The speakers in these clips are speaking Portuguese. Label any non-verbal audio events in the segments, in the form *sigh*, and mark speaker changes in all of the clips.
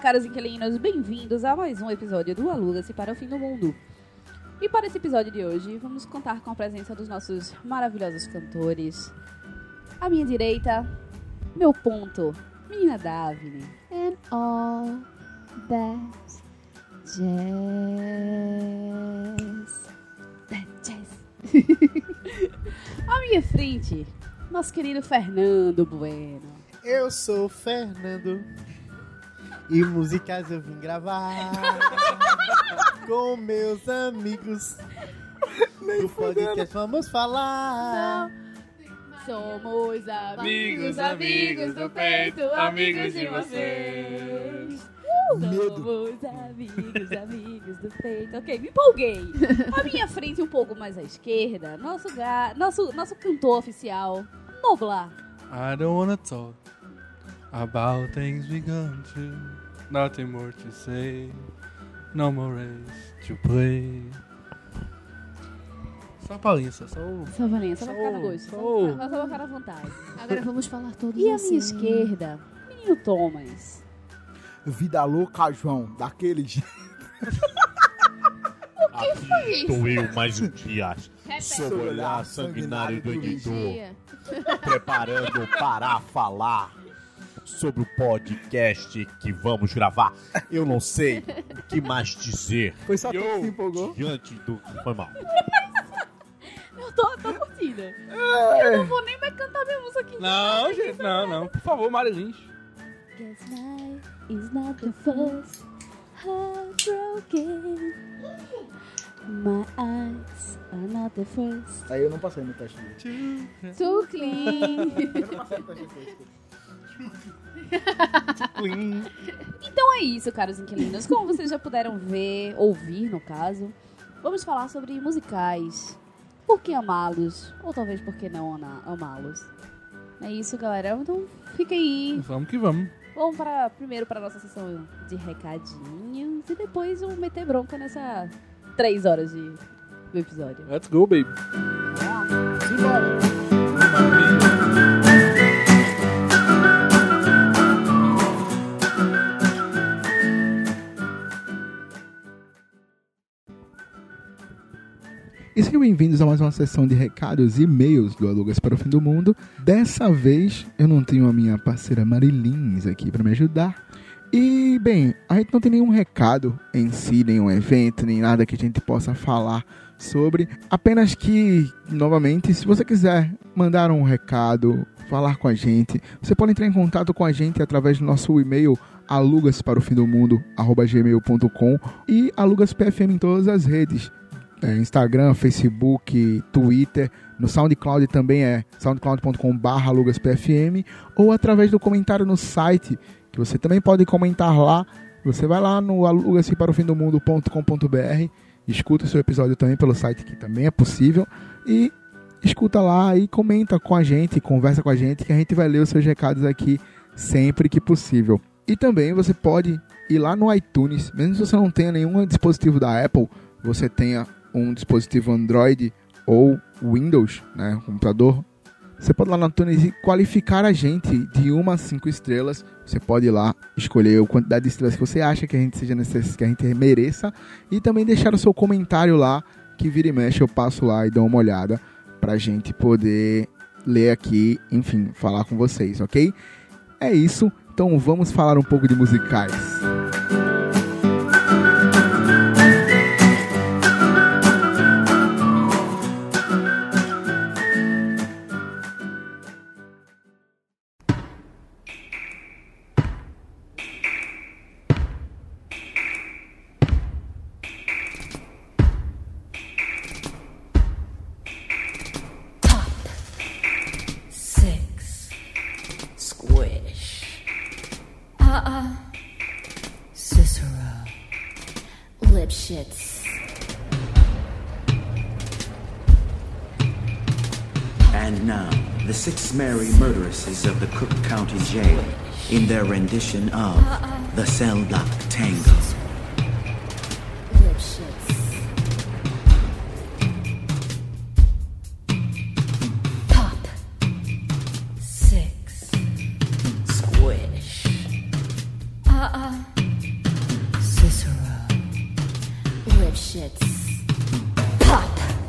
Speaker 1: caros inquilinos, bem-vindos a mais um episódio do Aluga-se para o Fim do Mundo. E para esse episódio de hoje, vamos contar com a presença dos nossos maravilhosos cantores. À minha direita, meu ponto, menina Daphne.
Speaker 2: And all that jazz.
Speaker 1: That jazz. à minha frente, nosso querido Fernando Bueno.
Speaker 3: Eu sou o Fernando. E músicas eu
Speaker 4: *laughs*
Speaker 3: vim gravar com meus amigos. do podcast vamos falar.
Speaker 1: Somos amigos,
Speaker 5: Amigos,
Speaker 1: amigos do peito, amigos de vocês. Uh!
Speaker 3: Medo.
Speaker 1: Somos amigos, amigos do peito. Ok, me empolguei. À minha frente, um pouco mais à esquerda, nosso, ga... nosso, nosso cantor oficial, Noblar.
Speaker 5: I don't wanna talk about things we gone through. Nothing more to say. No more race to play. Só a palhinha, só só o.
Speaker 1: Só Valença, vai ficar no
Speaker 5: Sou,
Speaker 1: gosto. Só,
Speaker 5: sou.
Speaker 1: só vai ficar à vontade.
Speaker 2: Agora vamos falar todos
Speaker 1: E à
Speaker 2: assim.
Speaker 1: minha esquerda, menino Thomas.
Speaker 6: Vida louca, João, daquele jeito.
Speaker 7: Estou eu Ah, mais um dia, sob o olhar sanguinário do editor,
Speaker 2: Dia.
Speaker 7: preparando para falar sobre o podcast que vamos gravar. Eu não sei o que mais dizer
Speaker 6: Foi só tu que
Speaker 7: Yo.
Speaker 6: se empolgou?
Speaker 7: diante do... Foi mal.
Speaker 1: Eu tô, tô curtindo. Eu não vou nem mais cantar minha música aqui.
Speaker 5: Não, gente, não, não. Por favor, Mari Lins.
Speaker 2: Guess life is not the first heartbroken. My eyes are not the first.
Speaker 6: Aí eu não passei no teste né? dele.
Speaker 1: Too clean.
Speaker 6: Eu não passei no teste dele.
Speaker 1: *laughs* Então é isso, caros inquilinos. Como vocês já puderam ver, ouvir no caso, vamos falar sobre musicais. Por que amá-los? Ou talvez por que não ana- amá-los? É isso, galera. Então fica aí.
Speaker 5: Vamos que vamos.
Speaker 1: Vamos para primeiro para nossa sessão de recadinhos e depois vamos meter bronca nessa três horas de do episódio.
Speaker 5: Let's go, baby.
Speaker 6: Simbora.
Speaker 8: E sejam bem-vindos a mais uma sessão de recados e e-mails do Alugas para o Fim do Mundo. Dessa vez eu não tenho a minha parceira Marilins aqui para me ajudar. E, bem, a gente não tem nenhum recado em si, nenhum evento, nem nada que a gente possa falar sobre. Apenas que, novamente, se você quiser mandar um recado, falar com a gente, você pode entrar em contato com a gente através do nosso e-mail alugas para o fim do mundo, gmail.com e alugaspfm em todas as redes. É, Instagram, Facebook, Twitter, no SoundCloud também é soundcloud.com.br alugaspfm ou através do comentário no site, que você também pode comentar lá. Você vai lá no aluga-se para o fim do mundo.com.br, escuta o seu episódio também pelo site, que também é possível, e escuta lá e comenta com a gente, conversa com a gente, que a gente vai ler os seus recados aqui sempre que possível. E também você pode ir lá no iTunes, mesmo se você não tenha nenhum dispositivo da Apple, você tenha um dispositivo Android ou Windows, né, um computador, você pode ir lá no iTunes e qualificar a gente de 1 a 5 estrelas. Você pode ir lá escolher a quantidade de estrelas que você acha que a gente seja necess... que a gente mereça e também deixar o seu comentário lá que vira e mexe eu passo lá e dou uma olhada pra gente poder ler aqui, enfim, falar com vocês, OK? É isso. Então vamos falar um pouco de musicais.
Speaker 9: Six. Squish. Uh-uh. Cicero. Lipschitz.
Speaker 10: And now, the six merry murderesses of the Cook County Jail in their rendition of the Cell Block Tango.
Speaker 9: Lipschitz. Pop. Six. Squish. Uh-uh.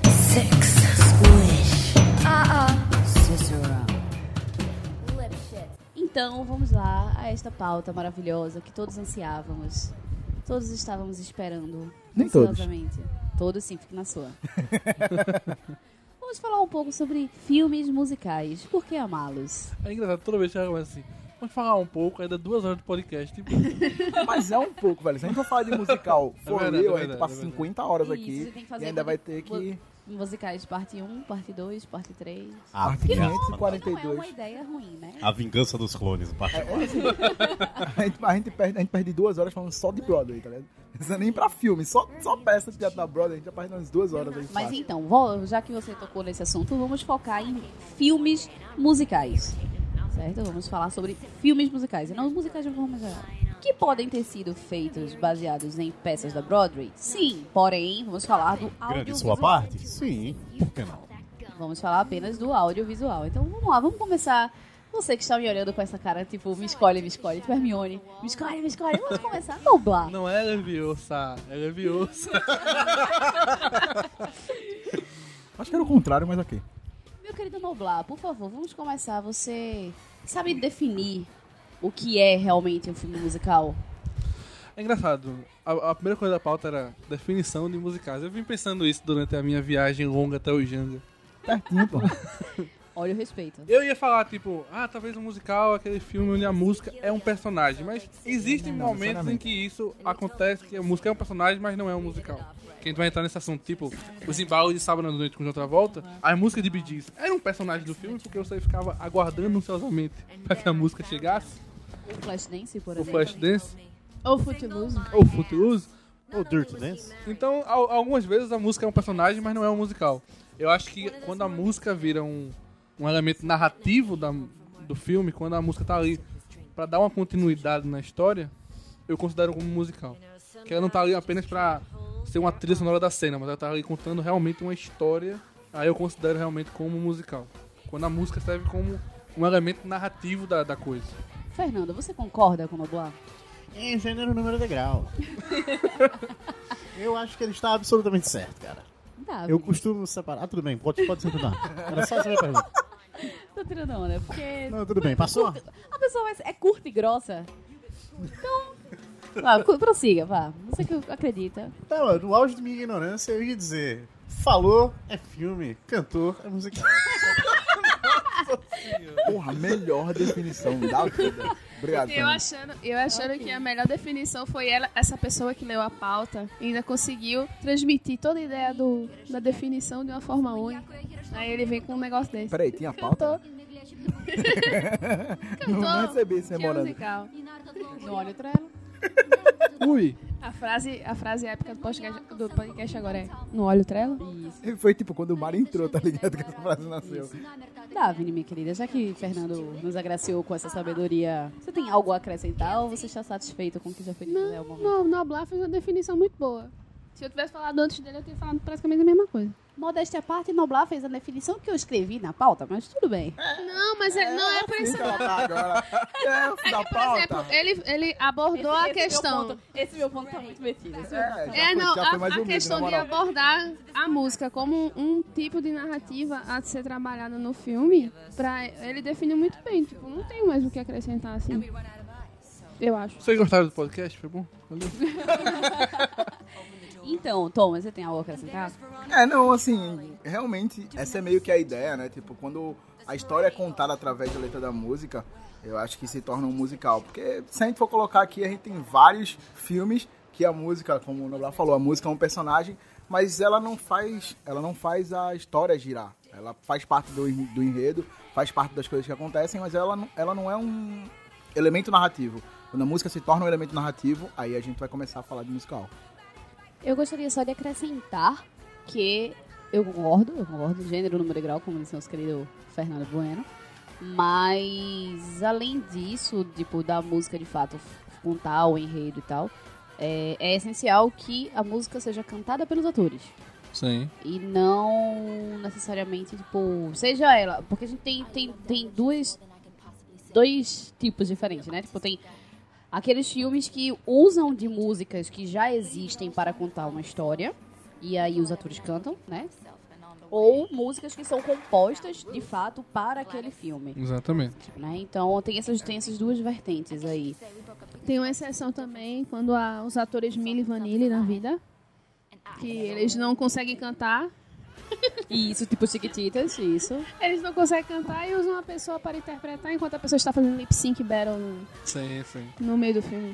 Speaker 9: Six. Squish. Uh-uh. Cicero. Lip shit.
Speaker 1: Então, vamos lá a esta pauta maravilhosa que todos ansiávamos. Todos estávamos esperando.
Speaker 11: Nem todos.
Speaker 1: ansiosamente. Todos sim, fique na
Speaker 8: *laughs*
Speaker 1: sua. vamos falar um pouco sobre filmes musicais. Por que amá-los?
Speaker 5: É engraçado, toda vez que ela começa assim, vamos falar um pouco, ainda duas horas de podcast. Tipo,
Speaker 8: Mas é um pouco, velho. Se a gente for falar de musical, for
Speaker 5: verdade, é
Speaker 8: real, a
Speaker 5: verdade,
Speaker 8: gente passa
Speaker 5: é verdade.
Speaker 8: 50 horas
Speaker 1: Isso,
Speaker 8: aqui
Speaker 1: você tem que fazer
Speaker 8: e ainda
Speaker 1: muito-
Speaker 8: vai ter que...
Speaker 1: Musicais parte 1, parte 2, parte 3.
Speaker 7: A
Speaker 8: Parte
Speaker 7: vingança,
Speaker 2: né,
Speaker 8: 542.
Speaker 1: Não é uma ideia ruim, né?
Speaker 7: Ah, a vingança dos clones.
Speaker 4: É,
Speaker 7: parte-
Speaker 8: É *laughs* A gente, a, gente perde, a gente perde duas horas falando só de
Speaker 1: Né?
Speaker 8: Broadway, tá ligado? Não é nem pra filme, só, só peça de teatro da Broadway, a gente já perde umas duas horas aí.
Speaker 1: Uhum. Mas
Speaker 8: fácil.
Speaker 1: então, vo- já que você tocou nesse assunto, vamos focar em filmes musicais. Certo? Vamos falar sobre filmes musicais, e não os musicais de forma geral. Que podem ter sido feitos baseados em peças da Broadway? Sim, porém, vamos falar do
Speaker 7: Grande
Speaker 1: audiovisual.
Speaker 7: sua parte? Sim, por que não?
Speaker 1: Vamos falar apenas do audiovisual. Então vamos lá, vamos começar. Você que está me olhando com essa cara, tipo, me escolhe, me escolhe, tipo Hermione, me escolhe, me escolhe, vamos começar a dublar.
Speaker 5: não é leviosa, é leviosa.
Speaker 8: Acho que era o contrário, mas ok.
Speaker 1: Meu querido Noblar, por favor, vamos começar. Você sabe definir o que é realmente um filme musical?
Speaker 5: É engraçado, a, a primeira coisa da pauta era definição de musicais. Eu vim pensando isso durante a minha viagem longa até o Janga.
Speaker 8: Pertinho, pô.
Speaker 1: Olha o respeito.
Speaker 5: Eu ia falar, tipo, ah, talvez um musical é aquele filme onde a música é um personagem, mas existem momentos em que isso acontece, que a música é um personagem, mas não é um musical. Que a gente vai entrar nesse assunto, tipo, os embalos de sábado à noite com outra volta, as músicas de Bee Gees era um personagem do filme porque você ficava aguardando ansiosamente pra que a música chegasse,
Speaker 1: O Flashdance, por
Speaker 5: o
Speaker 1: exemplo.
Speaker 5: Flashdance,
Speaker 1: Ou Footloose.
Speaker 5: ou o Footloose.
Speaker 4: Ou Dirt Dance.
Speaker 7: né?
Speaker 5: Então, al- algumas vezes a música é um personagem, mas não é um musical. Eu acho que quando a música vira um, um elemento narrativo da- do filme, quando a música tá ali pra dar uma continuidade na história, eu considero como musical. Que ela não tá ali apenas pra ser uma trilha sonora da cena, mas ela tá ali contando realmente uma história, aí eu considero realmente como musical. Quando a música serve como um elemento narrativo da, da coisa.
Speaker 1: Fernando, você concorda com o Noblar?
Speaker 4: É gênero número degrau. Eu acho que ele está absolutamente certo, cara.
Speaker 1: Tá,
Speaker 4: Eu costumo separar. Ah, tudo bem, pode, pode se entender. Era só essa minha pergunta.
Speaker 1: tô tirando onda, porque
Speaker 4: Não, tudo bem, passou?
Speaker 1: a pessoa vai ser- é curta e grossa. Então, vá, cu- prossiga, vá. Você que acredita.
Speaker 4: Não, no auge de minha ignorância, eu ia dizer: falou é filme, cantor é musical.
Speaker 8: Porra, melhor definição da vida. Obrigado.
Speaker 2: Eu
Speaker 8: Fernando.
Speaker 2: achando, eu achando que a melhor definição foi ela, essa pessoa que leu a pauta e ainda conseguiu transmitir toda a ideia do, da definição de uma forma única. Aí ele vem com um negócio desse.
Speaker 8: Peraí,
Speaker 2: *laughs*
Speaker 8: tinha pauta?
Speaker 2: Cantor,
Speaker 8: Não recebi esse
Speaker 2: que é
Speaker 8: memorando.
Speaker 2: musical.
Speaker 1: Não olha pra ela.
Speaker 5: Ui!
Speaker 2: A frase, a frase épica do podcast, do podcast agora é No olho trelo?
Speaker 8: Foi tipo quando o Mário entrou, tá ligado? Que essa frase nasceu.
Speaker 1: Davi, minha querida, já que Fernando nos agraciou com essa sabedoria, você tem algo a acrescentar ou você está satisfeito com o que já foi dito até o momento?
Speaker 2: Não, né, o Noblar fez uma definição muito boa. Se eu tivesse falado antes dele, eu teria falado praticamente a mesma coisa.
Speaker 1: Modéstia à parte, Noblar fez a definição que eu escrevi na pauta, mas tudo bem.
Speaker 2: Não, mas é- não é por isso.
Speaker 8: Então ela tá agora. É, o fim da
Speaker 2: Por exemplo,
Speaker 8: pauta.
Speaker 2: ele, ele abordou a É, questão.
Speaker 1: esse meu é ponto tá muito metido. esse meu ponto tá
Speaker 8: É, já
Speaker 2: É,
Speaker 8: foi-
Speaker 2: não,
Speaker 8: já
Speaker 2: a,
Speaker 8: foi mais
Speaker 2: a
Speaker 8: humilde, né,
Speaker 2: questão
Speaker 8: na
Speaker 2: de
Speaker 8: moral.
Speaker 2: abordar a música como um tipo de narrativa a ser trabalhada no filme, pra, ele definiu muito bem. Tipo, não tem mais o que acrescentar assim. Eu acho.
Speaker 5: Vocês gostaram do podcast? Foi bom? Valeu.
Speaker 1: Então, Thomas, você tem algo a acrescentar?
Speaker 8: É, não, assim, realmente, essa é meio que a ideia, né? Tipo, quando a história é contada através da letra da música, eu acho que se torna um musical. Porque se a gente for colocar aqui, a gente tem vários filmes que a música, como o Noblar falou, a música é um personagem, mas ela não faz, ela não faz a história girar. Ela faz parte do, en- do enredo, faz parte das coisas que acontecem, mas ela, não- ela não é um elemento narrativo. Quando a música se torna um elemento narrativo, aí a gente vai começar a falar de musical.
Speaker 1: Eu gostaria só de acrescentar que eu concordo, eu concordo, gênero, número e grau, como disse nosso querido Fernando Bueno. Mas, além disso, tipo, da música de fato f- contar o enredo e tal, é, é essencial que a música seja cantada pelos atores.
Speaker 5: Sim.
Speaker 1: E não necessariamente, tipo, seja ela. Porque a gente tem, tem, tem duas, dois tipos diferentes, né? Tipo, tem aqueles filmes que usam de músicas que já existem para contar uma história. E aí os atores cantam, né? ou músicas que são compostas de fato para aquele filme.
Speaker 5: Exatamente.
Speaker 1: né? Então tem essas, tem essas duas vertentes aí.
Speaker 2: Tem uma exceção também quando há os atores Milli Vanilli na vida, que eles não conseguem cantar,
Speaker 1: E isso, tipo Chiquititas, isso.
Speaker 2: eles não conseguem cantar e usam uma pessoa para interpretar enquanto a pessoa está fazendo lip sync battle no,
Speaker 5: Sim, sim.
Speaker 2: no meio do filme.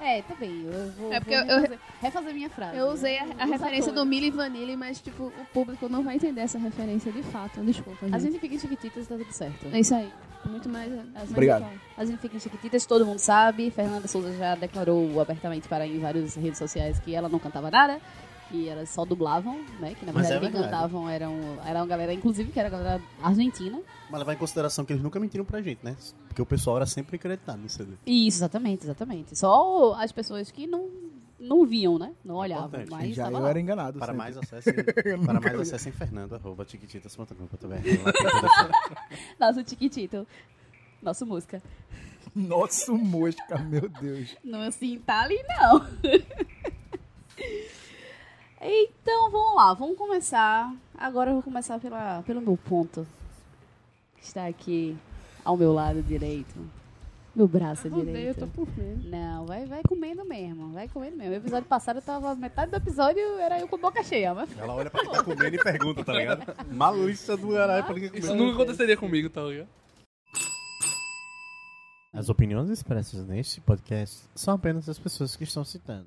Speaker 1: É, também. Eu vou,
Speaker 2: É porque
Speaker 1: vou
Speaker 2: eu-
Speaker 1: refazer, refazer minha frase.
Speaker 2: Eu usei a, a
Speaker 1: Os
Speaker 2: referência
Speaker 1: atores.
Speaker 2: do Milli Vanilli, mas tipo, o público não vai entender essa referência de fato. Desculpa, gente.
Speaker 1: A gente fica em Chiquititas e tá tudo certo.
Speaker 2: É isso aí. Muito mais. mais
Speaker 8: Obrigado.
Speaker 2: atual.
Speaker 1: A gente fica em Chiquititas, todo mundo sabe. Fernanda Souza já declarou abertamente para em várias redes sociais que ela não cantava nada, que elas só dublavam, né? Que na
Speaker 4: Mas
Speaker 1: verdade
Speaker 4: é
Speaker 1: quem
Speaker 4: verdade.
Speaker 1: cantavam eram, era uma galera, inclusive, que era a galera argentina.
Speaker 4: Mas levar em consideração que eles nunca mentiram pra gente, né? Porque o pessoal era sempre acreditado no CD.
Speaker 1: Isso, exatamente, exatamente. Só as pessoas que não, não viam, né? Não olhavam,
Speaker 3: Importante.
Speaker 1: mas
Speaker 8: Já
Speaker 1: tava
Speaker 8: eu
Speaker 1: lá.
Speaker 8: era enganado.
Speaker 3: Para
Speaker 8: sempre.
Speaker 3: mais acesso
Speaker 7: *laughs*
Speaker 3: em, para mais acesso em Fernando, arroba tiquititas.com.br.
Speaker 1: Nosso Chiquitito. Nossa música.
Speaker 8: Nosso mosca, meu Deus.
Speaker 1: Não assim, tá ali não. *laughs* então, vamos lá, vamos começar. Agora eu vou começar pela, pelo meu ponto. que Está aqui ao meu lado direito. Meu braço
Speaker 2: Eu odeio, Ah, eu
Speaker 1: direito.
Speaker 2: tô por medo.
Speaker 1: Não, vai, vai comendo mesmo, vai comendo mesmo. O episódio passado eu tava. Metade do episódio era eu com a boca cheia, mas
Speaker 3: Ela olha pra quem tá comendo e pergunta, tá ligado? Malícia do caralho pra ninguém comer.
Speaker 5: Isso nunca aconteceria comigo, tá ligado?
Speaker 3: As opiniões expressas neste podcast são apenas das pessoas que estão citando.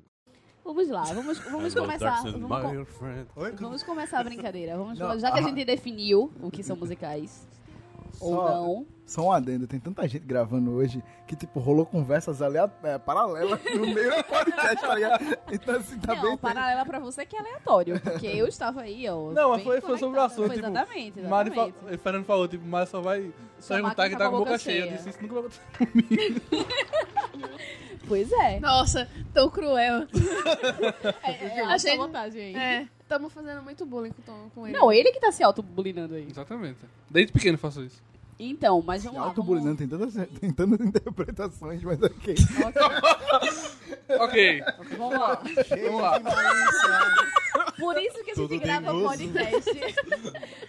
Speaker 1: vamos lá, vamos, vamos
Speaker 8: tá
Speaker 1: começar. Vamos, co-
Speaker 3: Oi?
Speaker 1: vamos começar a brincadeira. Vamos,
Speaker 8: Não,
Speaker 1: já que a
Speaker 8: ah.
Speaker 1: gente definiu o que são musicais ou
Speaker 8: Só-
Speaker 1: não.
Speaker 8: Só um adendo, tem tanta gente gravando hoje que, tipo, rolou conversas aleatórias, paralelas no meio do podcast, tá ligado? Então, assim, tá
Speaker 1: não,
Speaker 8: bem...
Speaker 1: paralela pra você que é aleatório, porque eu estava aí, ó.
Speaker 5: *laughs* Não,
Speaker 1: bem
Speaker 5: mas foi- foi sobre o
Speaker 1: conectada.
Speaker 5: assunto,
Speaker 1: Foi
Speaker 5: tipo,
Speaker 1: Exatamente,
Speaker 5: Mari
Speaker 1: exatamente.
Speaker 5: fa... Fernando falou, tipo, Mari só vai só
Speaker 1: Chamar
Speaker 5: perguntar
Speaker 1: quem
Speaker 5: que tá com a boca cheia. Eu disse, isso nunca vai acontecer.
Speaker 1: Pois é.
Speaker 2: Nossa, tão cruel.
Speaker 1: é, é
Speaker 2: a gente-
Speaker 1: vantagem aí.
Speaker 2: É, estamos fazendo muito bullying com, o Tom- com ele.
Speaker 1: Não, ele que tá se autobulinando aí.
Speaker 5: Exatamente. Desde pequeno eu faço *laughs* isso.
Speaker 1: Então, mas vamos lá.
Speaker 8: Autobulinando, tem tantas, tem tantas interpretações, mas ok.
Speaker 1: Vamos,
Speaker 5: ok.
Speaker 1: ok, vamos lá.
Speaker 5: Vamos lá.
Speaker 1: Por isso que a gente
Speaker 3: Tudo
Speaker 1: grava
Speaker 3: dengoso.
Speaker 1: podcast.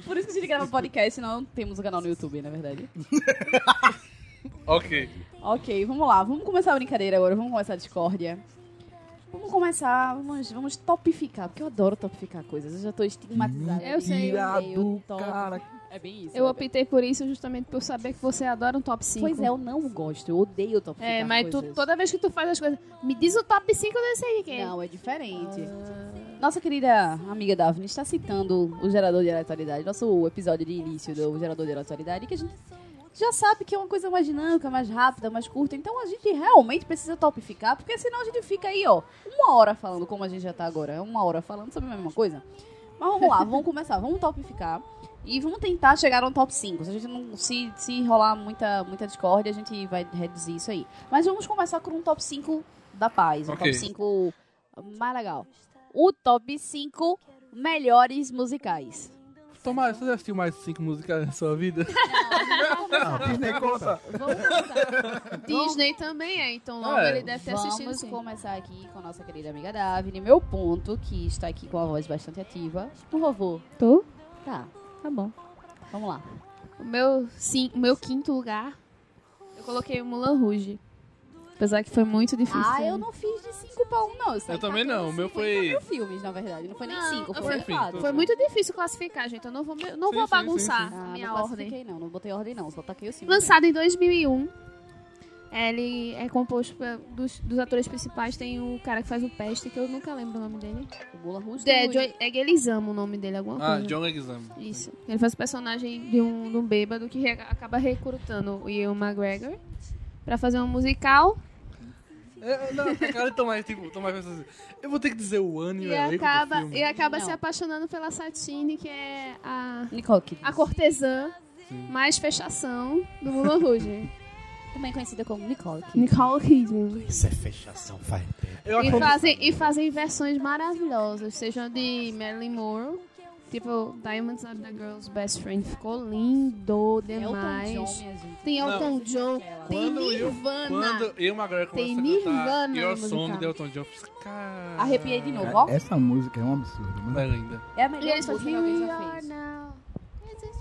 Speaker 1: *laughs* Por isso que a gente grava podcast, não temos um canal no YouTube, na verdade.
Speaker 5: Ok.
Speaker 1: Ok, vamos lá. Vamos começar a brincadeira agora. Vamos começar a discórdia. Vamos começar, vamos, vamos topificar, porque eu adoro topificar coisas. Eu já tô estigmatizada.
Speaker 2: Eu sei.
Speaker 1: Eu
Speaker 8: Irado,
Speaker 1: topo.
Speaker 8: cara.
Speaker 1: É bem isso.
Speaker 2: Eu
Speaker 1: é bem-
Speaker 2: optei por isso justamente por saber que você adora um top 5.
Speaker 1: Pois é, eu não gosto. Eu odeio topificar
Speaker 2: É, mas tu,
Speaker 1: coisas.
Speaker 2: toda vez que tu faz as coisas, me diz o top 5 desse aí, quem?
Speaker 1: Não, é diferente.
Speaker 2: Ah.
Speaker 1: Nossa querida amiga Daphne está citando o gerador de aleatoriedade, nosso episódio de início do gerador de aleatoriedade, que a gente já sabe que é uma coisa mais dinâmica, mais rápida, mais curta. Então a gente realmente precisa topificar, porque senão a gente fica aí, ó, uma hora falando, como a gente já tá agora, uma hora falando sobre a mesma coisa. Mas vamos lá, vamos começar, vamos topificar. E vamos tentar chegar a um top 5. Se a gente não se, se rolar muita, muita discórdia, a gente vai reduzir isso aí. Mas vamos começar com um top 5 da paz, um
Speaker 5: Ok.
Speaker 1: top 5 mais legal. O top 5 melhores musicais.
Speaker 5: Tomara, você já assistiu mais cinco músicas na sua vida?
Speaker 8: Disney conta.
Speaker 1: Vamos começar.
Speaker 2: Disney também é, então logo
Speaker 5: É,
Speaker 2: ele deve ter assistido
Speaker 1: Vamos
Speaker 2: sim.
Speaker 1: começar aqui com a nossa querida amiga Daphne. Meu ponto, que está aqui com a voz bastante ativa. Por favor.
Speaker 2: Tô?
Speaker 1: Tá,
Speaker 2: Tá bom.
Speaker 1: vamos lá.
Speaker 2: O meu, sim, o meu quinto lugar, eu coloquei o Mulan Rouge. Apesar que foi muito difícil.
Speaker 1: Ah, eu não fiz de 5 pra 1, um, não.
Speaker 5: Eu também não, o meu foi-
Speaker 1: mil filmes, na verdade. Não foi nem
Speaker 2: Não,
Speaker 1: 5,
Speaker 2: eu
Speaker 1: foi
Speaker 5: fui-
Speaker 1: 4.
Speaker 2: Foi muito difícil classificar, gente. Eu não vou, me- não
Speaker 5: Sim,
Speaker 2: vou
Speaker 5: sim,
Speaker 2: bagunçar
Speaker 5: sim,
Speaker 2: a minha
Speaker 1: Ah, não
Speaker 2: ordem.
Speaker 1: classifiquei, não. Não botei ordem, não. Só taquei o 5.
Speaker 2: Lançado em 2001. Ele é composto pe- dos, dos atores principais. Tem o cara que faz o Peste, que eu nunca lembro o nome dele.
Speaker 1: O Bula Russo.
Speaker 2: É, Jo- é Gelizamo o nome dele, alguma
Speaker 5: *laughs* Ah,
Speaker 2: coisa.
Speaker 5: John Exam.
Speaker 2: Isso. Ele faz o personagem de um, de um bêbado que re- acaba recrutando o Ian McGregor pra fazer um musical.
Speaker 5: É, não, a cara de Tomás, tipo, Tomás pensa assim, eu vou ter que dizer o ano e é o
Speaker 2: E
Speaker 5: elenco do
Speaker 2: acaba,
Speaker 5: filme.
Speaker 2: e acaba
Speaker 1: Não.
Speaker 2: se apaixonando pela Satine, que é a,
Speaker 1: Nicole Kidman.
Speaker 2: a cortesã mais fechação do Mulan Rouge.
Speaker 1: Ah, Também conhecida como *laughs* Nicole Kidman.
Speaker 2: Nicole Kidman.
Speaker 3: Isso é fechação, vai.
Speaker 5: Eu
Speaker 2: E
Speaker 5: acabo-
Speaker 2: fazem, e fazem versões maravilhosas, sejam de Marilyn Monroe, Tipo, Diamonds Are the Girl's Best Friend ficou lindo
Speaker 1: É
Speaker 2: demais.
Speaker 1: Elton John, minha gente. é
Speaker 2: Tem Elton
Speaker 1: Não.
Speaker 2: John, tem
Speaker 5: Quando eu-
Speaker 2: Nirvana.
Speaker 5: Quando eu e Magrela
Speaker 2: Tem
Speaker 5: começamos a cantar
Speaker 2: Nirvana no
Speaker 5: Your Song
Speaker 2: musical.
Speaker 5: de Elton John, eu fiz, cara...
Speaker 1: Arrepiei de novo, ó.
Speaker 8: Essa música é um absurdo.
Speaker 5: É
Speaker 8: Né?
Speaker 5: linda.
Speaker 1: É a
Speaker 2: E
Speaker 1: melhor
Speaker 2: eles
Speaker 1: música
Speaker 2: falam
Speaker 1: que
Speaker 2: assim,
Speaker 1: alguém
Speaker 2: "We
Speaker 1: já
Speaker 2: are
Speaker 1: fez.
Speaker 2: now as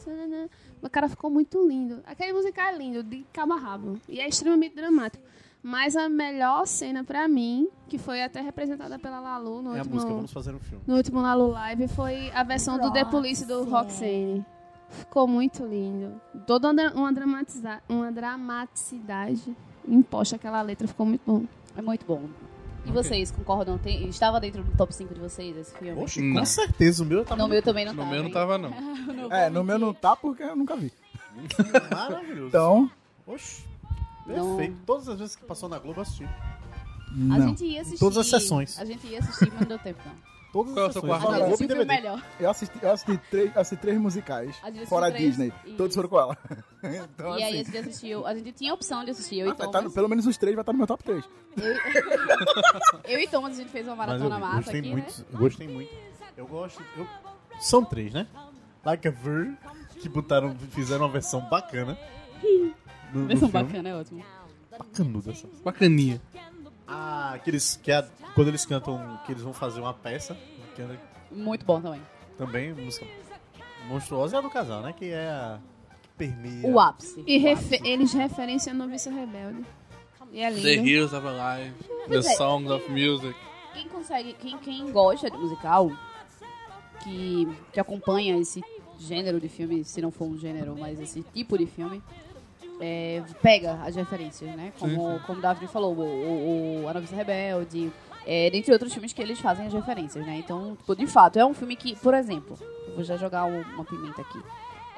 Speaker 2: strangers", nananã. O cara ficou muito lindo. Aquele musical é lindo, de cabo a rabo. E é extremamente dramático. Mas a melhor cena pra mim, que foi até representada pela Lalu no
Speaker 3: É a
Speaker 2: último,
Speaker 3: música, vamos fazer um filme.
Speaker 2: no último Lalu Live, foi a versão do The Police do Roxane. Ficou muito lindo. Toda uma, dra- uma, dramatiza- uma dramaticidade imposta aquela letra, ficou muito bom.
Speaker 1: É muito bom. E vocês concordam? Tem- estava dentro do top 5 de vocês esse filme?
Speaker 3: Oxe,
Speaker 5: Não.
Speaker 3: com certeza, o meu tá tava
Speaker 1: no meu também não
Speaker 5: No
Speaker 1: tava.
Speaker 5: meu não
Speaker 1: hein?
Speaker 5: tava, não.
Speaker 8: É, no meu não tá porque eu nunca vi.
Speaker 3: maravilhoso.
Speaker 8: Então,
Speaker 3: Oxe,
Speaker 1: Não.
Speaker 3: perfeito. Todas as vezes que passou na Globo, eu assisti.
Speaker 1: A
Speaker 8: não.
Speaker 1: gente ia assistir.
Speaker 3: Todas as sessões.
Speaker 1: A gente ia assistir, mas não deu tempo, não.
Speaker 8: Todas
Speaker 5: Qual é o
Speaker 8: as
Speaker 5: seu quarto?
Speaker 8: sessões-
Speaker 1: A
Speaker 8: Fora-
Speaker 1: gente assistiu o filme
Speaker 3: DVD.
Speaker 1: melhor.
Speaker 8: Eu assisti, eu assisti três, eu assisti três musicais,
Speaker 1: A gente assistiu
Speaker 8: fora a
Speaker 1: três,
Speaker 8: Disney.
Speaker 1: e-
Speaker 8: Todos foram com ela. *laughs* Então,
Speaker 1: E aí a
Speaker 8: assim,
Speaker 1: gente assistiu. A gente tinha a opção de
Speaker 5: Ah,
Speaker 1: assistir. né? Eu e
Speaker 8: vai tá no-
Speaker 1: Thomas.
Speaker 8: pelo menos os três vai estar no meu top 3.
Speaker 1: Eu e Thomas, a gente fez uma
Speaker 3: Mas eu
Speaker 1: maratona
Speaker 3: vi,
Speaker 1: massa
Speaker 3: gostei
Speaker 1: aqui,
Speaker 3: muito.
Speaker 1: né?
Speaker 3: eu Gostei muito. Eu gosto. eu- São três, né? Like a Ver, que botaram, fizeram uma versão bacana. do- do
Speaker 1: Versão
Speaker 3: filme.
Speaker 1: bacana, é ótimo.
Speaker 3: Bacanuda essa.
Speaker 5: Bacaninha.
Speaker 3: Ah, aqueles que a- quando eles cantam, que eles vão fazer uma peça, que é
Speaker 1: Muito bom também.
Speaker 3: também música monstruosa, é a do casal, né? Que é a que permeia.
Speaker 1: O ápice.
Speaker 2: E refe- eles referenciam a Noviça Rebelde. E é lindo.
Speaker 5: The Hills of Alive, The
Speaker 1: é.
Speaker 5: Sound of Music.
Speaker 1: Quem consegue, quem, quem gosta de musical, que, que acompanha esse gênero de filme, se não for um gênero, mas esse tipo de filme, é, pega as referências, né? Como, como o Davi falou, o, o- o A Noviça Rebelde, é, dentre outros filmes que eles fazem as referências, né? Então, tipo, de fato, é um filme que, por exemplo, eu vou já jogar um- uma pimenta aqui.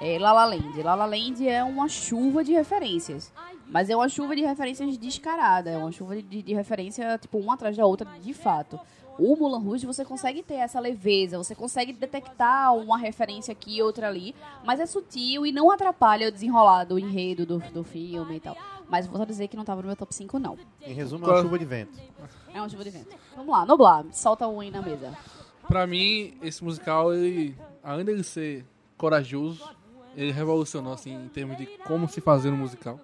Speaker 1: É La La Land. La La Land é uma chuva de referências. Mas é uma chuva de referências descarada. É uma chuva de, de referência, tipo, uma atrás da outra, de fato. O Mulan Rouge, você consegue ter essa leveza. Você consegue detectar uma referência aqui e outra ali. Mas é sutil e não atrapalha o desenrolar do enredo do, do filme e tal. Mas vou só dizer que não tava no meu top 5, não.
Speaker 3: Em resumo, é
Speaker 5: Qual-
Speaker 3: uma chuva de vento.
Speaker 1: É uma chuva de vento. Vamos lá, Noblar. Solta um aí na mesa.
Speaker 5: Pra mim, esse musical, ele, além dele ser corajoso, ele revolucionou, assim, em termos de como se fazer um musical.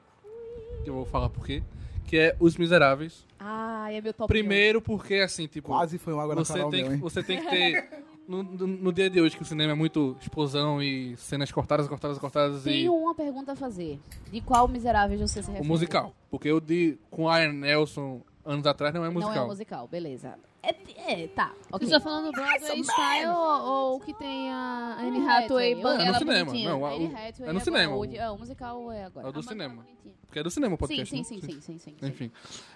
Speaker 5: Que eu vou falar por quê. Que é Os Miseráveis.
Speaker 1: Ah, é meu top
Speaker 5: Primeiro porque, assim, tipo...
Speaker 8: Quase foi um água
Speaker 5: você
Speaker 8: nacional
Speaker 5: tem,
Speaker 8: meu,
Speaker 5: que-
Speaker 8: hein?
Speaker 5: você tem que ter... *laughs* No, no- no dia de hoje, que o cinema é muito explosão e cenas cortadas, cortadas,
Speaker 2: um.
Speaker 5: cortadas e...
Speaker 1: Tenho uma pergunta a fazer. De qual miserável você se refere?
Speaker 5: O musical. Porque o de com o Iron Nelson anos atrás não é musical.
Speaker 1: Não é um musical, beleza. É, é, tá.
Speaker 2: Você
Speaker 1: Ok.
Speaker 2: tá falando Broadway Style ou, ou o que tem a Anne Hathaway
Speaker 1: Hathaway,
Speaker 2: banda
Speaker 1: eu-
Speaker 5: É no
Speaker 2: ela
Speaker 5: cinema.
Speaker 2: bonitinha?
Speaker 5: Não, a-
Speaker 1: Anne
Speaker 5: o-
Speaker 1: Hathaway
Speaker 5: é no
Speaker 1: agora,
Speaker 5: cinema.
Speaker 1: o de- ah, o musical é agora.
Speaker 5: É o do
Speaker 1: A banda
Speaker 5: cinema.
Speaker 1: bonitinha.
Speaker 5: Porque é do cinema o
Speaker 1: Sim,
Speaker 5: podcast.
Speaker 1: sim,
Speaker 5: né?
Speaker 1: sim, sim, sim, sim, sim.
Speaker 5: Enfim.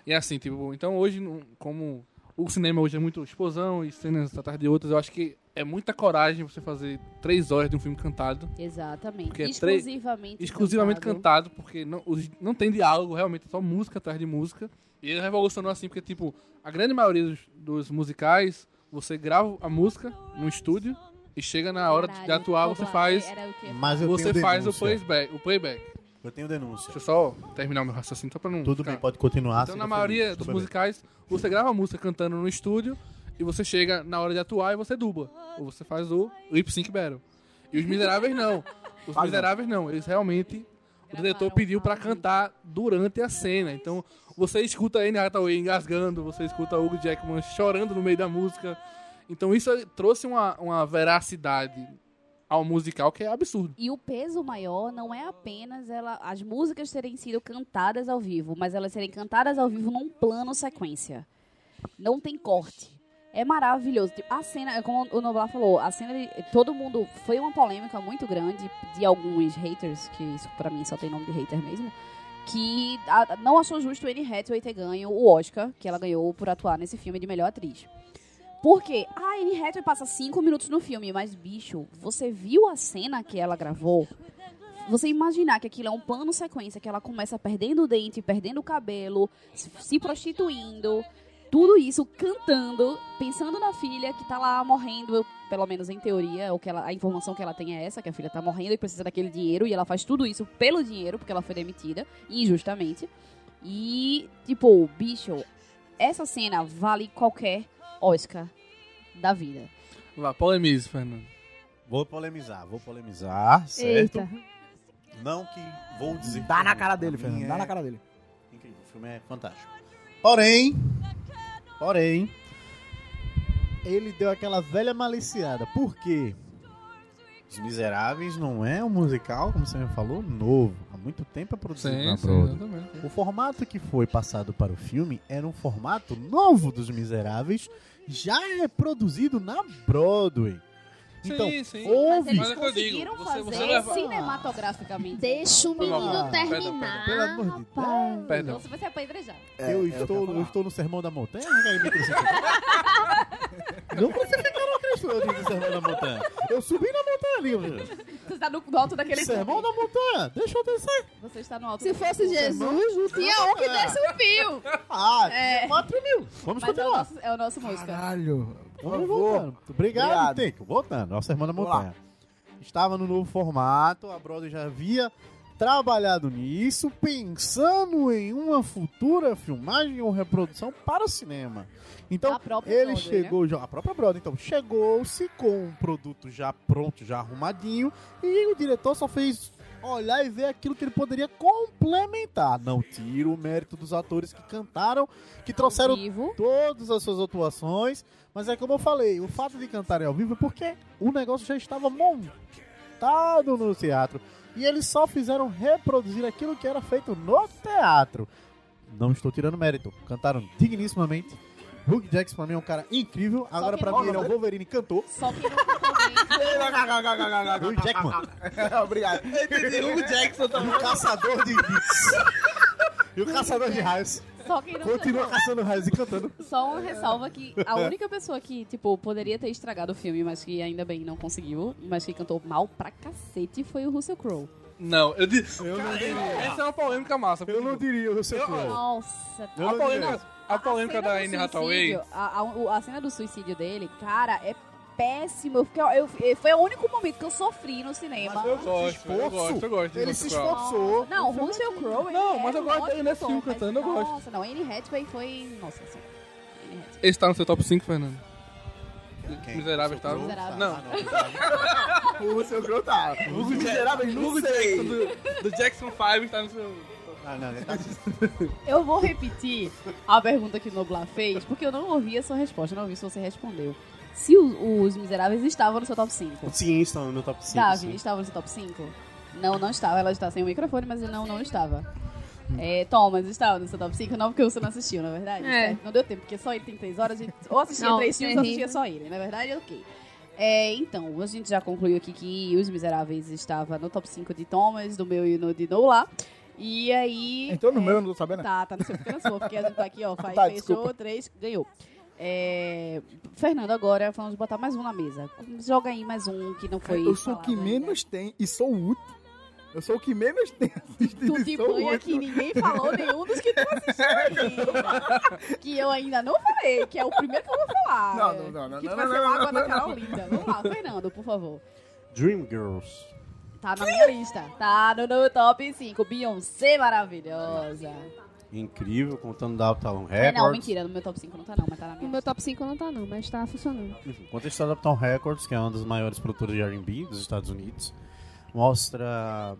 Speaker 5: E assim, tipo, então hoje, não- como o cinema hoje é muito explosão e cenas atrás de outras, eu acho que é muita coragem você fazer três horas de um filme cantado.
Speaker 1: Exatamente.
Speaker 5: Porque é tre-
Speaker 1: exclusivamente
Speaker 5: Exclusivamente cantado, porque não, os- não tem diálogo, realmente, é só música atrás de música. E ele revolucionou assim, porque, tipo, a grande maioria dos, dos musicais, você grava a música no estúdio e chega na hora de- de
Speaker 1: Caralho,
Speaker 5: atuar, você
Speaker 1: dublagem
Speaker 5: faz.
Speaker 1: era o quê?
Speaker 3: Mas eu
Speaker 5: Você
Speaker 3: tenho
Speaker 5: faz o
Speaker 3: denúncia.
Speaker 5: playback, o playback.
Speaker 3: Eu tenho denúncia.
Speaker 5: Deixa eu só terminar o meu raciocínio, só pra não.
Speaker 3: Tudo
Speaker 5: ficar-
Speaker 3: bem, pode continuar.
Speaker 5: Então,
Speaker 3: fica
Speaker 5: na
Speaker 3: feliz,
Speaker 5: maioria
Speaker 3: tô
Speaker 5: dos
Speaker 3: beleza.
Speaker 5: musicais, você grava a música cantando no estúdio e você chega na hora de atuar e você dubla. Ou você faz o lip sync battle. E os miseráveis Ah, não. Os
Speaker 8: Faz não.
Speaker 5: miseráveis não. Eles realmente. O diretor pediu pra cantar durante a cena. Então, você escuta a Anne Hathaway engasgando, você escuta Hugo Jackman chorando no meio da música. Então, isso trouxe uma, uma veracidade ao musical que é absurdo.
Speaker 1: E o peso maior não é apenas ela, as músicas terem sido cantadas ao vivo, mas elas serem cantadas ao vivo num plano sequência. Não tem corte. É maravilhoso. Tipo, A cena, é como o Noblar falou, a cena de todo mundo foi uma polêmica muito grande de alguns haters, que isso pra mim só tem nome de hater mesmo, que a- não achou justo Anne Hathaway ter ganho o Oscar que ela ganhou por atuar nesse filme de melhor atriz. Porque a Anne Hathaway passa cinco minutos no filme, mas, bicho, você viu a cena que ela gravou? Você imaginar que aquilo é um plano sequência, que ela começa perdendo o dente, perdendo o cabelo, se se prostituindo, tudo isso cantando, pensando na filha que tá lá morrendo, pelo menos em teoria, o que ela, a informação que ela tem é essa, que a filha tá morrendo e precisa daquele dinheiro, e ela faz tudo isso pelo dinheiro, porque ela foi demitida, injustamente. E, tipo, bicho, essa cena vale qualquer Oscar da vida.
Speaker 5: Vá, polemize, Fernando.
Speaker 7: Vou polemizar, vou polemizar, certo?
Speaker 2: Eita.
Speaker 7: Não que vou dizer.
Speaker 8: Dá na
Speaker 7: que
Speaker 8: cara
Speaker 7: pra
Speaker 8: dele,
Speaker 7: mim
Speaker 8: Fernando.
Speaker 7: é
Speaker 8: Dá na cara dele.
Speaker 7: Incrível, o filme é fantástico. Porém, porém, ele deu aquela velha maliciada. Por quê? Os Miseráveis não é um musical, como você me falou, novo. Há muito tempo é produzido
Speaker 5: Sim,
Speaker 7: na
Speaker 5: sim,
Speaker 7: Broadway.
Speaker 5: exatamente.
Speaker 7: O formato que foi passado para o filme era um formato novo dos Miseráveis, já é produzido na Broadway.
Speaker 5: Sim,
Speaker 7: Então,
Speaker 5: sim.
Speaker 1: Mas
Speaker 7: houve.
Speaker 1: eles
Speaker 5: Mas é o que eu digo,
Speaker 1: conseguiram
Speaker 5: você- você
Speaker 1: fazer
Speaker 5: leva-
Speaker 1: cinematograficamente.
Speaker 2: Deixa o
Speaker 5: Foi mal,
Speaker 2: menino
Speaker 5: perdão, perdão,
Speaker 2: terminar,
Speaker 7: Pelo
Speaker 3: Ah,
Speaker 7: amor de
Speaker 2: rapaz.
Speaker 7: Deus.
Speaker 1: Então
Speaker 5: Perdão.
Speaker 1: você vai ser apedrejado.
Speaker 7: eu,
Speaker 8: é o que eu
Speaker 7: estou,
Speaker 8: ia
Speaker 7: eu,
Speaker 8: falar.
Speaker 7: estou no Sermão da Montanha? Querem me crucificar? *laughs* Não crucificaram a Cristo eu disse Sermão da Montanha. Eu subi na montanha ali, meu.
Speaker 1: Você está no, no alto daquele
Speaker 3: é
Speaker 7: Sermão da Montanha, deixa eu descer.
Speaker 1: Você está no alto
Speaker 2: Se fosse Jesus, não tinha um que desse o fio.
Speaker 7: Ah,
Speaker 1: É.
Speaker 7: 4 mil.
Speaker 1: Mas
Speaker 7: Vamos
Speaker 1: é o
Speaker 7: continuar.
Speaker 1: nosso, é o nosso música.
Speaker 8: Caralho. Por
Speaker 7: Vamos
Speaker 8: favor.
Speaker 7: voltando. Obrigado,
Speaker 8: Obrigado.
Speaker 7: Teco. Voltando ao Sermão da
Speaker 8: Vamos lá.
Speaker 7: Montanha. Estava no novo formato, a Broadway já havia trabalhado nisso, pensando em uma futura filmagem ou reprodução para o cinema. Então,
Speaker 1: Da própria
Speaker 7: ele
Speaker 1: Broadway, né?
Speaker 7: chegou já, a própria Broadway, então, chegou-se com um produto já pronto, já arrumadinho, e o diretor só fez olhar e ver aquilo que ele poderia complementar. Não tiro o mérito dos atores que cantaram, que trouxeram
Speaker 1: Vivo.
Speaker 7: todas as suas atuações, mas é como eu falei, o fato de cantarem ao vivo é porque o negócio já estava montado no teatro e eles só fizeram reproduzir aquilo que era feito no teatro. Não estou tirando mérito, cantaram dignissimamente. Hugh Jackson pra mim é um cara incrível, agora
Speaker 1: que
Speaker 7: pra
Speaker 1: não-
Speaker 7: mim ele é o Wolverine cantor.
Speaker 1: Só que não ficou bem.
Speaker 7: Hugh Jackman,
Speaker 8: *laughs* Obrigado.
Speaker 7: Hugh Jackson também. o caçador de e o caçador de raios
Speaker 1: Só que não
Speaker 7: continua caçando raios e cantando. É.
Speaker 1: Só uma ressalva que a única pessoa que, tipo, poderia ter estragado o filme, mas que ainda bem não conseguiu, mas que cantou mal pra cacete, foi o Russell Crowe.
Speaker 5: Não, eu disse. Essa é uma polêmica massa.
Speaker 7: Eu não diria, eu sei
Speaker 5: Eu-
Speaker 7: que é.
Speaker 1: Nossa,
Speaker 7: Eu
Speaker 5: A
Speaker 7: não diria.
Speaker 5: polêmica, a polêmica
Speaker 1: cena
Speaker 5: da
Speaker 1: do
Speaker 5: Anne Hathaway.
Speaker 1: suicídio, A, a- o- a cena do suicídio dele, cara, é péssimo. Eu fiquei, eu- eu- foi o único momento que eu sofri no cinema.
Speaker 5: Eu gosto, eu
Speaker 7: esforço,
Speaker 5: gosto, eu gosto. de
Speaker 7: ele
Speaker 5: Russell
Speaker 7: se
Speaker 5: Crowe.
Speaker 7: esforçou.
Speaker 1: Não, o Russell Crowe. ele
Speaker 5: um Não,
Speaker 1: é
Speaker 5: mas eu
Speaker 1: um
Speaker 5: gosto dele
Speaker 1: ótimo
Speaker 5: nesse filme
Speaker 1: ator, mas
Speaker 5: cantando, eu gosto.
Speaker 1: Nossa, não, Anne Hathaway foi... Nossa senhora. Anne Hathaway.
Speaker 5: Esse tá no seu top 5, Fernando?
Speaker 7: Quem?
Speaker 5: Miserável tá?
Speaker 7: Sobrou?
Speaker 1: Miserável.
Speaker 5: Não.
Speaker 8: O seu Crow tá. Os miseráveis não sei.
Speaker 5: Do, do Jackson 5 tá no seu.
Speaker 7: Ah, não, ele tá
Speaker 1: Eu vou repetir a pergunta que o Noblar fez, porque eu não ouvi a sua resposta, eu não ouvi se você respondeu. Se o- os Miseráveis estavam no seu top 5.
Speaker 7: Sim, estão no meu top assim. 5.
Speaker 1: Davi, estava no seu top 5? Não, não estava. Ela está sem o microfone, mas não, não estava. É, Thomas estava no seu top 5, não porque você não assistiu, na verdade.
Speaker 2: É.
Speaker 1: certo? Não deu tempo, porque só ele tem 3 horas, a gente ou assistia
Speaker 2: Não,
Speaker 1: três filmes ou assistia
Speaker 2: terrível.
Speaker 1: só ele. Na verdade, ok. É, então, a gente já concluiu aqui que Os Miseráveis estava no top 5 de Thomas, do meu e no de Noah. E aí.
Speaker 8: Entrou no
Speaker 1: é,
Speaker 8: meu, não tô sabendo.
Speaker 1: Tá, tá no seu pequeno sofá, porque a gente tá aqui, ó. Faz,
Speaker 8: *laughs* Tá,
Speaker 1: fechou,
Speaker 8: desculpa.
Speaker 1: três, ganhou. É, Fernando, agora vamos botar mais um na mesa. Joga aí mais um que não foi.
Speaker 8: Eu sou o
Speaker 1: falado
Speaker 8: que
Speaker 1: ainda.
Speaker 8: menos tem e sou útil. Eu sou o que menos tem assistido
Speaker 1: Tu tipo,
Speaker 8: e
Speaker 1: te
Speaker 8: sou
Speaker 1: banha que
Speaker 8: útil.
Speaker 1: ninguém falou nenhum dos que tu
Speaker 8: *laughs*
Speaker 1: assistiu. que eu ainda não falei, que é o primeiro que eu vou falar.
Speaker 8: Não, não, não, não,
Speaker 1: Que tu
Speaker 8: não,
Speaker 1: vai
Speaker 8: não,
Speaker 1: ser o
Speaker 8: não,
Speaker 1: água
Speaker 8: não,
Speaker 1: da
Speaker 8: não.
Speaker 1: Carol Linda. Vamos lá, Fernando, por favor.
Speaker 7: Dream Girls.
Speaker 1: Tá na minha lista. Tá no, no top 5. Beyoncé maravilhosa.
Speaker 7: Incrível, contando da Uptown
Speaker 1: É,
Speaker 7: Records.
Speaker 1: não, mentira, no meu top 5 não tá não, mas tá na
Speaker 2: O
Speaker 1: minha
Speaker 2: meu
Speaker 1: lista.
Speaker 2: top 5 não tá não, mas tá funcionando.
Speaker 7: Enfim, Conta a história da Uptown Records, que é uma das maiores produtoras de R&B dos Estados Unidos. Mostra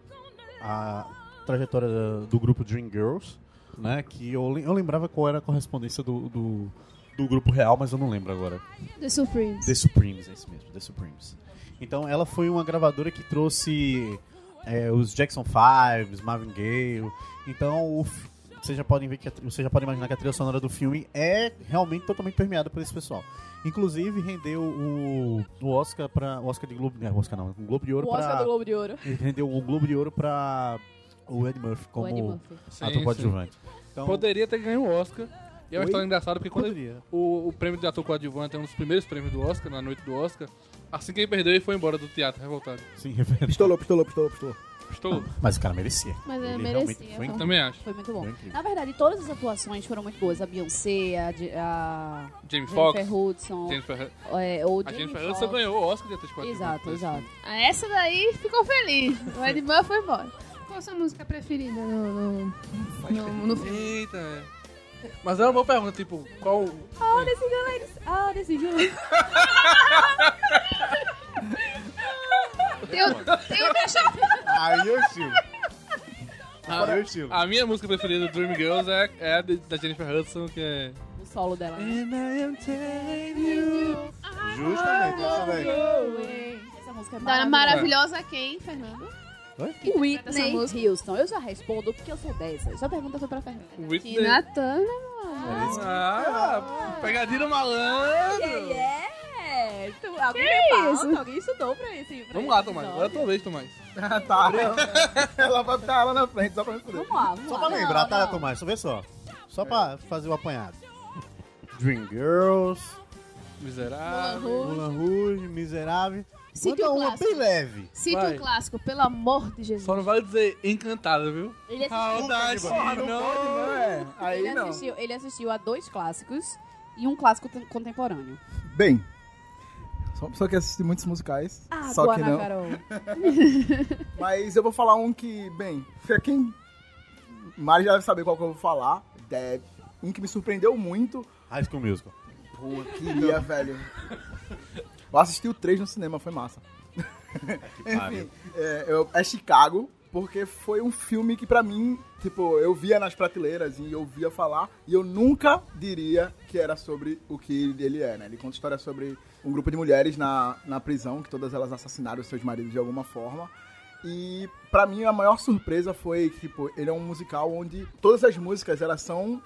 Speaker 7: a trajetória da- do grupo Dream Girls, né? Que eu, lem- eu lembrava qual era a correspondência do, do, do grupo real, mas eu não lembro agora.
Speaker 2: The Supremes.
Speaker 7: The Supremes, é isso mesmo, The Supremes. Então, ela foi uma gravadora que trouxe é, os Jackson 5, os Marvin Gaye. Então, o f- vocês já podem ver que a tri- vocês já podem imaginar que a trilha sonora do filme é realmente totalmente permeada por esse pessoal. Inclusive, rendeu o, o Oscar para o Oscar de Globo, não, Oscar não, o Globo de Ouro
Speaker 1: O Oscar do
Speaker 7: para
Speaker 1: Globo de Ouro.
Speaker 7: *laughs* rendeu o Globo de Ouro para o Ed Murphy como
Speaker 1: O Eddie Murphy.
Speaker 7: ator coadjuvante. Então,
Speaker 5: Poderia ter ganho o Oscar. E é uma
Speaker 7: Oi?
Speaker 5: história engraçada, porque quando
Speaker 7: poderia.
Speaker 5: o, o prêmio de ator coadjuvante é um dos primeiros prêmios do Oscar, na noite do Oscar, assim que ele perdeu, ele foi embora do teatro, revoltado.
Speaker 7: Sim, é verdade.
Speaker 8: Pistolou, pistolou, pistolou, pistolou.
Speaker 5: Estou,
Speaker 7: Mas o cara merecia.
Speaker 2: Mas ele
Speaker 7: Ele realmente
Speaker 2: merecia. então.
Speaker 7: foi
Speaker 2: pô.
Speaker 5: também acho.
Speaker 1: Foi muito bom.
Speaker 7: Foi É incrível.
Speaker 1: Na verdade, todas as atuações foram muito boas. A Beyoncé, a, J- a
Speaker 5: Jamie Foxx,
Speaker 1: Jennifer Hudson,
Speaker 5: Jennifer Hudson.
Speaker 1: é, ou
Speaker 5: A
Speaker 1: Jamie
Speaker 5: Jennifer
Speaker 1: Foxx.
Speaker 5: Hudson ganhou o Oscar de atriz coadjuvante.
Speaker 1: Exato,
Speaker 5: Foi
Speaker 1: exato.
Speaker 2: Ah, Essa daí ficou feliz. O Edmar foi embora. Qual a sua música preferida no, no, no, no filme?
Speaker 5: Eita, é. Mas é uma boa pergunta, tipo, qual.
Speaker 7: *laughs*
Speaker 1: Ah, desse galera, ah, desse galera.
Speaker 2: Eu, eu deixava.
Speaker 3: Aí eu estilo. Fora o estilo.
Speaker 5: é A, a minha música preferida do Dream Girls é, é a de- da Jennifer Hudson, que é.
Speaker 1: O solo dela. né?
Speaker 5: And I am telling you.
Speaker 3: Justamente, essa daí.
Speaker 1: Essa música é
Speaker 2: Da
Speaker 1: maravilhosa.
Speaker 2: maravilhosa quem, Fernando? Essa
Speaker 1: Whitney
Speaker 2: música.
Speaker 1: Houston. Eu já respondo porque eu sou dessa. Sua pergunta foi pra Fernanda.
Speaker 5: Whitney.
Speaker 2: Que Natana.
Speaker 5: Ah, pegadinha do malandro.
Speaker 1: É, é. Tu, alguém prepara, alguém estudou pra esse. pra
Speaker 5: Vamos lá,
Speaker 1: esse
Speaker 5: Tomás. Agora é a
Speaker 1: episódio.
Speaker 5: tua vez, Tomás.
Speaker 8: Ah, *laughs* tá. Ela vai ficar lá na frente, só pra me foder.
Speaker 1: Vamos lá, vamos
Speaker 3: Só
Speaker 1: lá.
Speaker 3: pra
Speaker 1: Não,
Speaker 3: lembrar, tá,
Speaker 1: não. É.
Speaker 3: Tomás? Só vê só. Só pra fazer o apanhado. Dream Girls,
Speaker 5: Miserável.
Speaker 3: Mulan Rouge, Miserável.
Speaker 2: Cite
Speaker 3: Manda
Speaker 2: um
Speaker 3: uma bem
Speaker 2: clássico.
Speaker 3: leve.
Speaker 2: Cite
Speaker 5: Vai.
Speaker 2: um clássico, pelo amor de Jesus.
Speaker 5: Só não vale dizer encantada, viu?
Speaker 1: Ele
Speaker 5: How does she know?
Speaker 8: É, aí
Speaker 1: Ele
Speaker 8: não.
Speaker 1: assistiu, ele assistiu a dois clássicos e um clássico tem- contemporâneo.
Speaker 8: Bem, sou uma pessoa que assiste muitos musicais,
Speaker 1: Ah,
Speaker 8: só que não.
Speaker 1: Carol.
Speaker 8: Mas eu vou falar um que, bem, pra quem... Mari já deve saber qual que eu vou falar. Deve. Um que me surpreendeu muito.
Speaker 3: High School Musical.
Speaker 8: Pô, queria, velho. Eu assisti o 3 no cinema, foi massa. Enfim,
Speaker 3: pariu.
Speaker 8: é, eu- é Chicago, porque foi um filme que pra mim, tipo, eu via nas prateleiras e eu via falar, e eu nunca diria que era sobre o que ele é, né? Ele conta história sobre um grupo de mulheres na, na prisão, que todas elas assassinaram seus maridos de alguma forma. E pra mim a maior surpresa foi que, tipo, ele é um musical onde todas as músicas elas são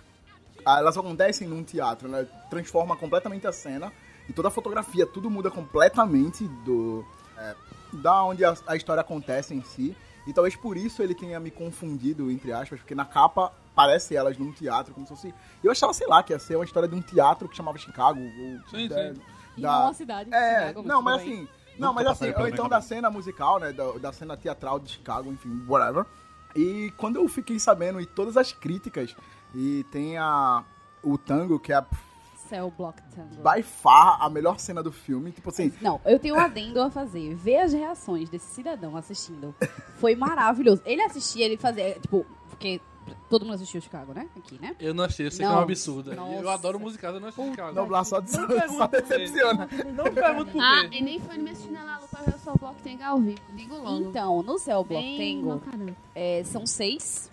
Speaker 8: ah, elas acontecem num teatro, né? Transforma completamente a cena e toda a fotografia, tudo muda completamente do é, da onde a, a história acontece em si. E talvez por isso ele tenha me confundido, entre aspas, porque na capa parece elas num teatro, como se fosse. Eu achava, sei lá, que ia ser uma história de um teatro que chamava Chicago. Ou,
Speaker 5: Sim,
Speaker 8: da-
Speaker 5: sim.
Speaker 1: E
Speaker 8: da-
Speaker 1: uma cidade.
Speaker 8: é,
Speaker 1: Chicago,
Speaker 8: não,
Speaker 1: tudo
Speaker 8: mas
Speaker 1: bem.
Speaker 8: assim. Não, mas assim,
Speaker 3: passaria pela
Speaker 8: ou
Speaker 3: minha
Speaker 8: então da
Speaker 3: cabeça.
Speaker 8: cena musical, né? Da, da cena teatral de Chicago, enfim, whatever. E quando eu fiquei sabendo, e todas as críticas, e tem a. O tango, que é a,
Speaker 1: Cell Block Tango.
Speaker 8: by far a melhor cena do filme. Tipo assim,
Speaker 1: Não, eu tenho um adendo a fazer. Ver as reações desse cidadão assistindo foi maravilhoso. Ele assistia, ele fazia, tipo, porque todo mundo assistiu Chicago, né? Aqui, né?
Speaker 5: Eu não achei, eu sei que é
Speaker 1: Não.
Speaker 5: um absurdo. Eu
Speaker 1: Nossa.
Speaker 5: adoro musicais, eu não achei é um Chicago.
Speaker 8: não, lá só,
Speaker 5: Não
Speaker 8: *laughs* só
Speaker 5: pergunta
Speaker 8: decepciona.
Speaker 5: Não pergunto por
Speaker 2: Ah,
Speaker 5: quê.
Speaker 2: e nem foi me assistindo lá no papel só bloco tem ao vivo. Digo logo.
Speaker 1: Então, no Cell Block
Speaker 2: Bem
Speaker 1: Tango,
Speaker 2: macarão.
Speaker 1: é, são seis,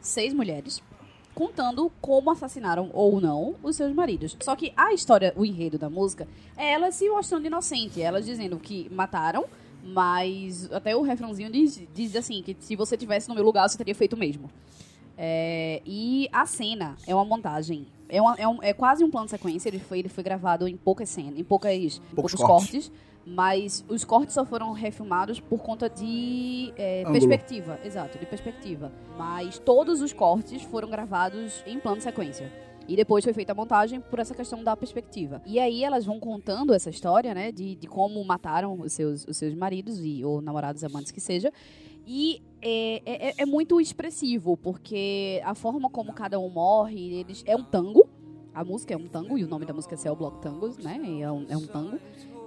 Speaker 1: seis mulheres contando como assassinaram ou não os seus maridos. Só que a história, o enredo da música, é elas se mostrando inocente, elas dizendo que mataram, mas até o refrãozinho diz, diz assim que se você tivesse no meu lugar você teria feito o mesmo. É, e a cena é uma montagem, é, uma- é um- é quase um plano de sequência. Ele foi, ele foi gravado em poucas cenas, em poucas, em poucos cortes. mas os cortes só foram refilmados por conta de é,
Speaker 8: Ângulo.
Speaker 1: perspectiva, exato, de perspectiva. Mas todos os cortes foram gravados em plano de sequência. E depois foi feita a montagem por essa questão da perspectiva. E aí elas vão contando essa história, né? De, de como mataram os seus, os seus maridos e, ou namorados, amantes que seja. E é, é- é- é muito expressivo, porque a forma como cada um morre, eles. É um tango. A música é um tango, e o nome da música é Cell Block Tangos, né? e É um, é um tango.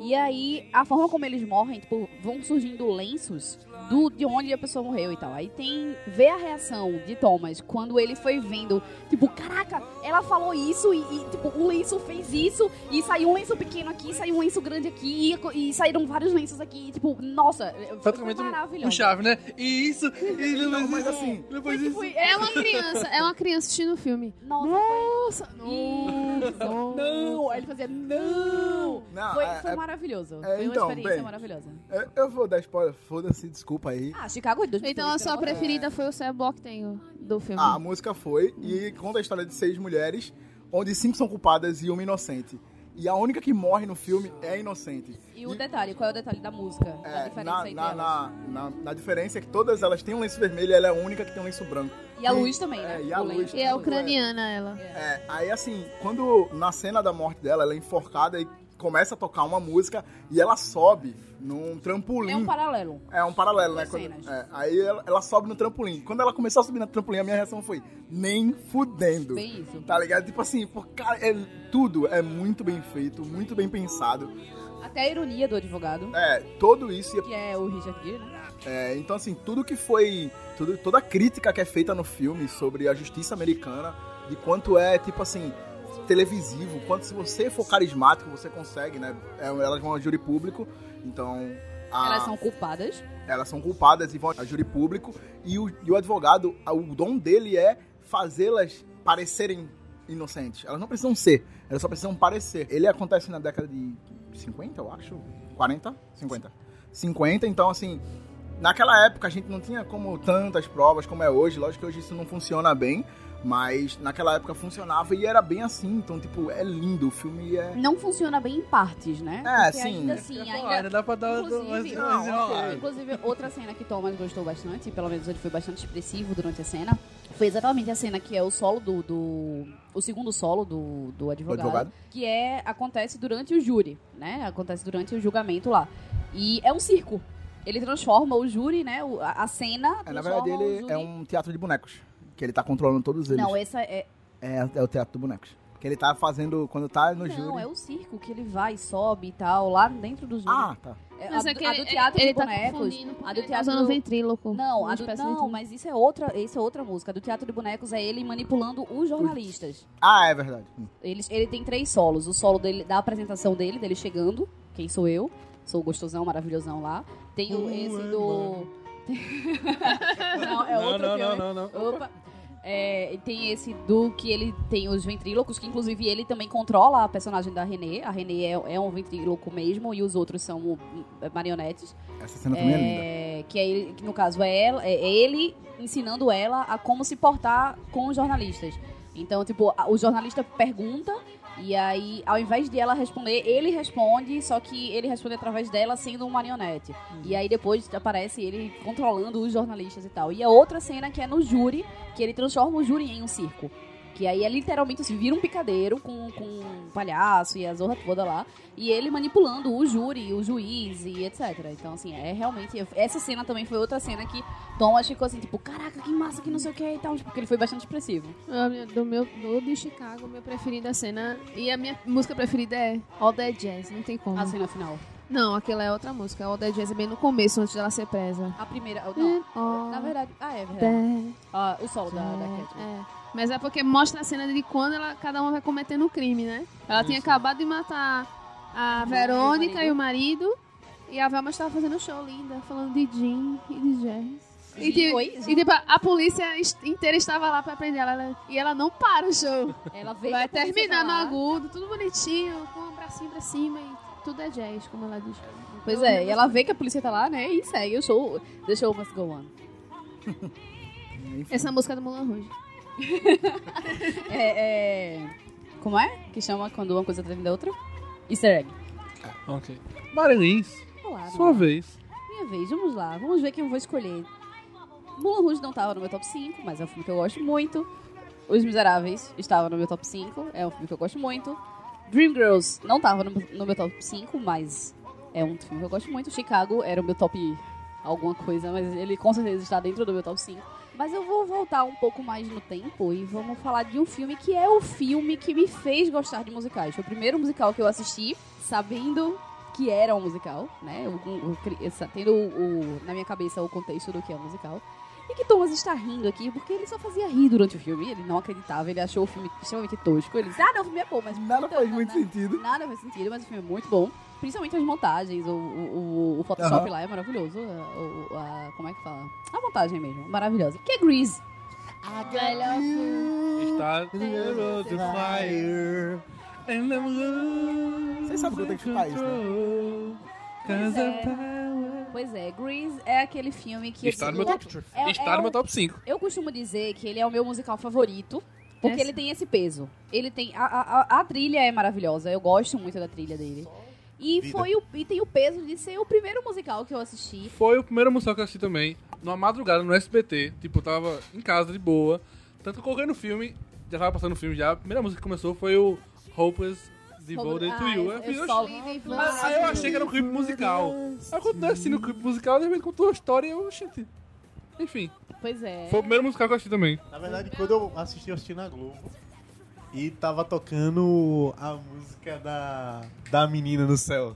Speaker 1: E aí, a forma como eles morrem, tipo, vão surgindo lenços do, de onde a pessoa morreu e tal. Aí tem. Ver a reação de Thomas quando ele foi vendo Tipo, caraca, ela falou isso e, e, tipo, o lenço fez isso e saiu um lenço pequeno aqui, saiu um lenço grande aqui e, e saíram vários lenços aqui. E, tipo, nossa, foi
Speaker 5: Praticamente um-
Speaker 1: maravilhoso.
Speaker 5: Um chave, né? E isso, e ele
Speaker 8: Não, mas
Speaker 5: fez isso,
Speaker 8: assim,
Speaker 5: ele
Speaker 1: Foi,
Speaker 5: fez
Speaker 1: tipo,
Speaker 5: isso.
Speaker 1: é-
Speaker 2: É uma criança, é uma criança assistindo o filme.
Speaker 1: nossa,
Speaker 2: Nossa,
Speaker 1: isso.
Speaker 2: nossa.
Speaker 1: Não! Aí ele fazia, não!
Speaker 8: Não,
Speaker 1: Foi,
Speaker 8: é-
Speaker 1: foi
Speaker 8: é-
Speaker 1: maravilhoso.
Speaker 8: é,
Speaker 1: foi uma
Speaker 8: então,
Speaker 1: experiência
Speaker 8: bem.
Speaker 1: maravilhosa.
Speaker 8: eu- eu vou dar spoiler, foda-se, desculpa aí.
Speaker 1: Ah, Chicago é dois
Speaker 2: Então a sua preferida foi o Cell Block Tango do
Speaker 1: Uhum.
Speaker 2: filme.
Speaker 8: Ah, a música foi e conta a história de seis mulheres, onde cinco são culpadas e uma inocente. E a única que morre no filme é a inocente.
Speaker 1: E o detalhe, qual é o detalhe da música? a
Speaker 8: É,
Speaker 1: diferença
Speaker 8: na,
Speaker 1: entre
Speaker 8: na,
Speaker 1: elas.
Speaker 8: na, na, na diferença é que todas elas têm um lenço vermelho e ela é a única que tem um lenço branco.
Speaker 1: E a luz também, né?
Speaker 8: É, e a
Speaker 1: O
Speaker 8: luz.
Speaker 1: lenço.
Speaker 2: E é ucraniana ela.
Speaker 8: É, aí assim, quando na cena da morte dela, ela é enforcada e começa a tocar uma música e ela sobe num trampolim.
Speaker 1: É um paralelo.
Speaker 8: É um paralelo, né?
Speaker 1: Duas
Speaker 8: Quando-
Speaker 1: cenas.
Speaker 8: é, aí ela, ela sobe no trampolim. Quando ela começou a subir no trampolim, a minha reação foi nem fudendo.
Speaker 1: Bem isso.
Speaker 8: Tá ligado? Tipo assim, pô, cara, é, tudo é muito bem feito, muito bem pensado.
Speaker 1: Até a ironia do advogado,
Speaker 8: É, tudo isso.
Speaker 1: que é o Richard Gere, né?
Speaker 8: É, então, assim, tudo que foi. Tudo, toda a crítica que é feita no filme sobre a justiça americana, de quanto é, tipo assim, televisivo, quanto se você for carismático, você consegue, né? É, Elas vão a júri público, então. a-
Speaker 1: Elas são culpadas.
Speaker 8: elas são culpadas e vão a júri público. E o, e o advogado, a- o dom dele é fazê-las parecerem inocentes. Elas não precisam ser, elas só precisam parecer. Ele acontece na década de 50, eu acho. 40? 50. 50, então assim. Naquela época a gente não tinha como tantas provas como é hoje, lógico que hoje isso não funciona bem, mas naquela época funcionava e era bem assim, então tipo, é lindo, o filme é
Speaker 1: Não funciona bem em partes, né?
Speaker 8: É,
Speaker 1: Porque
Speaker 8: sim.
Speaker 1: Ainda assim,
Speaker 5: Pô,
Speaker 1: ainda-
Speaker 5: ainda né? dá pra dar umas-
Speaker 1: Inclusive,
Speaker 5: umas-
Speaker 8: não,
Speaker 5: umas enroladas.
Speaker 1: Inclusive, outra cena que Thomas gostou bastante, pelo menos ele foi bastante expressivo durante a cena, foi exatamente a cena que é o solo do. do- o segundo solo do, do advogado,
Speaker 8: advogado.
Speaker 1: Que é. Acontece durante o júri, né? Acontece durante o julgamento lá. E é um circo. Ele transforma o júri, né? o- a, a cena.
Speaker 8: É, na
Speaker 1: transforma o
Speaker 8: verdade, ele
Speaker 1: júri-
Speaker 8: é um teatro de bonecos. Que ele tá controlando todos eles.
Speaker 1: Não, essa é.
Speaker 8: é, é o teatro de bonecos. Que ele tá fazendo quando tá no
Speaker 1: Não,
Speaker 8: júri.
Speaker 1: é o circo que ele vai, sobe e tal, lá dentro do júri.
Speaker 8: Ah, tá.
Speaker 1: É,
Speaker 2: Mas
Speaker 1: a,
Speaker 2: é
Speaker 1: do-
Speaker 2: que
Speaker 1: a
Speaker 2: ele-
Speaker 1: do teatro
Speaker 2: ele
Speaker 1: de
Speaker 2: tá
Speaker 1: bonecos.
Speaker 2: confundindo, porque
Speaker 1: a do
Speaker 2: ele tá
Speaker 1: teatro
Speaker 2: usando ventríloco.
Speaker 1: Não,
Speaker 2: Uma
Speaker 1: a do,
Speaker 2: espécie de
Speaker 1: não
Speaker 2: ventríloco.
Speaker 1: mas isso é outra, isso é outra música. A Do Teatro de Bonecos é ele manipulando os jornalistas.
Speaker 8: Ah, é verdade.
Speaker 1: Ele, ele tem três solos. O solo dele, da apresentação dele, dele chegando, quem sou eu, sou o gostosão, maravilhosão lá. Tem o,
Speaker 5: Uh,
Speaker 1: esse
Speaker 5: é,
Speaker 1: do... *laughs* não, é outro
Speaker 5: não,
Speaker 1: filme.
Speaker 5: não, não, não, não.
Speaker 1: Opa. É, e tem esse do que ele tem os ventrílocos, que inclusive ele também controla a personagem da René. A René é, é um ventríloco mesmo, e os outros são hum, marionetes.
Speaker 8: Essa cena também é linda.
Speaker 1: É, que, é ele, que no caso é, ela, é ele ensinando ela a como se portar com os jornalistas. Então, tipo, a- o jornalista pergunta e aí, ao invés de ela responder, ele responde, só que ele responde através dela sendo um marionete. E aí depois aparece ele controlando os jornalistas e tal. E a outra cena que é no júri, que ele transforma o júri em um circo. Que aí é literalmente assim, vira um picadeiro com, com um palhaço e a zorra toda lá. E ele manipulando o júri, o juiz e etc. Então, assim, é realmente. Essa cena também foi outra cena que Thomas ficou assim, tipo, caraca, que massa, que não sei o que e tal. Tipo, porque ele foi bastante expressivo.
Speaker 2: Ah, minha- Do meu do de Chicago, minha preferida cena. E a minha música preferida é All That Jazz, não tem como.
Speaker 1: A cena final.
Speaker 2: Não, aquela é outra música. All That Jazz é bem no começo, antes dela ser presa.
Speaker 1: A primeira. Não,
Speaker 2: All
Speaker 1: na verdade. Ah, é verdade.
Speaker 2: that
Speaker 1: Ah, o solo da, da Catherine.
Speaker 2: É. Mas é porque mostra a cena de quando ela, cada uma vai cometendo um crime, né? Ela tinha acabado de matar a Verônica e o marido. E a Velma estava fazendo um show linda, falando de Jean e de Jazz.
Speaker 1: Jean,
Speaker 2: E, tipo-
Speaker 1: oi?
Speaker 2: e, tipo, a polícia est- inteira estava lá pra prender ela, ela. E ela não para o show.
Speaker 1: Ela veio.
Speaker 2: Vai
Speaker 1: tá
Speaker 2: terminar no agudo, tudo bonitinho, com um bracinho pra cima e tudo é jazz, como ela diz.
Speaker 1: Pois é, e ela vê que a polícia tá lá, né? E segue o show. The show must go on.
Speaker 2: Essa música é do Mulan Rouge.
Speaker 1: É, é. Como é? Que chama quando uma coisa tá vindo da outra? Easter egg.
Speaker 5: Ok. Marilins,
Speaker 1: Olá,
Speaker 5: sua vez.
Speaker 1: Minha vez, vamos lá. Vamos ver quem eu vou escolher. Mulan Rouge não estava no meu top 5, mas é um filme que eu gosto muito. Os Miseráveis estava no meu top 5, é um filme que eu gosto muito. Dreamgirls não estava no, no meu top 5, mas é um filme que eu gosto muito. Chicago era o meu top alguma coisa, mas ele com certeza está dentro do meu top 5. Mas eu vou voltar um pouco mais no tempo e vamos falar de um filme que é o filme que me fez gostar de musicais. Foi o primeiro musical que eu assisti, sabendo que era um musical, né? O- o- o cri- essa- tendo o- o- na minha cabeça o contexto do que é um musical. E que Thomas está rindo aqui porque ele só fazia rir durante o filme. Ele não acreditava, ele achou o filme extremamente tosco. Ele disse, ah, não, o filme é bom, mas...
Speaker 8: Nada faz
Speaker 1: na-
Speaker 8: muito
Speaker 1: na-
Speaker 8: sentido.
Speaker 1: Nada faz sentido, mas o filme é muito bom. Principalmente as montagens, o, o, o- o Photoshop lá é maravilhoso. a- o- a- como é que fala? A montagem mesmo, maravilhosa. Que é Grease.
Speaker 5: Está the fire. And I'm lost
Speaker 8: Vocês sabem que eu tenho que chutar isso, né?
Speaker 5: control,
Speaker 1: Pois
Speaker 5: 'cause
Speaker 1: é.
Speaker 5: of power.
Speaker 1: Pois é, Grease é aquele filme que...
Speaker 5: Está no meu top
Speaker 1: É-
Speaker 5: Está
Speaker 1: é
Speaker 5: no meu
Speaker 1: o-
Speaker 5: top 5.
Speaker 1: Eu costumo dizer que ele é o meu musical favorito. Porque
Speaker 2: Essa-
Speaker 1: ele tem esse peso. Ele tem. A, a, a- a trilha é maravilhosa. Eu gosto muito da trilha dele. E,
Speaker 7: Vida.
Speaker 1: foi o, e tem o peso de ser o primeiro musical que eu assisti.
Speaker 5: Foi o primeiro musical que eu assisti também, numa madrugada no SBT. Tipo, eu tava em casa de boa. Tanto que eu coloquei no filme, já tava passando o filme já. A primeira música que começou foi o Hopeless Devoted to You.
Speaker 1: Ah,
Speaker 5: É Aí eu, fiz,
Speaker 1: eu
Speaker 5: "Oxe,
Speaker 1: só-
Speaker 5: ah, aí eu achei que era um clipe musical. Aí quando eu assisti no clipe musical, de repente contou a história e eu, gente. Enfim,
Speaker 1: Pois é.
Speaker 5: foi o primeiro musical que eu assisti também.
Speaker 3: Na verdade, quando eu assisti, eu assisti na Globo. E tava tocando a música da, da menina no céu.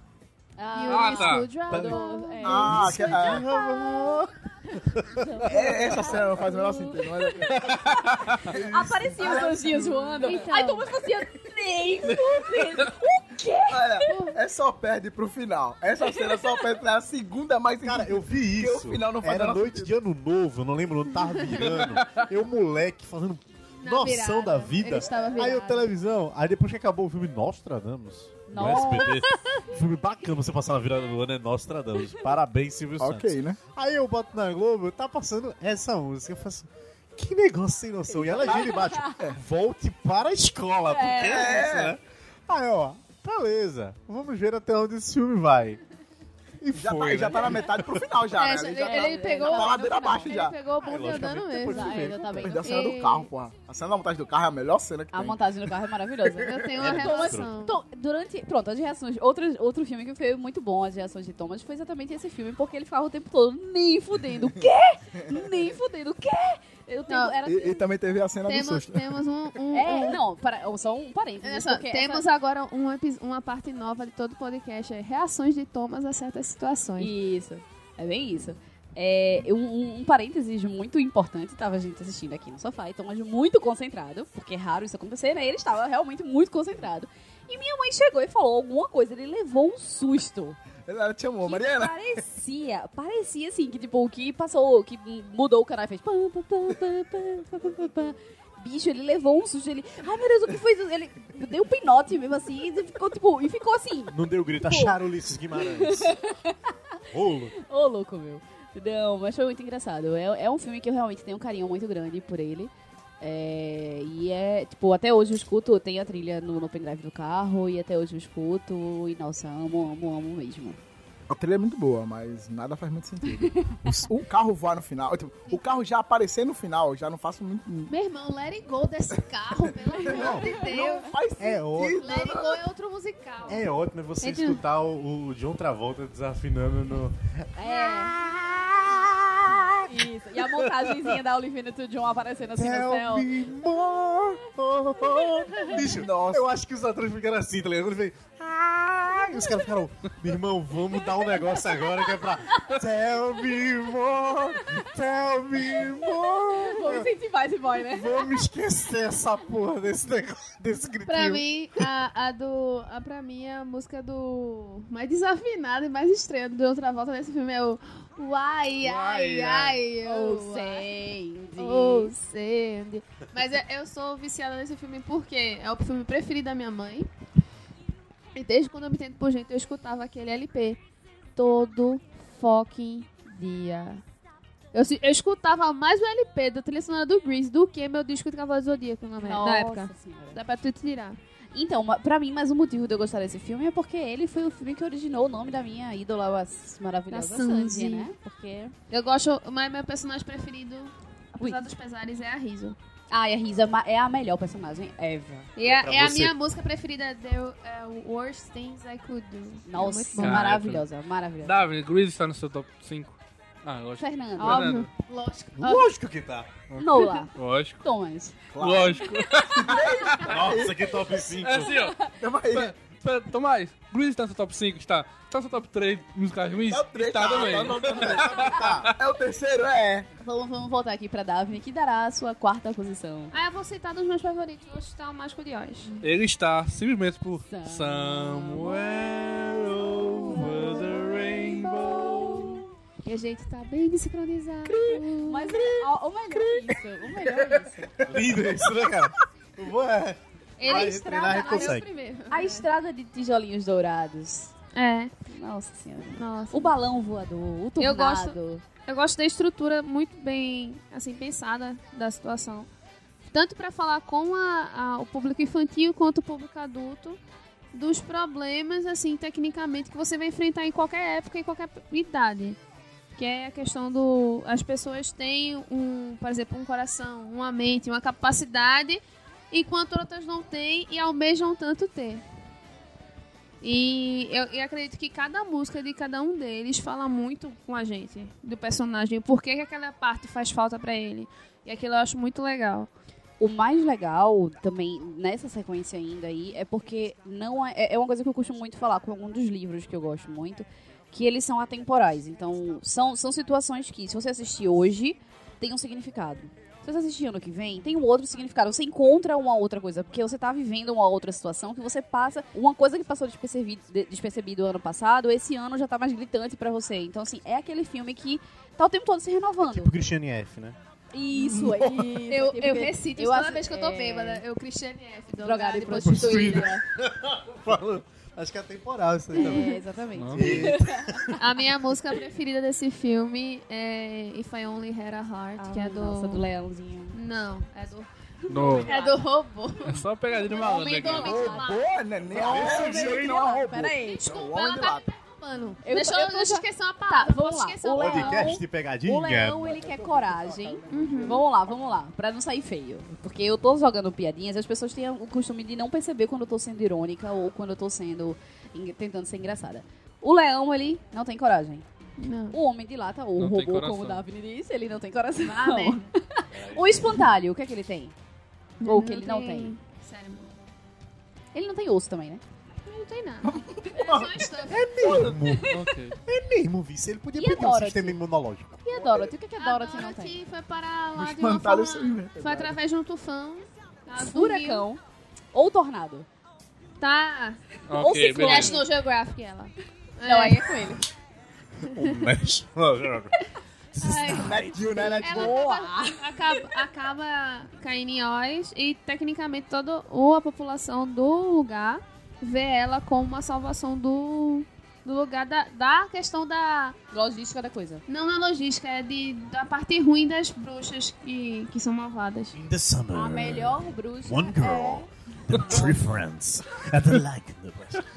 Speaker 1: Ah,
Speaker 5: Ah, tá.
Speaker 1: Quando- é.
Speaker 8: Ah, que, é. É, essa cena não faz o menor sentido. Mas...
Speaker 1: Apareciam os anjinhos voando.
Speaker 2: Então.
Speaker 1: Aí Thomas fazia.
Speaker 9: Três vezes. O quê?
Speaker 8: Olha, é só perde pro final. Essa cena só perde pra segunda mais
Speaker 7: Cara, eu vi
Speaker 8: Porque
Speaker 7: isso.
Speaker 8: o final não faz
Speaker 7: Era
Speaker 8: menor
Speaker 7: noite de ano novo, eu não lembro, eu tava virando. eu, moleque, fazendo
Speaker 2: Tá
Speaker 1: Na
Speaker 7: noção
Speaker 1: virada,
Speaker 7: da
Speaker 1: ele
Speaker 7: vida.
Speaker 1: estava
Speaker 7: Aí eu
Speaker 1: virado.
Speaker 7: televisão, aí depois que acabou o filme Nostradamus. No
Speaker 1: Nossa.
Speaker 7: SBT. *laughs* filme bacana você passar na virada do ano é Nostradamus. Parabéns, Silvio Santos.
Speaker 8: Ok, né?
Speaker 7: Aí eu boto na Globo, tá passando essa música. Eu faço. Que negócio sem noção. E ela gira embaixo.
Speaker 8: É.
Speaker 7: Volte para a escola. Porque é isso, né? Aí, ó, beleza. Vamos ver até onde esse filme vai. E
Speaker 8: Já,
Speaker 7: foi,
Speaker 8: tá,
Speaker 7: né?
Speaker 8: já tá na metade pro final já,
Speaker 2: É,
Speaker 8: né?
Speaker 2: já-
Speaker 8: já tá-
Speaker 2: ele pegou-
Speaker 8: Tá na
Speaker 2: no
Speaker 8: ladeira
Speaker 2: final,
Speaker 8: abaixo
Speaker 2: ele
Speaker 8: já.
Speaker 2: pegou o bonde andando mesmo.
Speaker 1: Ah, ainda tá bem.
Speaker 8: Perdeu a cena
Speaker 2: E-
Speaker 8: do carro, porra. A cena da montagem do carro é a melhor cena que
Speaker 1: A
Speaker 8: tem.
Speaker 1: montagem do carro é maravilhosa.
Speaker 2: Eu tenho uma
Speaker 7: Era
Speaker 2: relação.
Speaker 1: Então, durante. Pronto, as reações. Outro, outro filme que foi muito bom, as reações de Thomas, foi exatamente esse filme, porque ele ficava o tempo todo nem fudendo. O quê? Nem fudendo. O quê? Eu tenho.
Speaker 2: Não.
Speaker 1: era,
Speaker 8: E, e também teve a cena do
Speaker 2: Temos,
Speaker 8: susto.
Speaker 2: temos um. um-
Speaker 1: é,
Speaker 2: um-
Speaker 1: não, para, só um parênteses.
Speaker 2: Olha só,
Speaker 1: porque
Speaker 2: temos
Speaker 1: essa-
Speaker 2: agora um epi- uma parte nova de todo o podcast, é reações de Thomas a certas situações.
Speaker 1: Isso. É bem isso. É, um- um, um parênteses muito importante, tava a gente assistindo aqui no sofá, e Thomas muito concentrado, porque é raro isso acontecer, né? Ele estava realmente muito concentrado. E minha mãe chegou e falou alguma coisa, ele levou um susto.
Speaker 8: Ela te amou,
Speaker 1: que
Speaker 8: Mariana.
Speaker 1: Parecia, parecia assim, que tipo, o que passou, que mudou o canal e fez. pam, pam, pam, pam, pam, pam, pam, pam, pam. Bicho, ele levou um susto, ele. Ai meu Deus, o que foi isso? Ele deu um pinote mesmo assim, e ficou tipo, e ficou assim,
Speaker 7: Não deu grito, acharam Ulisses Guimarães. Rolo.
Speaker 1: Ô, louco, meu. Não, mas foi muito engraçado. É, é um filme que eu realmente tenho um carinho muito grande por ele. É, e é, tipo, até hoje eu escuto, eu tenho a trilha no, no pendrive do carro, e até hoje eu escuto, e nossa, amo, amo, amo mesmo.
Speaker 8: A trilha é muito boa, mas nada faz muito
Speaker 7: *laughs*
Speaker 8: sentido. O- o carro voar no final. tipo, o carro já aparecer no final, já não faço muito. Não
Speaker 2: Meu irmão, let it go desse carro, pelo amor de Deus.
Speaker 8: faz sentido.
Speaker 7: É ótimo.
Speaker 2: Let it go é outro musical.
Speaker 7: É ótimo você
Speaker 1: Entre-
Speaker 7: escutar o, o John Travolta desafinando no.
Speaker 1: É.
Speaker 2: Ah!
Speaker 1: Isso. E a montagenzinha da Olivina to John aparecendo assim no céu.
Speaker 7: Tell me more. Oh, oh. *laughs* Bicho,
Speaker 8: Nossa.
Speaker 7: eu acho que os atores ficaram assim, tá ligado? Ele veio. "Ah", E os caras ficaram, meu irmão, vamos dar um negócio agora que é pra. Tell me more, tell me more.
Speaker 1: Vou incentivar esse boy, né?
Speaker 7: Vamos esquecer essa porra desse negócio, desse gritinho.
Speaker 2: Pra mim, a, a do. A, pra mim, é a música do. Mais desafinada e mais estranha do outra volta nesse filme é o. Uai, ai,
Speaker 5: Uai,
Speaker 2: ai.
Speaker 1: é. Ou
Speaker 2: uai.
Speaker 1: Sandy.
Speaker 2: Oh, Sandy. Mas eu, eu sou viciada nesse filme porque é o filme preferido da minha mãe. E desde quando eu me entendo por gente, eu escutava aquele LP todo fucking dia. Eu, se- eu escutava mais o LP da trilha sonora do Grease do que meu disco de Cavalo do Zodíaco na, minha- na época.
Speaker 1: Nossa senhora.
Speaker 2: Dá pra tu tirar.
Speaker 1: Então, ma- pra mim, mais um motivo de eu gostar desse filme é porque ele foi o filme que originou o nome da minha ídola a s- maravilhosa
Speaker 2: Da
Speaker 1: Sandy,
Speaker 2: Sandy.
Speaker 1: né? Porque.
Speaker 2: Eu gosto, mas meu personagem preferido, apesar
Speaker 1: Ui.
Speaker 2: dos pesares, é a Riso.
Speaker 1: Ai, a Risa ma- é a melhor personagem ever.
Speaker 2: E a-
Speaker 7: pra
Speaker 2: é a
Speaker 7: você.
Speaker 2: minha música preferida, The é, Worst Things I Could Do.
Speaker 1: Nossa,
Speaker 2: é muito bom.
Speaker 5: Cara,
Speaker 1: maravilhosa, maravilhosa.
Speaker 5: Davi, Grease está no seu top 5. Ah, lógico.
Speaker 1: Fernando,
Speaker 2: Ó. Óbvio.
Speaker 5: Fernando,
Speaker 2: Lógico.
Speaker 7: Lógico que tá.
Speaker 1: Nola,
Speaker 5: lógico.
Speaker 1: Thomas.
Speaker 5: Lógico.
Speaker 7: Nossa, que top 5.
Speaker 5: É assim, ó.
Speaker 8: Calma aí.
Speaker 5: Pera- pera, Tomás, Grease está no seu top 5, está. Está no seu top 3 músicas ruins?
Speaker 8: É o três,
Speaker 5: Está
Speaker 8: tá,
Speaker 5: também.
Speaker 8: tá, tá, tá, tá, tá. É o terceiro? É.
Speaker 1: Vamos, vamos voltar aqui pra Daphne, que dará a sua quarta posição.
Speaker 2: Ah, eu vou citar dos meus favoritos. Vou citar o Mágico de Oz.
Speaker 5: Ele está simplesmente por
Speaker 1: Somewhere
Speaker 5: Somewhere Over the Rainbow.
Speaker 2: E a gente tá bem desincronizado.
Speaker 1: Mas ó, o melhor é isso. O melhor é isso.
Speaker 7: Lindo isso, né, cara? Ué.
Speaker 2: Ele
Speaker 7: Vai treinar,
Speaker 2: estraga
Speaker 7: consegue.
Speaker 2: é primeiro.
Speaker 1: A estrada de tijolinhos dourados.
Speaker 2: É,
Speaker 1: Nossa senhora.
Speaker 2: nossa.
Speaker 1: O balão voador, o
Speaker 2: Eu gosto-
Speaker 1: tornado.
Speaker 2: Eu gosto da estrutura muito bem, assim, pensada da situação. Tanto pra falar com a- a- o público infantil quanto o público adulto dos problemas, assim, tecnicamente, que você vai enfrentar em qualquer época, em qualquer idade. Que é a questão do. As pessoas têm um, por exemplo, um coração, uma mente, uma capacidade, enquanto outras não têm e almejam tanto ter. E eu, eu acredito que cada música de cada um deles fala muito com a gente, do personagem, por que que aquela parte faz falta pra ele. E aquilo eu acho muito legal.
Speaker 1: O mais legal também nessa sequência ainda aí é porque não é, é uma coisa que eu costumo muito falar com algum dos livros que eu gosto muito, que eles são atemporais. Então, são, são situações que, se você assistir hoje, tem um significado. Se você assistir ano que vem, tem um outro significado. Você encontra uma outra coisa, porque você tá vivendo uma outra situação que você passa. Uma coisa que passou despercebido, de- despercebido ano passado, esse ano já tá mais gritante pra você. Então, assim, é aquele filme que tá o tempo todo se renovando.
Speaker 7: Tipo Christiane F, né?
Speaker 1: Isso, é isso.
Speaker 2: Eu,
Speaker 1: Tipo
Speaker 2: eu
Speaker 1: que-
Speaker 2: recito isso toda
Speaker 1: ass-
Speaker 2: vez que eu tô
Speaker 1: é,
Speaker 2: bêbada. Eu, Cristiane é, F.
Speaker 1: Drogada e
Speaker 2: prostituída.
Speaker 7: Falou. Acho que é temporal isso aí também.
Speaker 1: É, exatamente.
Speaker 2: A minha música preferida desse filme é If I Only Had a Heart, que é do...
Speaker 1: Ah, Nossa, do leãozinho.
Speaker 2: Não, é do...
Speaker 5: No.
Speaker 2: É do robô.
Speaker 5: É só uma pegadinha do malandro
Speaker 2: Homem do
Speaker 5: aqui.
Speaker 2: Homem de Lá.
Speaker 8: Boa, né? Nem a
Speaker 1: Nossa,
Speaker 8: esse jeito
Speaker 1: gente,
Speaker 8: não é robô.
Speaker 1: peraí.
Speaker 8: É o
Speaker 2: Ela
Speaker 8: homem
Speaker 2: tá
Speaker 8: lá.
Speaker 2: me perturbando.
Speaker 1: Eu-
Speaker 2: Deixa eu,
Speaker 1: eu tô
Speaker 2: deixa eu
Speaker 1: já-
Speaker 2: esquecer uma
Speaker 1: Tá,
Speaker 2: palavra.
Speaker 1: vamos
Speaker 2: eu
Speaker 1: lá.
Speaker 2: esquecer
Speaker 1: O
Speaker 2: uma palavra.
Speaker 1: leão,
Speaker 7: Podcast de pegadinha?
Speaker 1: o leão, ele quer coragem. Vamos lá, vamos lá. Pra não sair feio. Porque eu tô jogando piadinhas e as pessoas têm o costume de não perceber quando eu tô sendo irônica ou quando eu tô sendo... en- Tentando ser engraçada. O leão, ele não tem coragem.
Speaker 2: Não.
Speaker 1: O homem de lata, ou o
Speaker 5: Não tem
Speaker 1: robô, como
Speaker 5: coração.
Speaker 1: o Daphne disse, ele não tem coração.
Speaker 2: Ah, merda.
Speaker 1: *laughs* o espantalho, o que é que ele tem? Ou o que ele não tem?
Speaker 2: Sério, mano.
Speaker 1: Ele não tem osso também, né?
Speaker 2: Não tem *laughs* nada. É só uma estampa.
Speaker 5: *laughs* Ok.
Speaker 7: Mesmo, vice, ele podia
Speaker 1: E
Speaker 7: pedir um
Speaker 1: Dorothy?
Speaker 7: sistema imunológico.
Speaker 1: E a Dorothy? O que, é que a Dorothy
Speaker 2: A
Speaker 1: não tem?
Speaker 2: Dorothy foi parar lá
Speaker 8: Os
Speaker 2: de uma
Speaker 8: espantalhos são
Speaker 2: forma...
Speaker 8: inventados.
Speaker 2: Foi através de um tufão.
Speaker 1: Tá
Speaker 2: ela dormiu.
Speaker 1: Furacão ou tornado?
Speaker 2: Tá.
Speaker 1: Ou
Speaker 5: Ok,
Speaker 1: ciclone.
Speaker 5: beleza.
Speaker 2: National Geographic, ela.
Speaker 1: Não, aí é com ele.
Speaker 7: *laughs*
Speaker 1: é *laughs*
Speaker 2: Ai,
Speaker 8: Netinho, né? Netinho.
Speaker 2: Ela tá acaba, acaba, acaba caindo em Oz e tecnicamente toda ou a população do lugar vê ela como uma salvação do, do lugar, da, da questão da.
Speaker 1: Logística da coisa.
Speaker 2: Não na logística, é de, da parte ruim das bruxas que, que são malvadas.
Speaker 3: In the summer,
Speaker 7: É.
Speaker 1: A melhor bruxa. é
Speaker 3: one girl, the three friends, at the lake. in the west.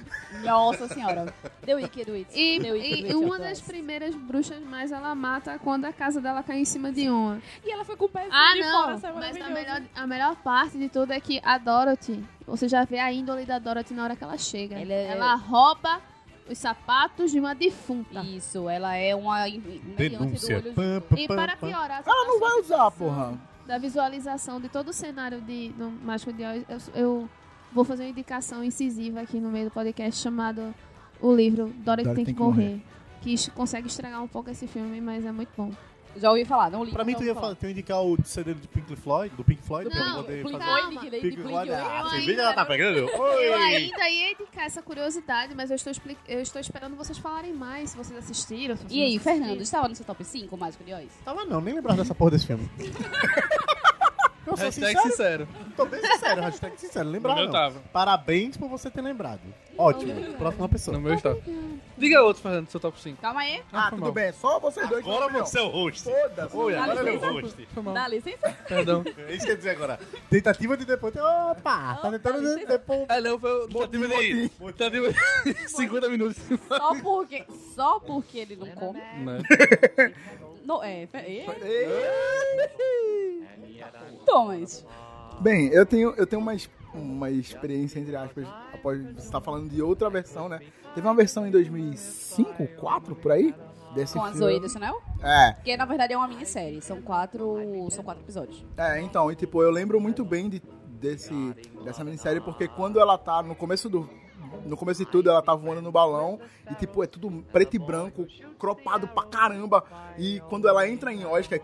Speaker 1: Nossa senhora. The Wicked Witch.
Speaker 2: E,
Speaker 1: The Wicked
Speaker 2: e
Speaker 1: Witch
Speaker 2: uma
Speaker 1: of
Speaker 2: das
Speaker 1: Oz.
Speaker 2: primeiras bruxas mais ela mata é quando a casa dela cai em cima de uma.
Speaker 1: E ela foi com o pé
Speaker 2: Ah,
Speaker 1: de
Speaker 2: não.
Speaker 1: fora, saiu
Speaker 2: Mas a
Speaker 1: maravilhoso.
Speaker 2: melhor, a melhor parte de tudo é que a Dorothy, você já vê a índole da Dorothy na hora que ela chega.
Speaker 1: Ela é-
Speaker 2: rouba os sapatos de uma defunta.
Speaker 1: Isso, ela é uma in- meliante do
Speaker 7: Denúncia.
Speaker 1: olho.
Speaker 7: Pam,
Speaker 2: E,
Speaker 7: pam, pam,
Speaker 2: para
Speaker 7: pam.
Speaker 2: piorar,
Speaker 8: Ela não vai usar, porra.
Speaker 2: da visualização de todo o cenário de, do Mágico de Oz, eu, eu vou fazer uma indicação incisiva aqui no meio do podcast chamado o livro Dorothy, Tem Que Morrer. Que isso consegue estragar um pouco esse filme, mas é muito bom.
Speaker 1: Já ouvi falar, não li.
Speaker 7: Pra mim,
Speaker 1: não
Speaker 7: tu ia
Speaker 1: ouvi
Speaker 7: falar, tu ia indicar o CD do Pink Floyd, do Pink Floyd,
Speaker 2: Não,
Speaker 7: pra eu poder
Speaker 2: Pink
Speaker 7: fazer.
Speaker 2: Floyd.
Speaker 1: Playboy, Nick Lady,
Speaker 7: Pink
Speaker 1: Playboy.
Speaker 7: Floyd, ah,
Speaker 2: Eu
Speaker 7: você
Speaker 2: ainda
Speaker 7: vê que ela tá
Speaker 2: não-
Speaker 7: pegando?
Speaker 2: Eu
Speaker 7: Oi!
Speaker 2: ainda ia indicar essa curiosidade, mas eu estou, expli- eu estou esperando vocês falarem mais, se vocês assistiram. se vocês
Speaker 1: E aí,
Speaker 2: não
Speaker 1: Fernando,
Speaker 2: assistiram.
Speaker 1: estava no seu top 5, Mágico de Oz?
Speaker 7: Tava não, nem lembrava dessa porra desse filme. Eu sou
Speaker 5: Hashtag
Speaker 7: sincero,
Speaker 5: sincero.
Speaker 7: tô bem sincero, hashtag sincero, lembrava
Speaker 5: No meu tá-
Speaker 7: não.
Speaker 5: tava.
Speaker 7: Parabéns por você ter lembrado. Ótimo, próxima pessoa.
Speaker 5: No meu estava. Diga outro, Fernando, seu top 5.
Speaker 1: Calma aí.
Speaker 8: Ah, tudo bem. Só vocês dois.
Speaker 7: Agora
Speaker 8: não.
Speaker 7: você é o host.
Speaker 8: Foda-se.
Speaker 7: Oi, agora ele é o
Speaker 1: licença.
Speaker 7: host.
Speaker 5: Foi mal.
Speaker 1: Dá licença.
Speaker 5: Perdão.
Speaker 7: É isso que eu ia dizer agora. Tentativa de depois. Opa, tá tentando de depois.
Speaker 5: *laughs* Ah, não, foi o tentativa de. Tentativa *laughs* de 50 Tá minutos.
Speaker 1: Só porque, só porque ele não come. Não, é, peraí. Thomas.
Speaker 8: Bem, eu tenho, eu tenho uma, es- uma experiência, entre aspas, após você estar falando de outra versão, né? Teve uma versão em 2005, 2004, por aí? Desse
Speaker 1: Com a Zoe
Speaker 8: filme.
Speaker 1: Deschanel?
Speaker 8: É,
Speaker 1: Porque na verdade é uma minissérie. São quatro, são quatro episódios.
Speaker 8: é, então, e tipo, eu lembro muito bem de, desse, dessa minissérie, porque quando ela tá no começo do. No começo de tudo, ela tá voando no balão e, tipo, é tudo preto e branco, cropado pra caramba. E quando ela entra em Oz, que é,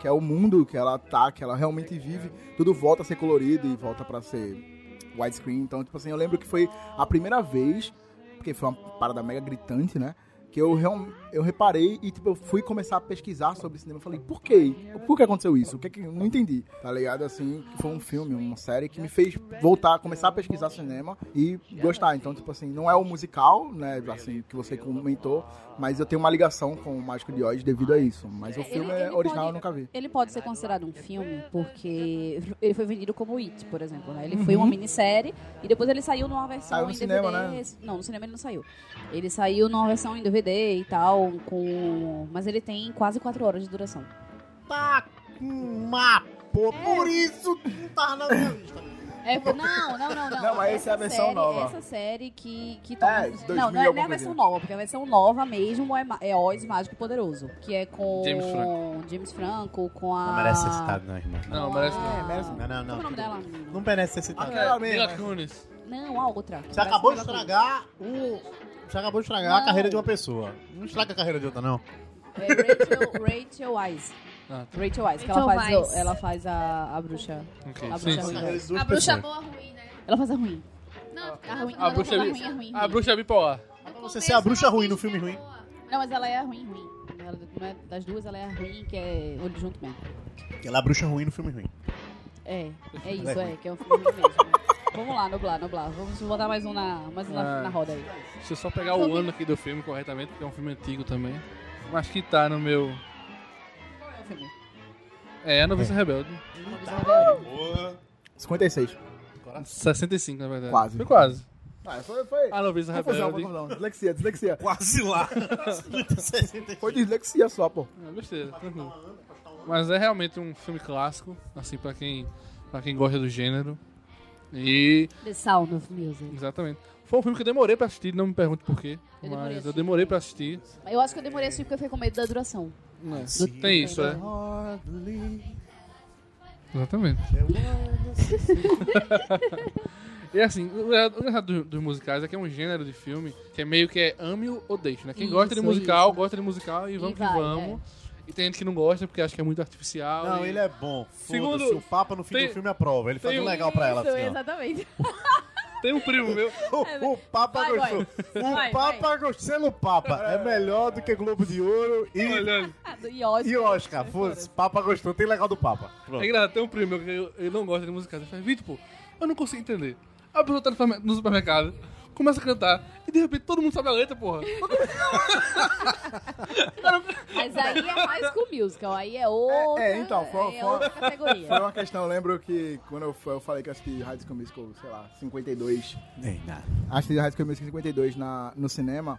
Speaker 8: que é o mundo que ela tá, que ela realmente vive, tudo volta a ser colorido e volta pra ser widescreen. Então, tipo assim, eu lembro que foi a primeira vez, porque foi uma parada mega gritante, né? Que eu, real- eu reparei e, tipo, eu fui começar a pesquisar sobre cinema. Eu falei, por quê? Por que aconteceu isso? O que que... eu Não entendi, tá ligado? Assim, foi um filme, uma série que me fez voltar, começar a pesquisar cinema e gostar. Então, tipo assim, não é o musical, né? Assim, que você comentou, mas eu tenho uma ligação com o Mágico de Oz devido a isso. Mas o filme
Speaker 1: ele
Speaker 8: é original,
Speaker 1: pode-
Speaker 8: eu nunca vi.
Speaker 1: Ele pode ser considerado um filme porque ele foi vendido como It, por exemplo. Né? Ele foi uma minissérie e depois ele saiu numa versão
Speaker 8: Uhum. Saiu no
Speaker 1: em
Speaker 8: cinema, né?
Speaker 1: DVD. Não, no cinema ele não saiu. Ele saiu numa versão em DVD e tal, com... mas ele tem quase quatro horas de duração.
Speaker 7: Tá com uma porra.
Speaker 3: É.
Speaker 7: Por isso que não tava na minha lista.
Speaker 1: É, pô, não, não, não, não.
Speaker 8: Não, mas essa é a versão
Speaker 1: série,
Speaker 8: nova.
Speaker 1: Essa série que. que
Speaker 8: É,
Speaker 1: não, não é,
Speaker 8: 2000
Speaker 1: não é a
Speaker 8: alguma
Speaker 1: versão
Speaker 8: coisinha.
Speaker 1: nova, porque a versão nova mesmo é, ma- é Oz Mágico e Poderoso. Que é com.
Speaker 5: James Franco.
Speaker 1: James Franco, com a.
Speaker 3: Não merece ser citado, não, irmão.
Speaker 5: Não, parece
Speaker 1: Ah,
Speaker 5: não.
Speaker 7: merece-
Speaker 3: Não, não,
Speaker 1: Qual é o
Speaker 3: não.
Speaker 1: nome dela?
Speaker 7: Não merece ser citado.
Speaker 8: Aquela
Speaker 5: É,
Speaker 8: mesma.
Speaker 5: Mila Kunis.
Speaker 1: Não, a outra.
Speaker 7: Você acabou de estragar o. Você acabou de estragar
Speaker 1: Não.
Speaker 7: a carreira de uma pessoa. Não estraga a carreira de outra, não.
Speaker 1: É Rachel, Rachel Wise.
Speaker 5: Ah, tá.
Speaker 1: Rachel Wise, que ela
Speaker 2: Rachel
Speaker 1: faz, o-
Speaker 2: Wise.
Speaker 1: ela faz a, a bruxa.
Speaker 5: Ok,
Speaker 1: A
Speaker 5: sim,
Speaker 1: bruxa
Speaker 5: sim.
Speaker 1: ruim.
Speaker 4: Eles duas
Speaker 2: A bruxa
Speaker 4: pessoas.
Speaker 2: boa ruim, né?
Speaker 1: Ela faz a ruim.
Speaker 2: Não, porque
Speaker 1: A
Speaker 2: na-
Speaker 1: ruim-
Speaker 2: na-
Speaker 5: A
Speaker 2: na-
Speaker 5: bruxa,
Speaker 2: na-
Speaker 5: bi-
Speaker 2: ruim, é ruim,
Speaker 5: a
Speaker 2: ruim.
Speaker 5: bruxa bipolar.
Speaker 2: No
Speaker 4: pra você
Speaker 2: começo,
Speaker 4: ser a bruxa
Speaker 2: ela
Speaker 4: ruim no
Speaker 2: finge que
Speaker 4: filme
Speaker 2: é
Speaker 4: ruim.
Speaker 2: boa.
Speaker 1: Não, mas ela é a ruim, ruim. Ela- não é- das duas, ela é a ruim, que é olho junto mesmo.
Speaker 3: Ela é a bruxa ruim no filme ruim.
Speaker 1: É, é isso, é, que é um filme ruim mesmo. né? *laughs* Vamos lá, nublar, nublar. Vamos botar mais um na, mais um na,
Speaker 5: Ah.
Speaker 1: na roda aí.
Speaker 5: Deixa eu só pegar o ano aqui do filme corretamente, porque é um filme antigo também. Mas que tá no meu.
Speaker 1: Qual é o filme?
Speaker 5: É, a Noviça Rebelde.
Speaker 1: Uma Visão Rebelde.
Speaker 8: 56.
Speaker 5: 65, na verdade.
Speaker 8: Quase.
Speaker 5: Foi quase.
Speaker 8: Ah, foi, foi.
Speaker 5: A Noviça
Speaker 8: confusão, foi
Speaker 5: Rebelde.
Speaker 8: confusão. Dislexia, *laughs* dislexia.
Speaker 7: Quase lá.
Speaker 8: Foi dislexia só, pô.
Speaker 5: Ah, besteira, tranquilo. Mas é realmente um filme clássico, assim, pra quem, pra quem gosta do gênero. E.
Speaker 1: The Sound of Music.
Speaker 5: Exatamente. Foi um filme que eu demorei pra assistir, não me pergunte por quê.
Speaker 1: Eu demorei
Speaker 5: mas eu
Speaker 1: assistir
Speaker 5: demorei pra assistir.
Speaker 1: Eu acho que eu demorei a assistir porque eu fiquei com medo da duração.
Speaker 5: Não, tem isso, é. Exatamente. e assim, o engraçado- o engraçado do- dos musicais é que é um gênero de filme que é meio que é ame ou deixe, né? Quem
Speaker 1: Isso,
Speaker 5: gosta de musical,
Speaker 1: isso.
Speaker 5: gosta de musical e vamos que
Speaker 1: vai,
Speaker 5: vamos. E tem gente que não gosta porque acha que é muito artificial.
Speaker 3: Não,
Speaker 5: e-
Speaker 3: ele é bom.
Speaker 5: Segundo-
Speaker 3: Segundo o Papa no fim
Speaker 5: tem-
Speaker 3: do filme aprova. Ele faz
Speaker 5: tem
Speaker 3: um
Speaker 5: um-
Speaker 3: legal pra ela.
Speaker 1: Isso,
Speaker 3: Assim, ó.
Speaker 1: exatamente.
Speaker 5: Tem um primo
Speaker 3: *laughs*
Speaker 5: meu.
Speaker 3: O, o Papa
Speaker 1: Vai, vai.
Speaker 3: gostou. O
Speaker 1: Vai,
Speaker 3: Papa gostou. Sendo Papa é melhor do que Globo de Ouro
Speaker 1: É
Speaker 3: e,
Speaker 5: Olha,
Speaker 1: E Oscar.
Speaker 3: e Oscar. Foda-se. Papa gostou. Tem legal do Papa. Pronto.
Speaker 5: é engraçado, tem um primo meu que eu- ele não gosta de musical. Ele faz, Vitor, pô, eu não consigo entender. A pessoa tá no supermer- no supermercado, começa a cantar, e de repente todo mundo sabe a letra, porra.
Speaker 1: Mas aí é mais com musical, aí é outra,
Speaker 8: É, é, então, foi-
Speaker 1: aí é
Speaker 8: foi-
Speaker 1: outra categoria.
Speaker 8: Foi uma questão, eu lembro que quando eu, fui- eu falei que eu assisti High School Musical, sei lá, 52. Assisti High School Musical 52 na, no cinema.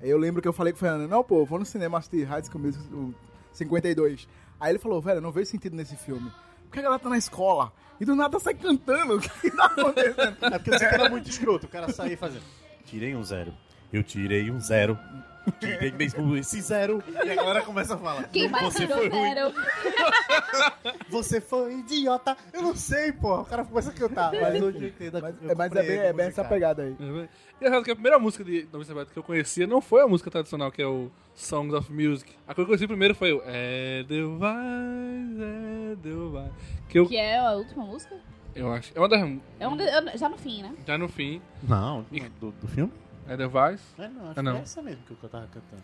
Speaker 8: Eu lembro que eu falei com o Fernando, não, pô, vou no cinema assistir High School Musical 52. Aí ele falou, velho, eu não vejo sentido nesse filme. Porque a galera tá na escola e do nada sai cantando. *laughs* O que que tá *laughs* acontecendo?
Speaker 3: É porque você era muito escroto. O cara saía fazendo. Tirei um zero. Eu tirei um zero. Tirei mesmo esse zero. E a galera começa a falar.
Speaker 1: Quem mais
Speaker 3: você
Speaker 1: tirou
Speaker 3: foi ruim.
Speaker 1: zero?
Speaker 3: Você foi idiota. Eu não sei, pô. O cara começa a cantar. Mas hoje eu entendo.
Speaker 8: Mas,
Speaker 3: eu
Speaker 8: mas é
Speaker 3: compreendo
Speaker 8: bem, é bem
Speaker 3: você,
Speaker 8: essa
Speaker 3: cara.
Speaker 8: pegada aí.
Speaker 5: E a que a primeira música de Novice Rebelde que eu conhecia não foi a música tradicional, que é o Songs of Music. A que eu conheci primeiro foi o É Deus vai, é Deus vai. Que eu,
Speaker 1: Que é a última música?
Speaker 5: eu acho. É uma das.
Speaker 1: É um, é- já no fim, né?
Speaker 5: Já no fim,
Speaker 3: Não, do, do filme?
Speaker 5: é Deus vai.
Speaker 3: É, não,
Speaker 5: Ah,
Speaker 3: acho
Speaker 5: não.
Speaker 3: que é essa mesmo que eu tava cantando.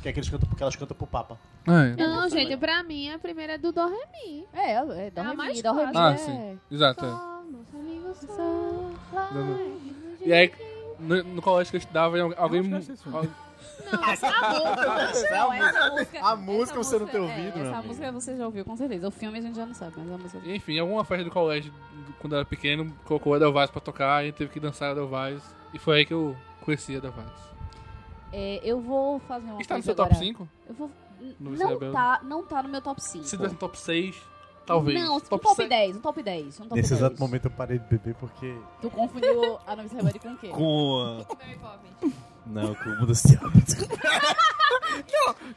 Speaker 3: Que é que eles cantam porque elas cantam pro Papa.
Speaker 5: Ah, é.
Speaker 2: Não, gente, pra mim a primeira é do Dó Ré Mi.
Speaker 1: É, é Dó
Speaker 2: É a
Speaker 1: Ré Mi,
Speaker 2: mais
Speaker 1: Dó Ré Mi
Speaker 5: Ah,
Speaker 1: é-
Speaker 5: sim. Exato. é.
Speaker 2: Só meus amigos são lá.
Speaker 5: Não, E aí, no, no colégio que eu estudava, al- alguém. al-
Speaker 2: Não, essa é a boca.
Speaker 1: Não, essa música,
Speaker 3: a música
Speaker 1: essa
Speaker 3: você não tem
Speaker 1: música-
Speaker 3: ouvido,
Speaker 1: é,
Speaker 3: meu
Speaker 1: Essa
Speaker 3: amigo.
Speaker 1: música você já ouviu, com certeza. O filme a gente já não sabe, mas a música... é
Speaker 5: Enfim, alguma festa do colégio, quando eu era pequeno, colocou a Delvaz pra tocar e teve que dançar a Delvaz. E foi aí que eu conheci a Delvaz.
Speaker 1: É, eu vou fazer uma
Speaker 5: Está no
Speaker 1: coisa
Speaker 5: seu
Speaker 1: agora.
Speaker 5: top 5?
Speaker 1: Eu vou...
Speaker 5: No
Speaker 1: Não
Speaker 5: Rebelde.
Speaker 1: tá, não tá no meu top 5.
Speaker 5: né? Se tivesse no top 6, talvez.
Speaker 1: Não, um
Speaker 5: top
Speaker 1: top,
Speaker 5: 6.
Speaker 1: 10, um top 10. Um top
Speaker 3: Nesse
Speaker 1: 10.
Speaker 3: exato momento eu parei de beber porque.
Speaker 1: Tu confundiu a Novice Rebelde com o quê?
Speaker 3: Com. a-
Speaker 2: Mary Poppins.
Speaker 3: Não, com o mundo se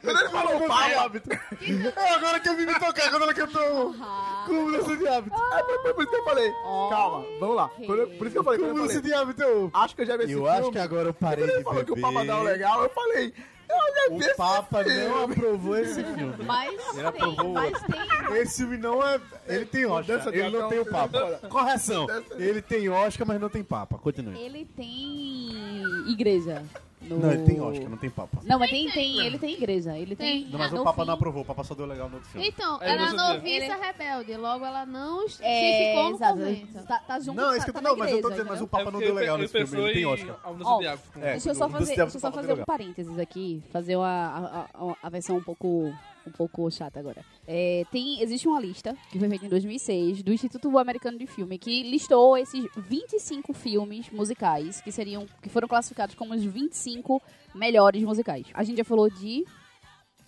Speaker 8: Quando ele falou pau,
Speaker 3: *laughs* É agora que eu vim me tocar, quando ela cantou.
Speaker 1: Ah,
Speaker 3: Com o mundo de hábito.
Speaker 8: é por, por- por isso que eu falei.
Speaker 1: Ok.
Speaker 8: Calma, vamos lá. Quando eu- por isso que eu falei,
Speaker 3: Com o
Speaker 8: quando eu
Speaker 3: mundo
Speaker 8: falei,
Speaker 3: de hábito.
Speaker 8: acho que eu já vi esse
Speaker 3: Eu
Speaker 8: filme.
Speaker 3: acho que agora então? eu parei
Speaker 8: Quando
Speaker 3: de
Speaker 8: ele falou que o Papa dá o
Speaker 3: beber.
Speaker 8: legal, eu falei, eu já vi
Speaker 3: O
Speaker 8: esse
Speaker 3: Papa
Speaker 8: filme.
Speaker 3: não é um aprovou esse filme.
Speaker 1: mas
Speaker 3: Ele
Speaker 1: tem,
Speaker 3: aprovou.
Speaker 1: mas tem...
Speaker 3: Esse filme não é. Ele tem Oscar.
Speaker 8: Dança de
Speaker 3: Ele não
Speaker 8: Adão,
Speaker 3: tem o Papa.
Speaker 8: dança-
Speaker 3: Correção.
Speaker 8: dança-
Speaker 3: Ele tem Oscar, mas não tem Papa. Continue.
Speaker 1: Ele tem igreja. No...
Speaker 3: Não, ele tem Oscar, não tem Papa.
Speaker 1: Não, mas tem, tem, ele tem igreja. Ele tem.
Speaker 2: Tem.
Speaker 3: Não, mas
Speaker 1: no
Speaker 3: o Papa não
Speaker 1: fim,
Speaker 3: aprovou. O Papa só deu legal no outro filme.
Speaker 2: Então,
Speaker 5: É,
Speaker 2: ela é
Speaker 5: você vê.
Speaker 2: noviça rebelde, logo ela não se
Speaker 1: É,
Speaker 2: ficou no
Speaker 1: exato.
Speaker 2: convento.
Speaker 1: Tá, tá junto
Speaker 3: Não,
Speaker 1: tá,
Speaker 3: é isso que eu
Speaker 1: tá
Speaker 3: tô.
Speaker 1: na
Speaker 3: Não, mas eu tô
Speaker 1: igreja,
Speaker 3: dizendo, mas
Speaker 1: entendeu?
Speaker 3: o
Speaker 5: É
Speaker 3: Papa não deu legal nesse filme. Ele tem Oscar.
Speaker 5: A
Speaker 1: Ó,
Speaker 5: mudança de hábito.
Speaker 3: É,
Speaker 1: Deixa eu
Speaker 3: o
Speaker 1: só
Speaker 3: mundo se
Speaker 1: fazer,
Speaker 3: abre
Speaker 1: deixa eu
Speaker 3: pro
Speaker 1: só
Speaker 3: Papa
Speaker 1: fazer um
Speaker 3: deu é legal.
Speaker 1: parênteses aqui, fazer uma, a, a- a versão um pouco, um pouco chata agora. É, tem, existe uma lista, que foi feita em 2006, do Instituto Americano de Filme, que listou esses 25 filmes musicais, que, seriam, que foram classificados como os 25 melhores musicais. A gente já falou de...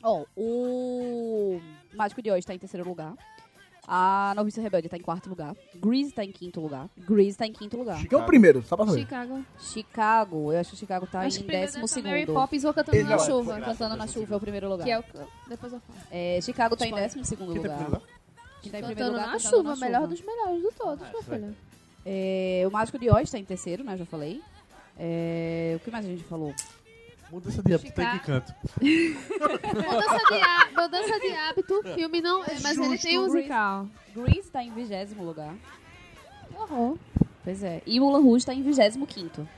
Speaker 1: Ó, o Mágico de Oz está em terceiro lugar. A Noviça Rebelde tá em quarto lugar. Grease tá em quinto lugar. Grease tá em quinto lugar.
Speaker 8: Quem é o primeiro? Só pra saber.
Speaker 2: Chicago.
Speaker 1: Chicago, eu acho que Chicago tá
Speaker 2: Acho
Speaker 1: em
Speaker 2: que primeiro
Speaker 1: décimo
Speaker 2: dança Mary
Speaker 1: segundo.
Speaker 2: Poppins ou cantando
Speaker 8: Ele
Speaker 2: na
Speaker 8: não é.
Speaker 2: chuva.
Speaker 1: Cantando na chuva é o primeiro lugar.
Speaker 2: Que é o que depois eu falo.
Speaker 1: É, Chicago tá em décimo segundo
Speaker 3: Quem tem
Speaker 1: lugar.
Speaker 3: primeiro lugar?
Speaker 1: Quem tá em primeiro
Speaker 2: Cantando
Speaker 1: lugar
Speaker 2: na
Speaker 1: cantando
Speaker 2: chuva, melhor
Speaker 1: chuva.
Speaker 2: dos melhores de todos, meu filho.
Speaker 1: É, o Mágico de Oz tá em terceiro, né? Já falei. É, o que mais a gente falou?
Speaker 7: Mudança de hábito, tem
Speaker 2: Ficar-
Speaker 7: que canto.
Speaker 2: Mudança de, há- mudança é de hábito, filme não é, mas ele tem musical.
Speaker 1: Grease tá em vigésimo lugar. Que horror. Pois é. E Mulan Rouge tá em 25.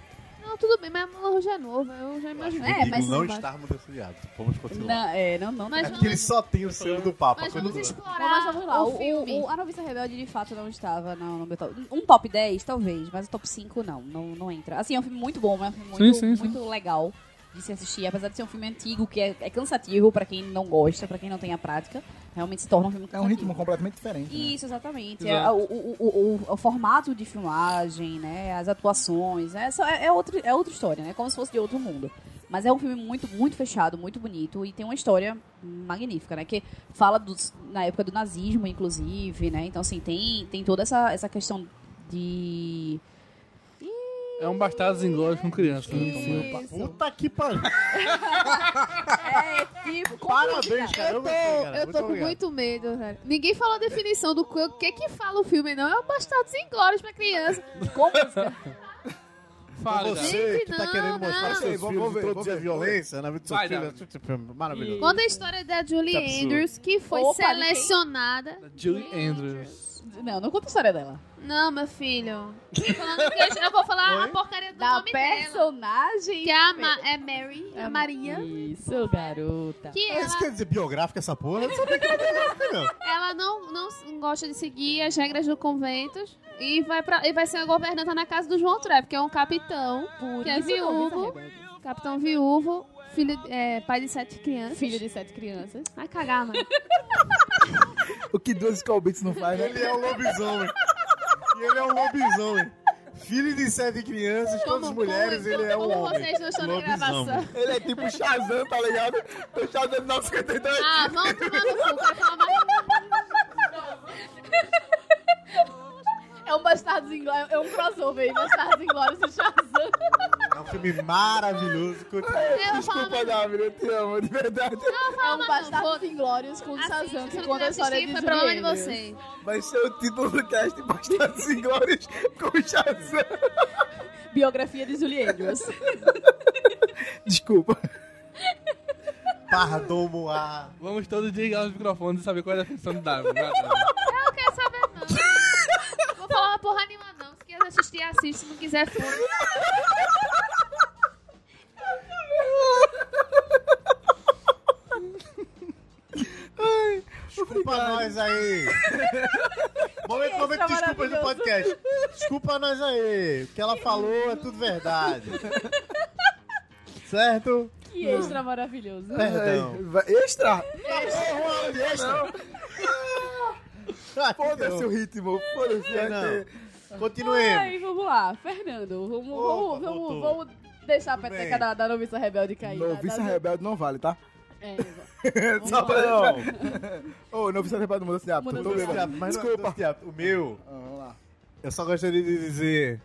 Speaker 2: Não, tudo bem, mas Mulan Rouge é novo, eu já imaginei.
Speaker 1: É, mas-
Speaker 7: não estar mudança de hábito. Vamos continuar.
Speaker 1: Não, é, não, não.
Speaker 2: Mas
Speaker 1: tá.
Speaker 7: É porque ele só tem o selo do Papa.
Speaker 2: Mas vamos
Speaker 1: Bom,
Speaker 7: continua.
Speaker 2: explorar
Speaker 1: mas vamos lá.
Speaker 2: o
Speaker 1: O,
Speaker 2: filme.
Speaker 1: o- a Noviça Rebelde de fato não estava no, no meu top. Um top 10, talvez, mas o top 5 não, não. Não entra. Assim, é um filme muito bom, é um filme muito,
Speaker 5: Sim, sim, sim.
Speaker 1: muito legal de se assistir. Apesar de ser um filme antigo, que é, é cansativo pra quem não gosta, pra quem não tem a prática. Realmente se torna um filme
Speaker 8: É um
Speaker 1: cansativo.
Speaker 8: ritmo completamente diferente. né?
Speaker 1: Isso, exatamente.
Speaker 5: Exato.
Speaker 1: É, o, o, o, o- o formato de filmagem, né? As atuações. né, só- É, é, outro, é outra história, né? Como se fosse de outro mundo. Mas é um filme muito, muito fechado, muito bonito. E tem uma história magnífica, né? Que fala dos, na época do nazismo, inclusive, né? Então, assim, tem, tem toda essa, essa questão de...
Speaker 5: É um bastardo zinglório com criança. Né? Então, meu pai.
Speaker 3: Puta que pariu.
Speaker 1: É, tipo...
Speaker 3: Parabéns, cara.
Speaker 2: Eu tô,
Speaker 3: gostei, cara.
Speaker 2: eu tô com
Speaker 3: obrigado.
Speaker 2: muito medo, velho. Ninguém falou a definição do que, o que que fala o filme, não. É o Bastardos Inglórios pra criança.
Speaker 5: Então, *laughs* Fala, cara.
Speaker 3: Você
Speaker 2: Gente,
Speaker 3: que tá
Speaker 2: não,
Speaker 3: querendo
Speaker 2: não.
Speaker 3: mostrar seus
Speaker 8: Sei,
Speaker 3: filhos,
Speaker 8: vou- vou ver, vou
Speaker 3: introduzir a
Speaker 8: ver.
Speaker 3: violência na vida do seu
Speaker 5: Vai,
Speaker 3: filho.
Speaker 5: Davi.
Speaker 3: é tipo, tipo, Maravilhoso.
Speaker 2: Conta a história da Julie
Speaker 3: Que absurdo.
Speaker 2: Andrews, que foi
Speaker 1: Opa,
Speaker 2: selecionada.
Speaker 5: Julie Andrews.
Speaker 1: Não, não conta a história dela.
Speaker 2: Não, meu filho. Tô falando que eu, eu vou falar a porcaria do
Speaker 1: Da
Speaker 2: nome dela.
Speaker 1: personagem...
Speaker 2: Que é, a Ma- é Mary, a Maria.
Speaker 1: Isso, garota.
Speaker 2: Que é
Speaker 3: Isso
Speaker 2: ela,
Speaker 3: quer dizer biográfica essa porra? Não sabia que era biográfica, não.
Speaker 2: ela não, não s- gosta de seguir as regras do convento e vai, pra, e vai ser a governanta na casa do João Trep, que é um capitão.
Speaker 1: Por
Speaker 2: Que é
Speaker 1: isso, Noviça
Speaker 2: viúvo.
Speaker 1: Rebelde.
Speaker 2: Capitão viúvo, filho, é, pai de sete crianças.
Speaker 1: Filho de sete crianças.
Speaker 2: Vai cagar, mano.
Speaker 8: O que duas Skull Beats não faz, né?
Speaker 3: Ele é um lobisomem. E ele é um lobisomem. Filho de sete crianças,
Speaker 2: Como-
Speaker 3: todas mulheres,
Speaker 2: como-
Speaker 3: ele é um
Speaker 2: como
Speaker 3: homem.
Speaker 2: vocês não estão na gravação.
Speaker 8: *laughs* Ele é tipo Shazam, tá ligado? Tô Shazam 952.
Speaker 2: Ah, vamos tomar no cu, quero falar mais.
Speaker 1: É um Bastardos Inglórios, é um crossover, Bastardos Inglórios e
Speaker 2: *laughs*
Speaker 1: Shazam.
Speaker 3: É um filme maravilhoso. Continua.
Speaker 2: Eu vou falar né?
Speaker 8: Desculpa,
Speaker 2: mais.
Speaker 8: Gabriel, eu te amo, de verdade.
Speaker 1: É um
Speaker 2: vou-
Speaker 1: Bastardos Inglórios com o Shazam
Speaker 2: Assiste, se
Speaker 1: que
Speaker 2: Assim, não
Speaker 1: conta a
Speaker 2: quiser
Speaker 1: história
Speaker 2: assistir,
Speaker 1: de
Speaker 2: foi problema de
Speaker 1: Juliana.
Speaker 2: vocês.
Speaker 8: Vai ser o título do cast Bastardos Inglórios com Shazam. *laughs*
Speaker 1: Biografia de
Speaker 2: *laughs*
Speaker 1: Julianos.
Speaker 8: Desculpa.
Speaker 3: Pardomo a...
Speaker 5: Vamos todos desligar os microfones e saber qual é a definição do Davi. né?
Speaker 2: Eu quero saber, não.
Speaker 3: *laughs*
Speaker 2: Vou falar uma porra nenhuma, não. Se quiser assistir, assiste. Se não quiser, foda.
Speaker 3: Desculpa nós aí. Momento, momento,
Speaker 1: Extra
Speaker 3: desculpas do
Speaker 1: maravilhoso.
Speaker 3: podcast. Desculpa nós aí. O que ela falou é tudo verdade. Certo?
Speaker 1: Que extra maravilhoso.
Speaker 3: Perdão. Tá
Speaker 8: Vai- Extra?
Speaker 3: Ah,
Speaker 8: Foda-se o ritmo, foda-se.
Speaker 3: não.
Speaker 8: vai ter-
Speaker 3: não. Continuemos.
Speaker 1: Ai, vamos lá, Fernando. Vamos,
Speaker 3: Opa,
Speaker 1: vamos, vamos,
Speaker 3: voltou.
Speaker 1: vamos deixar a
Speaker 3: Tudo
Speaker 1: peteca
Speaker 3: bem.
Speaker 1: da, da noviça rebelde cair. da-
Speaker 8: Noviça
Speaker 1: da-
Speaker 8: é Rebelde não vale, tá?
Speaker 1: É,
Speaker 8: *laughs* Só pra... Ô, Noviça Rebelde mudança de hábito.
Speaker 1: Mudança
Speaker 8: tô
Speaker 1: de
Speaker 8: bêbado.
Speaker 3: Mas não é
Speaker 8: Desculpa.
Speaker 3: doce de hábito. O meu...
Speaker 8: Ah, vamos lá.
Speaker 3: Eu só gostaria de dizer.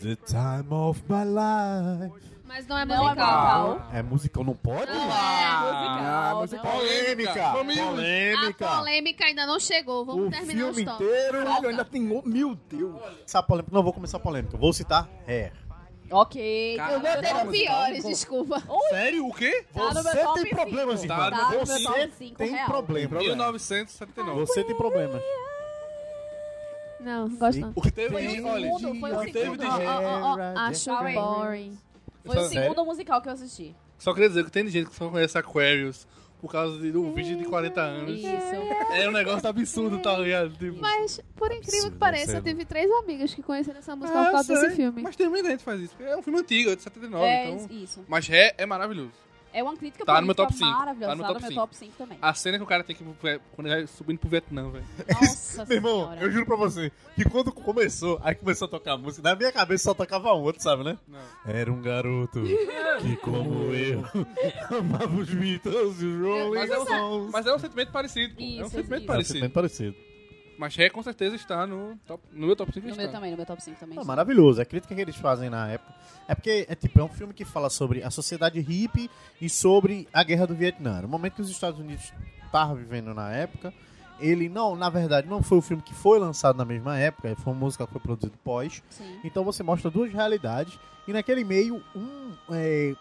Speaker 3: The time of my life.
Speaker 2: Mas não é
Speaker 1: não é
Speaker 2: musical.
Speaker 1: musical.
Speaker 3: É musical, não pode?
Speaker 2: Não é.
Speaker 8: Ah,
Speaker 1: Musical.
Speaker 8: musical.
Speaker 1: não.
Speaker 3: Polêmica!
Speaker 5: Vamos.
Speaker 3: Polêmica!
Speaker 2: A polêmica ainda não chegou. Vamos
Speaker 3: O
Speaker 2: terminar os
Speaker 3: filme
Speaker 2: toques.
Speaker 3: inteiro.
Speaker 8: Caralho, ainda tem um... Meu Deus.
Speaker 3: Essa polêmica. Não vou começar a polêmica. Vou citar Hair.
Speaker 1: Ok.
Speaker 5: Cara,
Speaker 1: eu vou ter
Speaker 2: tá
Speaker 3: tá
Speaker 5: não,
Speaker 1: um pior.
Speaker 2: Piores, desculpa.
Speaker 5: Sério? O quê?
Speaker 1: Tá no meu
Speaker 3: Você
Speaker 1: top
Speaker 3: tem problemas,
Speaker 1: cinco.
Speaker 3: irmão.
Speaker 5: Tá no
Speaker 1: meu
Speaker 3: Você
Speaker 1: top cinco,
Speaker 3: tem
Speaker 1: real.
Speaker 3: problemas.
Speaker 5: 1979.
Speaker 3: Você tem problemas.
Speaker 2: *laughs* Não, gosto não.
Speaker 5: O que teve
Speaker 1: Foi o
Speaker 5: de olha,
Speaker 1: segundo, foi o
Speaker 5: um o que teve
Speaker 1: segundo.
Speaker 5: de
Speaker 1: Ó,
Speaker 5: gente.
Speaker 1: ó, ó, ó.
Speaker 2: Acho
Speaker 1: Power
Speaker 2: boring.
Speaker 3: Tá
Speaker 1: Foi o
Speaker 5: Sério?
Speaker 1: segundo musical que eu assisti.
Speaker 5: Só queria dizer que tem gente que só conhece Aquarius por causa de um vídeo de 40
Speaker 3: Hum.
Speaker 5: anos.
Speaker 1: Isso.
Speaker 5: É um negócio absurdo, tá ligado? Tipo,
Speaker 2: Mas, por incrível que
Speaker 3: Absurdo,
Speaker 2: pareça, eu
Speaker 3: sério.
Speaker 2: tive três amigas que conheceram essa música
Speaker 5: Ah,
Speaker 2: por causa
Speaker 5: sei.
Speaker 2: desse filme.
Speaker 5: Mas tem muita gente que faz isso. porque É um filme antigo, é de 79,
Speaker 1: É,
Speaker 5: então...
Speaker 1: isso.
Speaker 5: Mas Ré é maravilhoso.
Speaker 1: É uma crítica
Speaker 5: Tá no meu
Speaker 1: política
Speaker 5: top cinco.
Speaker 1: maravilhosa.
Speaker 5: Tá no meu top cinco. Ah.
Speaker 1: top 5 também.
Speaker 5: A cena que o cara tem que... ir pro- é, Quando ele vai subindo pro Vietnã, velho.
Speaker 8: *laughs*
Speaker 1: Nossa
Speaker 3: Meu irmão,
Speaker 1: senhora.
Speaker 3: eu juro pra você que quando começou, aí começou a tocar a música, na minha cabeça só tocava um outro, sabe, né?
Speaker 5: Não.
Speaker 3: Era um garoto que, como eu, *laughs* amava os Beatles e os Rolling
Speaker 5: Mas é, um,
Speaker 3: Stones.
Speaker 5: mas é um sentimento parecido. pô. é um
Speaker 1: Isso,
Speaker 5: sentimento
Speaker 1: isso.
Speaker 3: É um sentimento
Speaker 5: parecido.
Speaker 3: parecido.
Speaker 5: Mas Ré com certeza está no, top, no meu top 5.
Speaker 1: No meu também, no meu top 5 também.
Speaker 3: Não,
Speaker 1: sim.
Speaker 3: maravilhoso. A crítica que eles fazem na época. É porque é tipo, é um filme que fala sobre a sociedade hippie e sobre a guerra do Vietnã. Era O momento que os Estados Unidos estavam vivendo na época. Ele não, na verdade, não foi o filme que foi lançado na mesma época, é, foi uma música que foi produzida pós.
Speaker 1: Sim.
Speaker 3: Então você mostra duas realidades e naquele meio um é,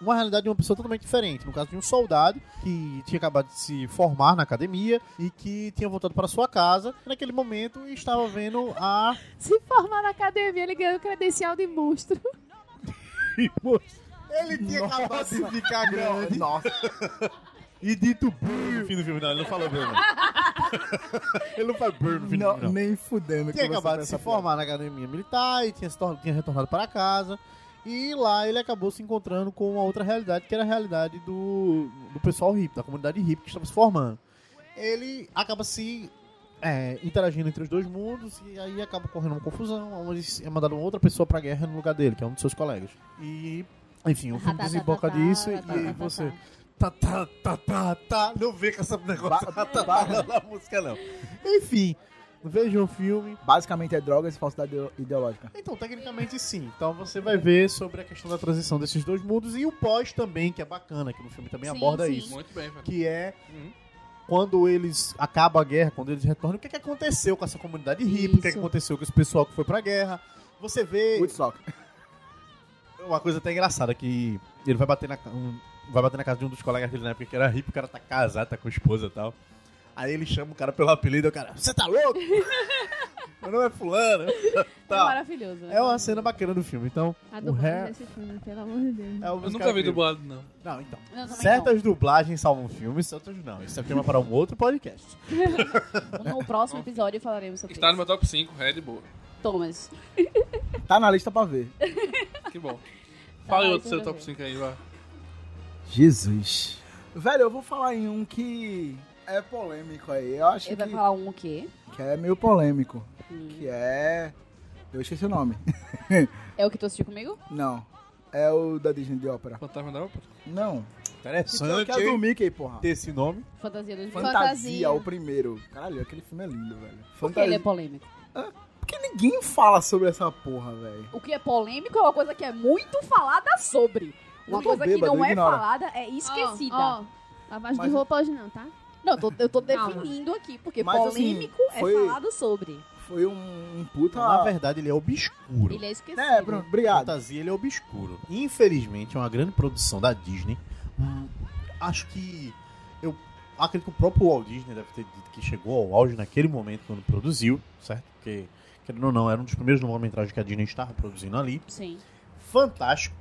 Speaker 3: uma realidade de uma pessoa totalmente diferente. No caso de um soldado que tinha acabado de se formar na academia e que tinha voltado para sua casa naquele momento e estava vendo a
Speaker 2: Se formar Tá na academia, ele ganhou credencial de monstro.
Speaker 3: Ele tinha acabado de é ficar grande.
Speaker 8: Nossa.
Speaker 3: E dito burro no fim do filme. Não, ele não falou burro. *laughs* ele não faz burro no fim do
Speaker 8: Não,
Speaker 3: filme, não.
Speaker 8: nem fudendo. que
Speaker 3: Tinha
Speaker 8: você
Speaker 3: acabado de
Speaker 8: pensa
Speaker 3: é se formar na academia militar e tinha, se tor- tinha retornado para casa. E lá ele acabou se encontrando com uma outra realidade, que era a realidade do, do pessoal hip, da comunidade hip que estava se formando. Ele acaba se é, interagindo entre os dois mundos e aí acaba correndo uma confusão, onde é mandado uma outra pessoa para guerra no lugar dele, que é um dos seus colegas. E, enfim, o filme desemboca disso e aí você... Tá, tá, tá, tá, tá. Não vê com essa negócio tá, tá, tá, na música, não. *laughs* Enfim, veja um filme.
Speaker 8: Basicamente é drogas e falsidade ideo- ideológica.
Speaker 3: Então, tecnicamente sim. Então você vai ver sobre a questão da transição desses dois mundos e o pós também, que é bacana, que no filme também
Speaker 1: Sim,
Speaker 3: aborda
Speaker 1: sim.
Speaker 3: isso.
Speaker 5: Muito bem, velho.
Speaker 3: Que é
Speaker 5: Uhum.
Speaker 3: quando eles acabam a guerra, quando eles retornam, o que, que aconteceu com essa comunidade hippie, o que, que
Speaker 1: Isso.
Speaker 3: aconteceu com esse pessoal que foi pra guerra. Você vê
Speaker 8: Woodstock.
Speaker 3: uma coisa até engraçada, que ele vai bater na, ca- um- vai bater na casa de um dos colegas dele na época que era hippie, o cara tá casado, tá com esposa e tal. Aí ele chama o cara pelo apelido, e o cara, você tá louco? *laughs* Meu nome é fulano. *laughs*
Speaker 1: É
Speaker 3: Tá.
Speaker 1: maravilhoso. né?
Speaker 3: É uma cena bacana do filme, então...
Speaker 2: A
Speaker 3: *laughs* o
Speaker 2: dublagem
Speaker 3: ré-
Speaker 2: desse filme, pelo amor de Deus.
Speaker 3: É o
Speaker 5: Eu
Speaker 3: musical
Speaker 5: nunca vi
Speaker 3: incrível.
Speaker 5: dublado, não.
Speaker 3: Não, então.
Speaker 1: Não, também
Speaker 3: Certas dublagens salvam filmes, outras não. Isso é tema para um outro podcast.
Speaker 1: não. No próximo episódio falaremos sobre
Speaker 5: Está no
Speaker 1: isso.
Speaker 5: meu top 5, Red Bull.
Speaker 1: Thomas.
Speaker 8: Tá na lista pra ver.
Speaker 5: Que bom. Fala
Speaker 1: Ah,
Speaker 5: outro
Speaker 1: isso eu
Speaker 5: seu top
Speaker 1: já
Speaker 5: 5 aí, vai.
Speaker 8: Jesus. Velho, eu vou falar em um que é polêmico aí. Eu acho
Speaker 1: Ele vai
Speaker 8: que,
Speaker 1: falar um o quê?
Speaker 8: que é meio polêmico.
Speaker 1: Hum.
Speaker 8: Que é. Eu esqueci o nome. *laughs*
Speaker 1: É o que tu assistiu comigo?
Speaker 8: Não. É o da Disney de ópera.
Speaker 5: Fantasma da Ópera.
Speaker 8: Não. Então,
Speaker 3: Interessante
Speaker 8: que é do Mickey, porra.
Speaker 3: ter esse nome.
Speaker 1: Fantasia dos
Speaker 8: Fantasia,
Speaker 2: Fantasia.
Speaker 8: o primeiro. Caralho, aquele filme é lindo, velho.
Speaker 1: Por que ele é
Speaker 8: Fantasia.
Speaker 1: polêmico?
Speaker 8: Porque ninguém fala sobre essa porra, velho.
Speaker 1: O que é polêmico é uma coisa que é muito falada sobre. Uma
Speaker 8: Eu tô
Speaker 1: coisa
Speaker 8: bêbado,
Speaker 1: que não é
Speaker 8: ignora.
Speaker 1: falada é esquecida.
Speaker 2: Ó, ó, lavagem
Speaker 8: Mas-
Speaker 2: de roupa hoje não, tá?
Speaker 1: Não, eu tô, eu tô
Speaker 2: Calma.
Speaker 1: definindo aqui, porque
Speaker 8: Mas, assim,
Speaker 1: polêmico
Speaker 8: foi-
Speaker 1: é falado sobre.
Speaker 8: Foi um, um puta.
Speaker 3: Na verdade, ele é obscuro.
Speaker 1: Tá. Ele é esquecido.
Speaker 8: É, Bruno, obrigado.
Speaker 3: Fantasia, ele é obscuro. Infelizmente, é uma grande produção da Disney. Hum, acho que... Eu acredito que o próprio Walt Disney deve ter dito que chegou ao auge naquele momento quando produziu, certo? Porque, querendo ou não, era um dos primeiros longa-metragem que a Disney estava produzindo ali.
Speaker 1: Sim.
Speaker 3: fantástico.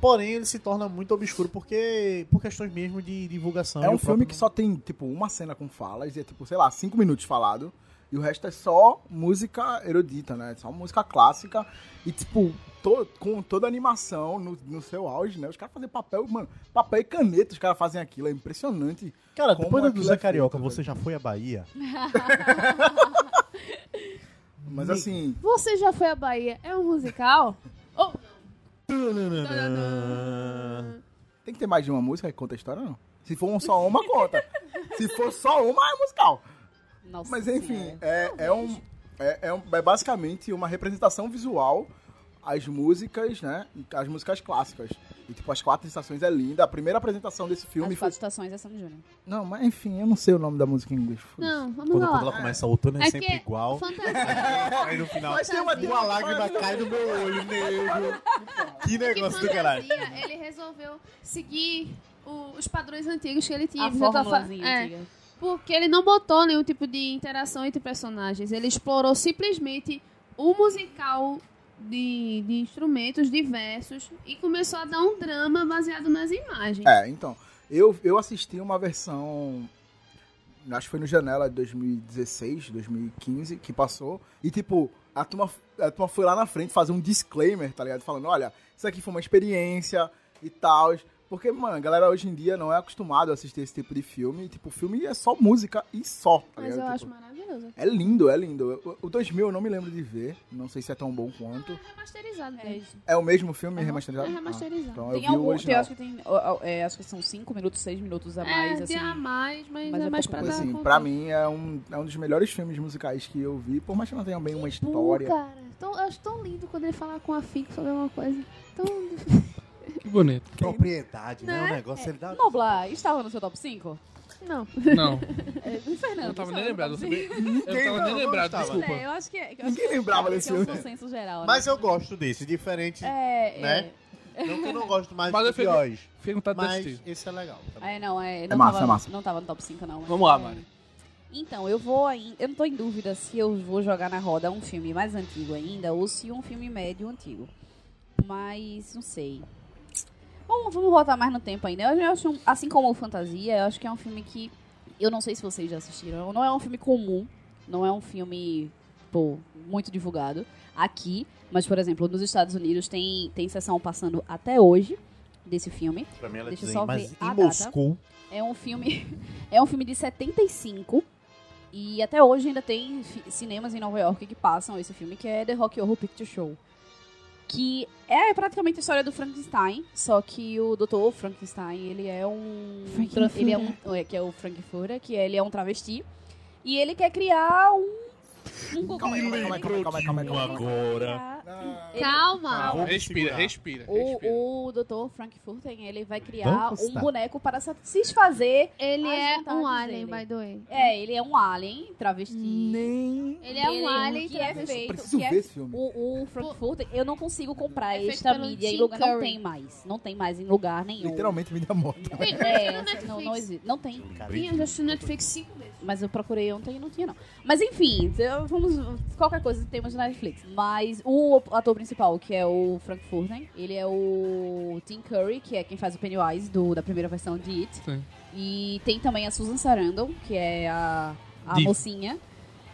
Speaker 3: Porém, ele se torna muito obscuro porque por questões mesmo de divulgação.
Speaker 8: É
Speaker 3: e
Speaker 8: um
Speaker 3: o
Speaker 8: filme
Speaker 3: próprio-
Speaker 8: que só tem, tipo, uma cena com falas e é, tipo, sei lá, cinco minutos falado. E o resto é só música erudita, né? Só música clássica. E, tipo, to- com toda a animação no, no seu auge, né? Os caras fazem papel, mano, papel e caneta, os caras fazem aquilo. É impressionante.
Speaker 3: Cara,
Speaker 8: Como
Speaker 3: depois da
Speaker 8: aquilo
Speaker 3: do Zé
Speaker 8: é
Speaker 3: Carioca,
Speaker 8: feito,
Speaker 3: você já foi à Bahia?
Speaker 8: Mas
Speaker 3: Amigo.
Speaker 8: assim,
Speaker 2: Você já foi à Bahia? É um *laughs* musical? Ou
Speaker 8: tem que ter mais de uma música que conta a história, não? Se for um só uma, conta. Se for só uma, é musical.
Speaker 1: Nossa
Speaker 8: Mas enfim,
Speaker 1: Senhora.
Speaker 8: é, é, um, é, é um- é basicamente uma representação visual às músicas, né? As músicas clássicas. E tipo, as quatro estações é linda. A primeira apresentação desse filme
Speaker 1: As quatro
Speaker 8: foi.
Speaker 1: estações é Sam Júnior.
Speaker 8: Não, mas enfim, eu não sei o nome da música em inglês. foda-se.
Speaker 2: Não, vamos
Speaker 3: Quando,
Speaker 2: lá.
Speaker 3: quando ela começa outono é,
Speaker 2: É
Speaker 3: sempre
Speaker 2: que-
Speaker 3: igual.
Speaker 2: Fantasia.
Speaker 3: Aí no final.
Speaker 8: Mas tem uma,
Speaker 1: é
Speaker 8: tem
Speaker 3: Uma lágrima cai do meu olho, nego. *laughs* Que negócio
Speaker 2: que
Speaker 1: é
Speaker 3: do caralho.
Speaker 1: assim.
Speaker 2: fantasia, ele resolveu seguir o- os padrões antigos que ele tinha.
Speaker 1: A
Speaker 2: Ele tentou fa-
Speaker 1: formulazinha
Speaker 2: é,
Speaker 1: antiga.
Speaker 2: Porque ele não botou nenhum tipo de interação entre personagens. Ele explorou simplesmente o musical de, de instrumentos diversos e começou a dar um drama baseado nas imagens.
Speaker 8: É, então. Eu, eu assisti uma versão. Acho que foi no Janela de 2016, 2015, que passou. E, tipo, a turma, a turma foi lá na frente fazer um disclaimer, tá ligado? Falando, olha, isso aqui foi uma experiência e tal. Porque, mano, a galera hoje em dia não é acostumada a assistir esse tipo de filme. E, tipo, filme é só música e só, tá
Speaker 2: Mas eu
Speaker 8: ligado?
Speaker 2: acho
Speaker 8: Tipo,
Speaker 2: maravilhoso.
Speaker 8: É lindo, é lindo. O- O 2000 eu não me lembro de ver. Não sei se é tão bom quanto.
Speaker 2: Remasterizado.
Speaker 1: É
Speaker 2: né?
Speaker 1: isso.
Speaker 8: É o mesmo filme
Speaker 1: Aham.
Speaker 2: É
Speaker 8: remasterizado? Ah,
Speaker 2: remasterizado.
Speaker 8: então eu
Speaker 1: Tem
Speaker 8: vi o
Speaker 1: algum, tem,
Speaker 8: original.
Speaker 1: acho que tem, ó, ó, é, acho que são 5 minutos, 6 minutos a mais,
Speaker 2: é,
Speaker 1: assim.
Speaker 2: tem a mais, mas,
Speaker 1: mas
Speaker 2: é
Speaker 1: é
Speaker 2: mais pra
Speaker 1: pouca
Speaker 2: dar
Speaker 1: coisa.
Speaker 8: Assim,
Speaker 2: conta.
Speaker 8: pra mim é um, é um dos melhores filmes musicais que eu vi, por mais que não tenha bem uma história.
Speaker 2: cara. Tão, eu acho tão lindo quando ele fala com a Fico sobre alguma coisa. Tão...
Speaker 5: Que bonito.
Speaker 3: Propriedade, né? O negócio ele dá.
Speaker 1: É. Noblar, estava no seu top 5?
Speaker 2: Não.
Speaker 5: Não,
Speaker 1: É, Fernando,
Speaker 5: eu não tava assim.
Speaker 1: estava
Speaker 5: nem
Speaker 1: no
Speaker 5: lembrado. Eu,
Speaker 1: top
Speaker 5: sabia-
Speaker 1: 5?
Speaker 5: eu tava nem
Speaker 3: não
Speaker 5: lembrado,
Speaker 3: estava.
Speaker 5: desculpa.
Speaker 1: É, eu acho que, eu acho
Speaker 8: Ninguém
Speaker 1: que-
Speaker 8: lembrava
Speaker 1: que
Speaker 8: desse
Speaker 1: é um
Speaker 8: filme.
Speaker 1: consenso geral. né?
Speaker 3: Mas eu gosto desse, diferente.
Speaker 1: É,
Speaker 3: né?
Speaker 1: é.
Speaker 7: Não que eu não gosto mais
Speaker 5: Mas eu
Speaker 7: dos
Speaker 5: fiquei-
Speaker 7: piores.
Speaker 5: fiquei com vontade de
Speaker 7: Mas
Speaker 5: assistir.
Speaker 7: esse é legal. tá bom.
Speaker 1: É, não, é. Não
Speaker 8: massa,
Speaker 1: tava,
Speaker 8: é massa.
Speaker 1: Não tava no top 5, não. mas-
Speaker 5: Vamos lá,
Speaker 1: é.
Speaker 5: Mari.
Speaker 1: Então, eu vou ainda. Eu não tô em dúvida se eu vou jogar na roda um filme mais antigo ainda ou se um filme médio antigo. Mas não sei. Vamos, vamos voltar mais no tempo ainda. Eu acho, um- assim como o Fantasia, eu acho que é um filme que. Eu não sei se vocês já assistiram. Não é um filme comum. Não é um filme, pô, muito divulgado aqui. Mas, por exemplo, nos Estados Unidos tem, tem sessão passando até hoje desse filme.
Speaker 7: Pra mim ela é
Speaker 1: Deixa eu
Speaker 7: diz,
Speaker 1: só
Speaker 7: mas
Speaker 1: ver Ah, tá, a
Speaker 7: em
Speaker 1: data.
Speaker 7: Moscou,
Speaker 1: É um filme, *laughs* é um filme de 75 e até hoje ainda tem fi- cinemas em Nova York que passam esse filme que é The Rock Horror Picture Show, que é praticamente a história do Frankenstein, só que o Dr. Frankenstein, ele é um
Speaker 2: Frankenfurter.
Speaker 1: ele é um é, que é o Frankfurter, que ele é um travesti e ele quer criar um um
Speaker 8: Calma aí, calma aí, calma aí, calma aí, calma aí, calma aí.
Speaker 1: agora.
Speaker 2: Calma.
Speaker 8: Calma.
Speaker 5: Respira, respira. respira.
Speaker 1: O, o Dr. Frankfurter, ele vai criar
Speaker 7: Vamos
Speaker 1: um
Speaker 7: lá.
Speaker 1: boneco para satisfazer
Speaker 2: Ele
Speaker 1: As
Speaker 2: é
Speaker 1: vontades
Speaker 2: um alien,
Speaker 1: dele.
Speaker 2: by the way.
Speaker 1: É, ele é um alien travesti.
Speaker 8: Nem.
Speaker 2: Ele é
Speaker 1: Ele
Speaker 2: um alien
Speaker 1: que é
Speaker 2: travesti.
Speaker 1: feito.
Speaker 8: Preciso
Speaker 1: que é-
Speaker 8: ver esse filme.
Speaker 1: o, o Frankfurt, eu não consigo comprar
Speaker 2: É feito
Speaker 1: esta
Speaker 2: pelo
Speaker 1: mídia em
Speaker 2: Tim
Speaker 1: lugar. Não
Speaker 2: Curry.
Speaker 1: tem mais. Não tem mais em lugar nenhum.
Speaker 8: Literalmente me dá morte.
Speaker 2: Tem,
Speaker 1: É,
Speaker 2: tem Tá no
Speaker 1: não, não
Speaker 2: Netflix.
Speaker 1: existe. Não tem.
Speaker 3: um
Speaker 2: Sim, eu já assisti no Netflix cinco vezes.
Speaker 1: Mas eu procurei ontem e não tinha, não. Mas enfim, eu- vamos. Qualquer coisa temos na Netflix. Mas o ator principal, que é o Frank Furten, ele é o Tim Curry, que é quem faz o Pennywise do, da primeira versão de It.
Speaker 5: Sim.
Speaker 1: E tem também a Susan Sarandon, que é a, a
Speaker 5: Di.
Speaker 1: mocinha.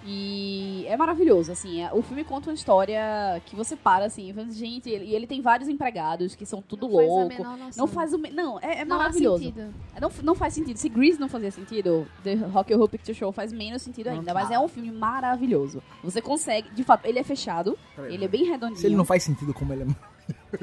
Speaker 1: E é maravilhoso, assim. é- o filme conta uma história que você para, assim, e fala, gente, ele- e ele tem vários empregados que são tudo
Speaker 2: Não faz a
Speaker 1: louco.
Speaker 2: menor noção.
Speaker 1: Não faz o. me- Não, é, é
Speaker 2: Não assim, faz
Speaker 1: maravilhoso.
Speaker 2: sentido.
Speaker 1: Não, não faz sentido. Se Grease não fazia sentido, The Rock and Horror Picture Show faz menos sentido ainda. Mas é um filme maravilhoso. Você consegue... De fato, ele é fechado. Ele é bem redondinho.
Speaker 8: Se ele não faz sentido como ele é.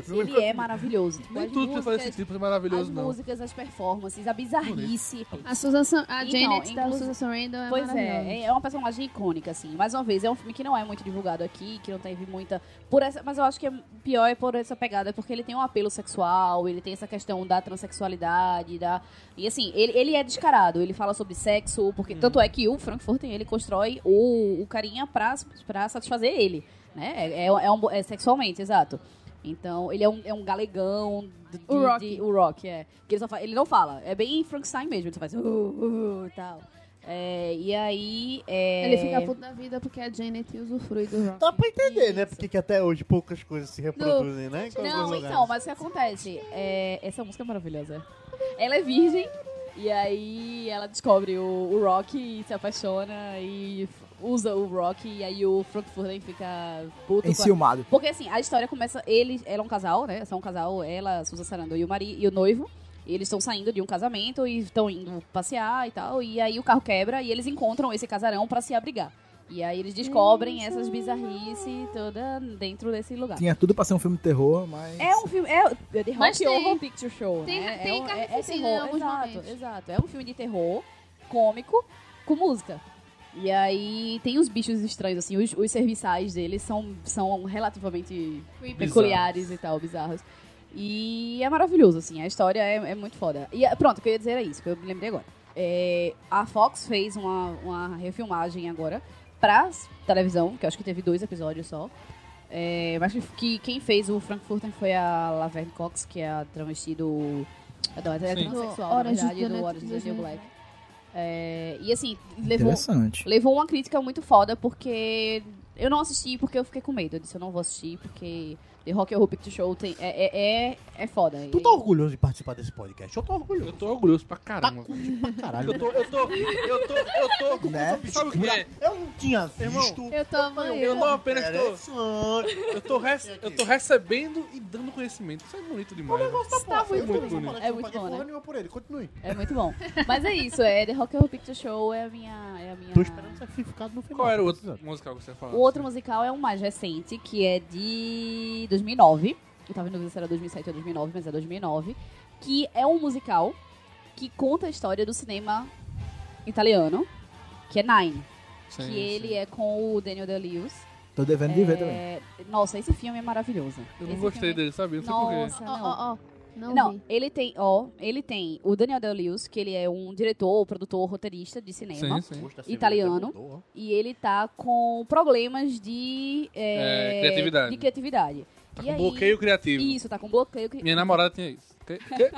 Speaker 1: Ele é maravilhoso. Tipo,
Speaker 5: Nem
Speaker 1: as
Speaker 5: tudo que faz esse
Speaker 1: músicas,
Speaker 5: tipo é
Speaker 1: as
Speaker 5: maravilhoso, não.
Speaker 1: músicas, as performances, a bizarrice.
Speaker 2: A, Susan Sa- a
Speaker 1: Então,
Speaker 2: Janet da
Speaker 1: inclusive-
Speaker 2: Susan Sarandon é
Speaker 1: Pois
Speaker 2: maravilhosa.
Speaker 1: é, é uma personagem icônica, assim. Mais uma vez, é um filme que não é muito divulgado aqui, que não teve muita. Por essa, mas eu acho que é pior é por essa pegada, porque ele tem um apelo sexual, ele tem essa questão da transexualidade, da. E assim, ele, ele é descarado, ele fala sobre sexo, porque tanto
Speaker 2: Uhum.
Speaker 1: é que o Frankfurt ele constrói o, o carinha pra, pra satisfazer ele. Né? É, é, é um- é sexualmente, exato. Então, ele é um, é um galegão. De,
Speaker 2: O
Speaker 1: de-
Speaker 2: Rocky.
Speaker 1: de- o Rock, é. Que ele, só fala- ele não fala. É bem Frankenstein mesmo. Ele só faz. Uh, uh, e tal. É, e aí. É...
Speaker 2: Ele fica puto da vida porque a Janet usufrui do rock.
Speaker 7: Dá pra entender, né? Porque que até hoje poucas coisas se reproduzem, né? Em todos os
Speaker 1: Não,
Speaker 7: lugares.
Speaker 1: então, mas o que acontece? É, essa música é maravilhosa. Ela é virgem, e aí ela descobre o, o Rock e se apaixona e f- usa o Rock, e aí o Frankfurter fica puto com a-
Speaker 8: Enciumado.
Speaker 1: Porque assim, a história começa. Eles, ela é um casal, né? São um casal, ela, Susan Sarandon e o, mari, e o noivo. E eles estão saindo de um casamento e estão indo passear e tal. E aí o carro quebra e eles encontram esse casarão pra se abrigar. E aí eles descobrem essas bizarrices toda dentro desse lugar.
Speaker 8: Tinha tudo pra ser um filme de terror, mas.
Speaker 1: É um filme. É, é The Rock
Speaker 2: Mas tem-
Speaker 1: Horror Picture Show.
Speaker 2: tem-
Speaker 1: né?
Speaker 2: tem
Speaker 1: é, um- é, é
Speaker 2: carnificina em
Speaker 1: terror,
Speaker 2: alguns
Speaker 1: exato,
Speaker 2: momentos.
Speaker 1: exato. É um filme de terror, cômico, com música. E aí tem os bichos estranhos, assim, os, os serviçais deles são, são relativamente peculiares e tal, bizarros. E é maravilhoso, assim, a história é, é muito foda. E é, pronto, o que eu ia dizer é isso, que eu me lembrei agora. É, a Fox fez uma, uma refilmagem agora pra s- televisão, que eu acho que teve dois episódios só. É, mas que- que quem fez o Frankfurter foi a Laverne Cox, que é a travesti do. Não, é
Speaker 5: Sim.
Speaker 1: transexual,
Speaker 2: Do
Speaker 1: na
Speaker 2: Orange is
Speaker 1: verdade,
Speaker 2: the
Speaker 1: do
Speaker 2: New-
Speaker 1: Orange is the New
Speaker 2: is the New
Speaker 1: Black. É, e assim, levou,
Speaker 8: Interessante.
Speaker 1: Levou uma crítica muito foda, porque eu não assisti porque eu fiquei com medo. Eu disse, eu não vou assistir, porque The Rock and Horror Picture Show tem, é, é, é, é foda.
Speaker 7: Tu
Speaker 1: E-
Speaker 7: tá orgulhoso de participar desse podcast? Eu tô orgulhoso.
Speaker 5: Eu tô orgulhoso pra caramba.
Speaker 7: Caralho.
Speaker 5: Tá Eu tô, eu tô, eu tô, eu tô.
Speaker 8: Né?
Speaker 5: Sabe o que é?
Speaker 7: Eu não tinha visto.
Speaker 2: Eu tô
Speaker 5: Eu não apenas tô.
Speaker 7: Interessante.
Speaker 5: Eu tô, rece- eu tô recebendo e dando conhecimento. Isso é bonito demais.
Speaker 7: Tá muito
Speaker 5: muito
Speaker 7: bonito.
Speaker 1: É
Speaker 5: bonito.
Speaker 7: Eu não
Speaker 1: muito
Speaker 7: paguei
Speaker 1: bom,
Speaker 7: porra
Speaker 1: né?
Speaker 7: nenhuma por ele. Continue.
Speaker 1: É muito bom. Mas é isso, é The Rock and Horror Picture Show é a minha... É a
Speaker 3: Ah.
Speaker 1: minha...
Speaker 7: Tô esperando o sacrificado no final.
Speaker 5: Qual era o outro musical que você falou?
Speaker 1: O outro musical é um mais recente, que é de 2009. Eu tava em dúvida se era 2007 ou 2009, mas é 2009. Que é um musical que conta a história do cinema italiano, que é Nine.
Speaker 5: Sim,
Speaker 1: que
Speaker 5: sim.
Speaker 1: ele é com o Daniel Day-Lewis.
Speaker 8: Tô devendo de ver também.
Speaker 1: É, Nossa, esse filme é maravilhoso.
Speaker 5: Eu não
Speaker 1: Esse
Speaker 5: gostei
Speaker 1: filme- é
Speaker 5: dele, sabia? Não sei por
Speaker 1: Nossa,
Speaker 5: quê.
Speaker 2: Ó,
Speaker 1: não.
Speaker 2: ó, ó. Tá, Não,
Speaker 1: Não,
Speaker 2: vi.
Speaker 1: ele tem, ó, ele tem o Daniel Day-Lewis, que ele é um diretor, produtor, roteirista de cinema.
Speaker 5: Sim, sim.
Speaker 1: Italiano. E ele tá com problemas de, é,
Speaker 5: É, criatividade.
Speaker 1: de criatividade.
Speaker 5: Tá
Speaker 1: E
Speaker 5: com
Speaker 1: aí-
Speaker 5: bloqueio criativo.
Speaker 1: Isso, tá com bloqueio criativo.
Speaker 5: Minha namorada tinha
Speaker 1: *laughs*
Speaker 5: isso. Que- que?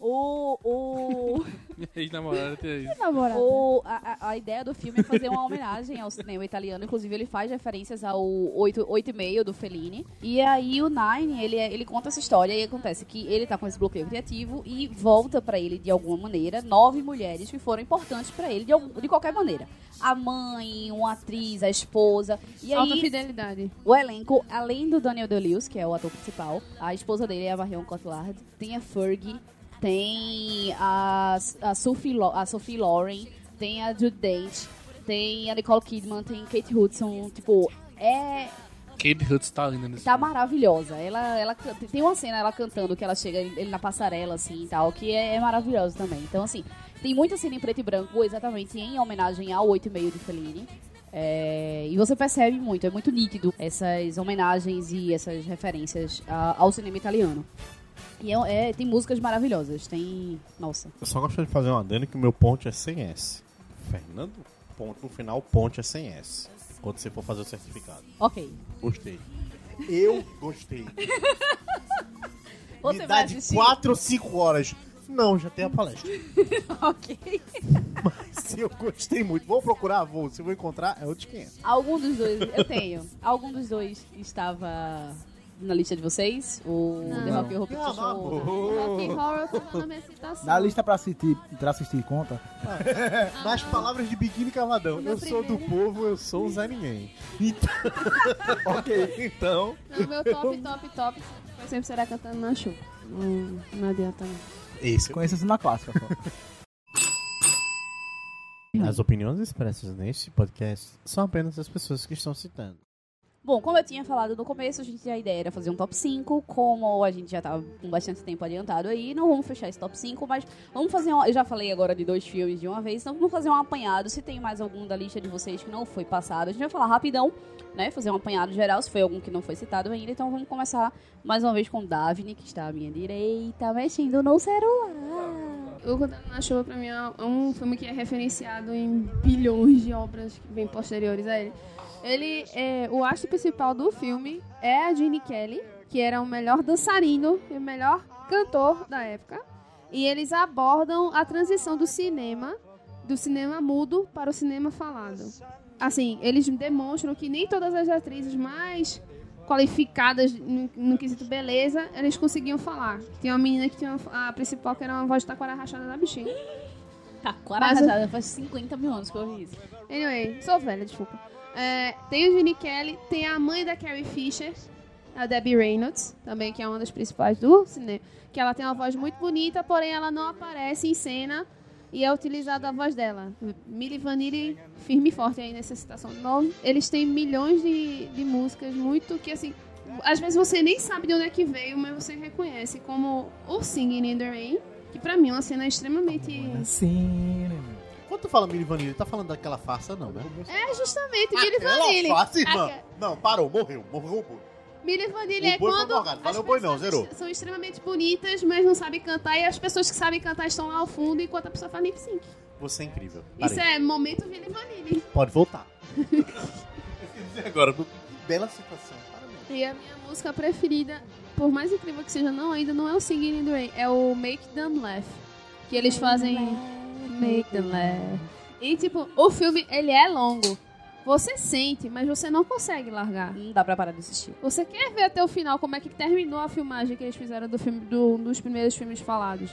Speaker 1: O. o...
Speaker 5: Minha ex-namorada tinha isso.
Speaker 1: O- a, a- a ideia do filme é fazer uma homenagem ao cinema italiano. Inclusive, ele faz referências ao 8, 8 e meio do Fellini. E aí, o Nine, ele, é- ele conta essa história e acontece que ele tá com esse bloqueio criativo e volta pra ele, de alguma maneira, nove mulheres que foram importantes pra ele, de, algum- de qualquer maneira. A mãe, uma atriz, a esposa. E aí,
Speaker 2: Alta fidelidade.
Speaker 1: o elenco, além do Daniel Day-Lewis, que é o ator principal, a esposa dele é a Marion Cotillard, tem a Fergie, tem a, a, Sophie, Lo- a Sophie Loren, tem a Jude Dent, tem a Nicole Kidman, tem Kate Hudson, tipo, é...
Speaker 5: Kate Hudson tá linda nesse
Speaker 1: Tá maravilhosa. Ela, ela can- tem uma cena ela cantando que ela chega ele na passarela assim e tal, que é, é maravilhoso também. Então assim, tem muita cena em preto e branco, exatamente em homenagem ao 8 e meio de Fellini. É, e você percebe muito, é muito nítido essas homenagens e essas referências a- ao cinema italiano. E é- é- tem músicas maravilhosas, tem. Nossa.
Speaker 3: Eu só gosto de fazer uma adendo que o meu ponte é sem S. Fernando, ponto, no final, ponte é sem S. Quando você for fazer o certificado.
Speaker 1: Ok.
Speaker 3: Gostei. Eu gostei.
Speaker 1: Você
Speaker 3: Me
Speaker 1: vai
Speaker 3: dá de
Speaker 1: assistir?
Speaker 3: 4 ou 5 horas. Não, já tem a palestra.
Speaker 1: *laughs*
Speaker 3: *laughs*
Speaker 1: ok.
Speaker 3: Se eu gostei muito, vou procurar, vou. Se eu vou encontrar, é outros 500.
Speaker 1: Algum dos dois, eu tenho. Algum dos dois estava na lista de vocês? O The
Speaker 2: Não.
Speaker 1: Rock Horror Picture Show?
Speaker 2: Rock Horror tava na minha citação.
Speaker 8: Na lista pra assistir, pra assistir conta.
Speaker 3: é, Nas palavras de Biquíni Cavadão,
Speaker 2: Meu
Speaker 3: eu sou do
Speaker 2: primeiro-
Speaker 3: povo, eu sou o Zé Ninguém. Então... *laughs* ok, então.
Speaker 2: Não, meu top, top, top vai sempre será cantando na chuva. Não, não adianta não.
Speaker 3: Esse
Speaker 8: Conheça-se na clássica,
Speaker 1: *laughs*
Speaker 8: pô.
Speaker 3: As opiniões expressas neste podcast são apenas as pessoas que estão citando.
Speaker 1: Bom, como eu tinha falado no começo, a gente a ideia era fazer um top 5. Como a gente já tava com bastante tempo adiantado aí, não vamos fechar esse top 5, mas vamos fazer uma. Eu já falei agora de dois filmes de uma vez, então vamos fazer um apanhado. Se tem mais algum da lista de vocês que não foi passado, a gente vai falar rapidão, né? Fazer um apanhado geral, se foi algum que não foi citado ainda. Então vamos começar mais uma vez com Daphne, que está à minha direita, mexendo no celular.
Speaker 2: O Cantando na Chuva, pra mim, é um filme que é referenciado em bilhões de obras que vêm posteriores a ele. Ele é, o astro principal do filme é a Gene Kelly, que era o melhor dançarino e o melhor cantor da época. E eles abordam a transição do cinema, do cinema mudo para o cinema falado. Assim, eles demonstram que nem todas as atrizes mais qualificadas no, no quesito beleza, elas conseguiam falar. Tinha uma menina que tinha uma- a principal que era uma voz de taquara rachada da bichinha.
Speaker 1: Tá,
Speaker 2: Mas-
Speaker 1: Quarajada, faz 50 mil anos que eu ouvi isso.
Speaker 2: Anyway, sou velha, desculpa. É, tem o Gene Kelly, tem a mãe da Carrie Fisher, a Debbie Reynolds, também, que é uma das principais do cinema. Que ela tem uma voz muito bonita, porém ela não aparece em cena e é utilizada a voz dela. Milli Vanilli, firme e forte aí nessa citação de novo. Eles têm milhões de, de músicas, muito que assim. Às vezes você nem sabe de onde é que veio, mas você reconhece como o Singing in the Rain, que pra mim é uma cena extremamente.
Speaker 8: Sim, né?
Speaker 3: Quando tu fala Miri Vanille, tá falando daquela farsa, não, né?
Speaker 2: É justamente Milli
Speaker 3: Aquela
Speaker 2: Vanilli.
Speaker 3: farsa, irmã.
Speaker 2: Aque-
Speaker 3: Não, parou, morreu, morreu. morreu.
Speaker 2: Milha Vanilli é
Speaker 3: O Um boi foi
Speaker 2: quando
Speaker 3: morgado. Valeu,
Speaker 2: as
Speaker 3: boi não,
Speaker 2: pessoas
Speaker 3: zerou.
Speaker 2: são extremamente bonitas, mas não sabem cantar, e as pessoas que sabem cantar estão lá ao fundo, enquanto a pessoa faz lip sync.
Speaker 3: Você é incrível.
Speaker 2: Isso
Speaker 3: Parei.
Speaker 2: é momento Milha Vanilli.
Speaker 3: Pode voltar. E *laughs* agora, que bela situação. Parabéns.
Speaker 2: E a minha música preferida, por mais incrível que seja, não ainda não é o Singing in the Rain, é o Make Them Laugh. Que eles fazem... Make Them Laugh. E, tipo, o filme, ele é longo. Você sente, mas você não consegue largar.
Speaker 1: Não dá pra parar de assistir.
Speaker 2: Você quer ver até o final como é que terminou a filmagem que eles fizeram do filme, do, um dos primeiros filmes falados?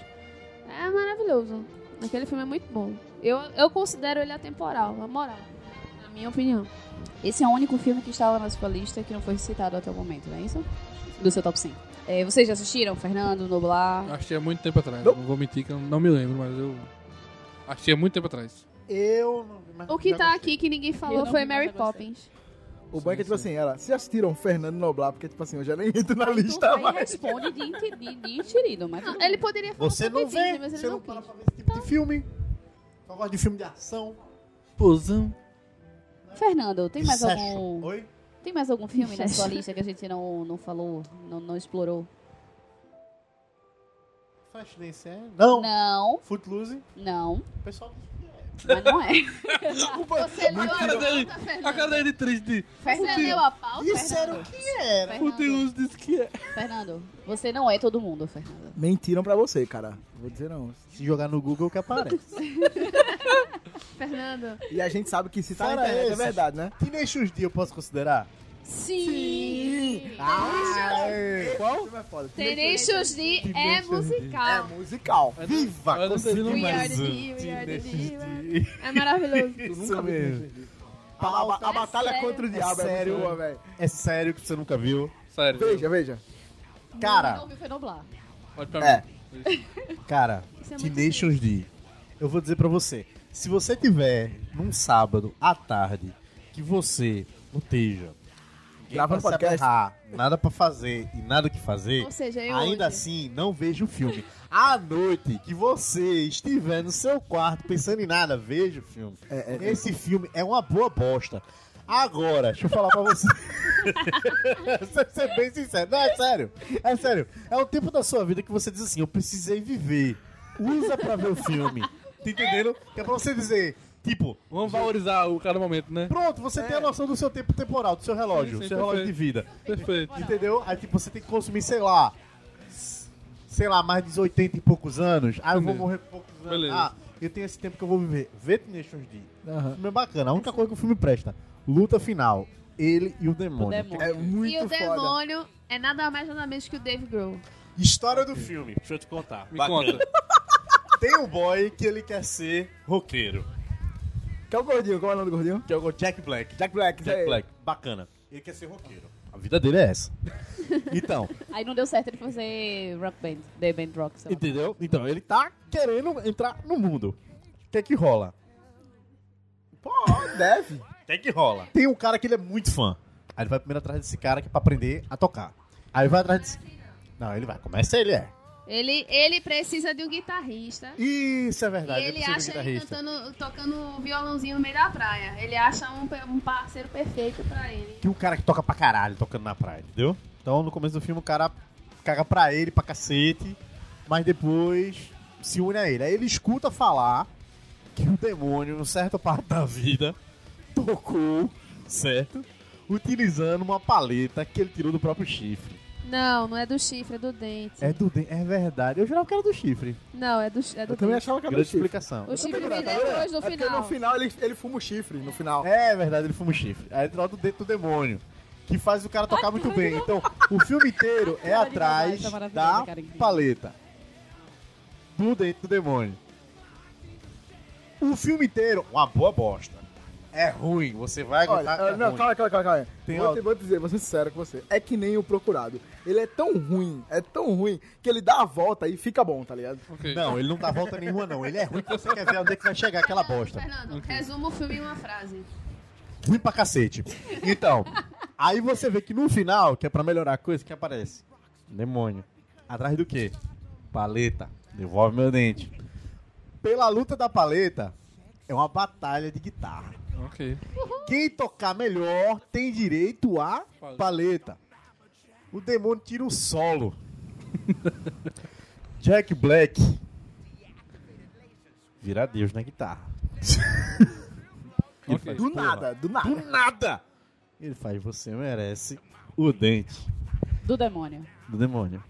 Speaker 2: É maravilhoso. Aquele filme é muito bom. Eu, eu considero ele atemporal, na moral. Na minha opinião.
Speaker 1: Esse é o único filme que estava na sua lista que não foi citado até o momento, não é isso? Do seu top 5. É, vocês já assistiram? Fernando, Noblar?
Speaker 5: Achei há muito tempo atrás.
Speaker 8: Não.
Speaker 5: Não vou mentir que eu não me lembro, mas eu. Achei há muito tempo atrás.
Speaker 3: Eu não vi mais.
Speaker 2: O que
Speaker 3: já
Speaker 2: tá
Speaker 3: gostei.
Speaker 2: aqui que ninguém
Speaker 1: Eu
Speaker 2: falou
Speaker 1: não
Speaker 2: foi
Speaker 1: vi, mas
Speaker 2: Mary
Speaker 1: eu gostei.
Speaker 2: Poppins.
Speaker 8: O bom é que,
Speaker 5: Sim,
Speaker 8: tipo
Speaker 5: sim.
Speaker 8: assim, ela, se assistiram Fernando Noblar, porque, tipo assim, eu já nem entro na lista,
Speaker 1: Aí tu
Speaker 8: mas...
Speaker 1: responde de, inte- de, de enxerido, mas
Speaker 2: Não,
Speaker 1: tudo
Speaker 2: ele
Speaker 1: bem.
Speaker 2: poderia falar
Speaker 3: Você
Speaker 2: sobre
Speaker 3: não
Speaker 2: Disney,
Speaker 3: vê,
Speaker 2: mas ele
Speaker 3: você não
Speaker 2: não Tá.
Speaker 3: para
Speaker 2: quis.
Speaker 3: pra ver esse tipo de filme. Só gosta de filme de ação.
Speaker 5: Posão.
Speaker 1: Fernando, tem mais
Speaker 3: Session.
Speaker 1: algum.
Speaker 3: Oi?
Speaker 1: Tem mais algum filme na sua
Speaker 2: Session.
Speaker 1: lista que a gente não, não falou, não, não explorou?
Speaker 3: Flashdance é? Não.
Speaker 1: Não,
Speaker 3: Footloose.
Speaker 1: não.
Speaker 3: O pessoal diz que é.
Speaker 1: Mas não é.
Speaker 2: Você leu
Speaker 5: a cara dele,
Speaker 1: tá
Speaker 2: pauta,
Speaker 5: a
Speaker 2: Fernando?
Speaker 5: cara dele triste.
Speaker 1: Você leu a pauta?
Speaker 4: Disseram
Speaker 1: Fernando?
Speaker 4: que era.
Speaker 5: O Deus disse que é.
Speaker 1: Fernando, você não é todo mundo, Fernando.
Speaker 8: Mentiram pra você, cara. Vou dizer não.
Speaker 3: Se jogar no Google que aparece.
Speaker 2: *laughs* Fernando.
Speaker 8: E a gente sabe que se tá
Speaker 3: Fora
Speaker 8: na internet
Speaker 3: esse.
Speaker 8: é verdade, né?
Speaker 3: Que deixa os dias eu posso considerar?
Speaker 1: Sim!
Speaker 8: Qual? É foda.
Speaker 2: Tenacious D é
Speaker 8: É
Speaker 2: musical.
Speaker 8: musical.
Speaker 3: É Viva!
Speaker 5: Eu não sei
Speaker 3: consigo
Speaker 2: We are
Speaker 3: mais
Speaker 2: the
Speaker 3: um.
Speaker 2: D, we are the D. we are-
Speaker 3: Isso
Speaker 2: É maravilhoso.
Speaker 3: mesmo.
Speaker 8: A, a- a batalha
Speaker 2: sério.
Speaker 8: contra o diabo é,
Speaker 3: sério.
Speaker 8: muito boa, velho.
Speaker 3: É sério que você nunca viu?
Speaker 5: Sério.
Speaker 8: Veja, veja.
Speaker 3: Cara,
Speaker 1: Não viu foi noblar.
Speaker 5: Olha pra
Speaker 8: É.
Speaker 5: mim.
Speaker 3: cara,
Speaker 2: Isso é
Speaker 3: te
Speaker 2: muito
Speaker 3: deixa os dias. Eu vou dizer pra você. Se você tiver num sábado à tarde que você loteja,
Speaker 8: Gravando um podcast.
Speaker 3: nada pra fazer e nada que fazer,
Speaker 2: Ou seja,
Speaker 1: é
Speaker 2: eu
Speaker 3: Ainda
Speaker 2: hoje.
Speaker 3: assim, não veja o filme. À noite que você estiver no seu quarto pensando em nada, veja o filme.
Speaker 5: É,
Speaker 3: Esse filme é uma boa bosta. Agora, deixa eu falar pra você. *laughs* Pra ser bem sincero. Não, é sério. É sério. É o tempo da sua vida que você diz assim, eu precisei viver. Usa pra ver o filme. Tá entendendo? Que é pra você dizer, tipo,
Speaker 5: Vamos valorizar o cada momento, né?
Speaker 3: pronto, você tem a noção do seu tempo temporal, do seu relógio,
Speaker 5: Sim, sim,
Speaker 3: seu relógio de
Speaker 5: perfeito.
Speaker 3: vida.
Speaker 5: Perfeito.
Speaker 3: Entendeu? Aí tipo, você tem que consumir, sei lá. s- Sei lá, mais de 80 e poucos anos. Ah, eu vou
Speaker 5: Beleza.
Speaker 3: morrer com poucos anos.
Speaker 5: Beleza.
Speaker 3: Ah, eu tenho esse tempo que eu vou viver. Vê Nations D. O filme é bacana. A única coisa que o filme presta: luta final. Ele e o demônio.
Speaker 1: O demônio.
Speaker 8: É muito
Speaker 2: E o
Speaker 8: foda.
Speaker 2: demônio é nada mais nada menos que o Dave Grohl.
Speaker 3: História do filme. Deixa eu te contar.
Speaker 5: Me
Speaker 3: Bacana.
Speaker 5: conta.
Speaker 3: Tem um boy que ele quer ser roqueiro.
Speaker 8: Que é o gordinho? Qual é o nome do gordinho?
Speaker 3: Que é o Jack Black.
Speaker 8: Jack Black. isso
Speaker 3: Jack
Speaker 8: aí.
Speaker 3: Black. Bacana. Ele quer ser roqueiro. A vida dele é essa. então,
Speaker 1: Aí não deu certo ele fazer rock band, The Band Rock. sei lá.
Speaker 3: Entendeu? Então, ele tá querendo entrar no mundo. O que é que rola?
Speaker 8: Pô, deve.
Speaker 3: O que é que rola? Tem um cara que ele é muito fã. Aí ele vai primeiro atrás desse cara que é pra aprender a tocar. Aí ele vai atrás desse... Não, ele vai. Começa ele, é.
Speaker 2: Ele, ele precisa de um guitarrista.
Speaker 3: Isso é verdade.
Speaker 2: e
Speaker 3: é
Speaker 2: ele
Speaker 3: possível
Speaker 2: acha ele
Speaker 3: guitarrista.
Speaker 2: cantando, tocando um violãozinho no meio da praia. Ele acha um, pe- um parceiro perfeito pra ele.
Speaker 3: Que um cara que toca pra caralho tocando na praia, entendeu? Então, no começo do filme, o cara caga pra ele, pra cacete. Mas depois se une a ele. Aí ele escuta falar que o demônio, em certa parte da vida, *laughs* tocou, certo? Utilizando uma paleta que ele tirou do próprio chifre.
Speaker 2: Não, não é do chifre, é do dente.
Speaker 3: É do de- É verdade. Eu jurava que era do chifre.
Speaker 2: Não, é do, chi- é do
Speaker 8: Eu também
Speaker 2: dente.
Speaker 8: achava que era
Speaker 3: Grande
Speaker 8: do chifre.
Speaker 3: explicação.
Speaker 2: O chifre vem
Speaker 8: Tá vendo?
Speaker 2: depois no
Speaker 8: É porque
Speaker 2: final.
Speaker 8: no final ele, ele fuma o chifre, no final.
Speaker 3: *laughs* É verdade, ele fuma o chifre. Aí ele troca o dentro do demônio. Que faz o cara tocar muito bem. Então, o filme inteiro é
Speaker 1: Cara,
Speaker 3: atrás
Speaker 1: tá maravilhosa,
Speaker 3: da
Speaker 1: cara, incrível.
Speaker 3: paleta. Do dentro do demônio. O filme inteiro, uma boa bosta. É ruim, você vai
Speaker 8: Olha,
Speaker 3: aguentar. que
Speaker 8: ah,
Speaker 3: é
Speaker 8: não,
Speaker 3: ruim.
Speaker 8: calma, calma, calma. calma.
Speaker 3: Tem
Speaker 8: vou, te,
Speaker 3: algo.
Speaker 8: vou dizer, vou ser sincero com você. É que nem o procurado. Ele é tão ruim, é tão ruim, que ele dá a volta e fica bom, tá ligado?
Speaker 5: Ok.
Speaker 3: Não, ele não dá volta nenhuma, não. Ele é ruim que você quer ver onde é que vai chegar aquela bosta.
Speaker 2: Fernando, resuma o filme em uma frase.
Speaker 3: ruim pra cacete. Então, aí você vê que no final, que é pra melhorar a coisa, que aparece? Demônio. Atrás do quê? Paleta. Devolve meu dente. Pela luta da paleta, é uma batalha de guitarra.
Speaker 5: Ok.
Speaker 3: Quem tocar melhor tem direito à paleta. O demônio tira um solo. *laughs* Jack Black vira Deus na *laughs* guitarra. Ele faz,
Speaker 8: Do
Speaker 3: "Porra,
Speaker 8: nada, do nada.
Speaker 3: do nada. Ele faz, você merece o dente
Speaker 1: Do demônio.
Speaker 3: do demônio.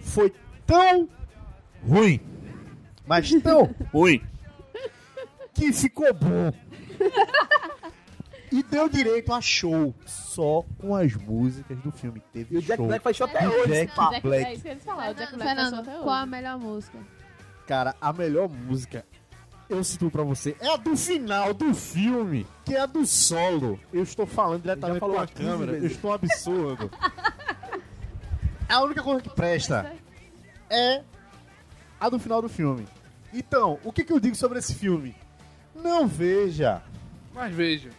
Speaker 3: Foi tão ruim, mas tão ruim, que ficou bom. E deu direito a show só com as músicas do filme. Teve
Speaker 8: E o Jack
Speaker 3: show.
Speaker 8: Black faz show até
Speaker 2: É.
Speaker 8: hoje.
Speaker 3: Jack
Speaker 2: Não,
Speaker 1: Jack Black. É
Speaker 3: Black.
Speaker 1: isso que eles falaram. o Jack
Speaker 2: Fernando,
Speaker 1: Black passou até
Speaker 2: Fernando qual a
Speaker 1: hoje.
Speaker 2: melhor música?
Speaker 3: Cara, a melhor música, eu sinto pra você, é a do final do filme, que é a do solo. Eu estou falando diretamente
Speaker 8: falou
Speaker 3: com a
Speaker 8: umas 15
Speaker 3: câmera, eu
Speaker 8: vezes.
Speaker 3: estou absurdo. É a única coisa que presta é a do final do filme. Então, o que, que eu digo sobre esse filme? Não veja,
Speaker 5: Mas veja.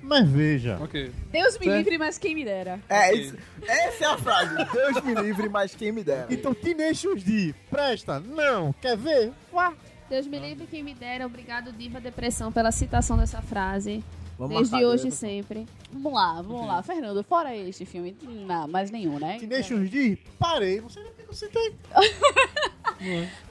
Speaker 3: mas veja.
Speaker 5: Ok.
Speaker 1: Deus me livre, mas quem me dera.
Speaker 8: É, isso, essa é a frase. Deus me livre, mas quem me dera.
Speaker 3: Então, Tineixos D, presta, não, quer ver? Vá.
Speaker 2: Deus me livre quem me dera. Obrigado, Diva Depressão, pela citação dessa frase.
Speaker 8: Vamos
Speaker 2: Desde
Speaker 8: marcar,
Speaker 2: hoje e
Speaker 8: Deus. então.
Speaker 2: sempre.
Speaker 1: Vamos lá, vamos lá. Fernando, fora este filme, não, mais nenhum, né?
Speaker 3: Tineixos D, parei, não sei nem o que eu citei.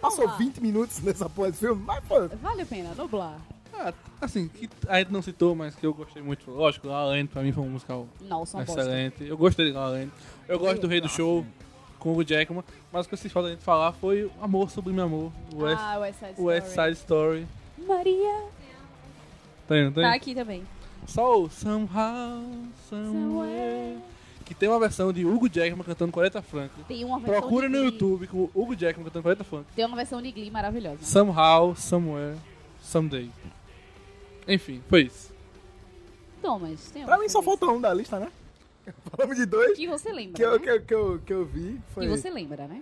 Speaker 8: Passou 20 minutos nessa porra desse filme, mas pô,
Speaker 1: Vale a pena, doblar.
Speaker 5: Ah, assim, que a gente não citou, mas que eu gostei muito. Lógico, La La Land pra mim foi um musical
Speaker 1: Nossa, uma bosta.
Speaker 5: excelente. Eu gostei de La La Land. Eu gosto do Rei
Speaker 8: Ah,
Speaker 5: do Show com o Jackman, mas o que vocês faltam a gente falar foi Amor Sublime Amor, West,
Speaker 1: Ah, West Side Story.
Speaker 5: West Side Story.
Speaker 1: Maria.
Speaker 5: Tá aí, não tem?
Speaker 1: Tá aqui também.
Speaker 5: Só o Somehow, Somewhere. Que tem uma versão de Hugo Jackman cantando 40 Franco.
Speaker 1: Tem uma versão
Speaker 5: Procura
Speaker 1: de
Speaker 5: no
Speaker 1: Glee.
Speaker 5: YouTube com o Hugo Jackman cantando 40 Franco.
Speaker 1: Tem uma versão de Glee maravilhosa.
Speaker 5: Somehow, Somewhere, Someday. Enfim, foi isso.
Speaker 1: Então, mas tem
Speaker 8: Pra
Speaker 1: uma
Speaker 8: mim só
Speaker 1: coisa
Speaker 8: falta um da lista, né? *laughs* Falamos de dois
Speaker 1: Que você lembra,
Speaker 8: que eu,
Speaker 1: né?
Speaker 8: que, eu, que, eu, que eu vi. Foi...
Speaker 1: Que você lembra, né?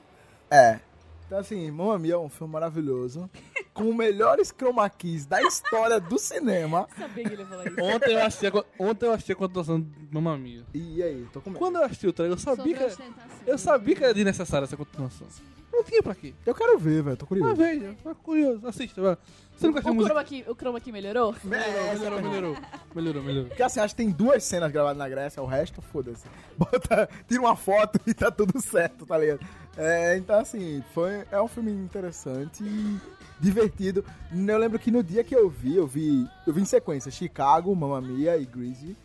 Speaker 8: É. Então, assim, Mamma Mia é um filme maravilhoso, com os melhores chroma keys da história do cinema.
Speaker 1: Sabia que ele ia falar isso.
Speaker 5: Ontem eu assisti a, co- ontem eu assisti a continuação de Mamma Mia.
Speaker 8: E aí, tô com medo.
Speaker 5: Quando eu assisti o trailer, eu sabia que,
Speaker 2: ostentação.
Speaker 5: eu sabia que era desnecessária essa continuação. Não tinha pra quê.
Speaker 8: Eu quero ver, velho, tô
Speaker 5: Mas
Speaker 8: curioso.
Speaker 5: veja, mas curioso, assista. vai. Você não gosta de
Speaker 1: O
Speaker 5: música?
Speaker 1: chroma, aqui, o chroma aqui melhorou?
Speaker 8: É,
Speaker 5: Melhorou, melhorou, melhorou, melhorou.
Speaker 8: Porque assim, acho que tem duas cenas gravadas na Grécia, o resto, foda-se. *laughs* Bota, tira uma foto e tá tudo certo, tá ligado? É, então assim, foi, é um filme interessante e divertido. Eu lembro que no dia que eu vi, eu vi, eu vi em sequência Chicago, Mamma Mia e Greasy.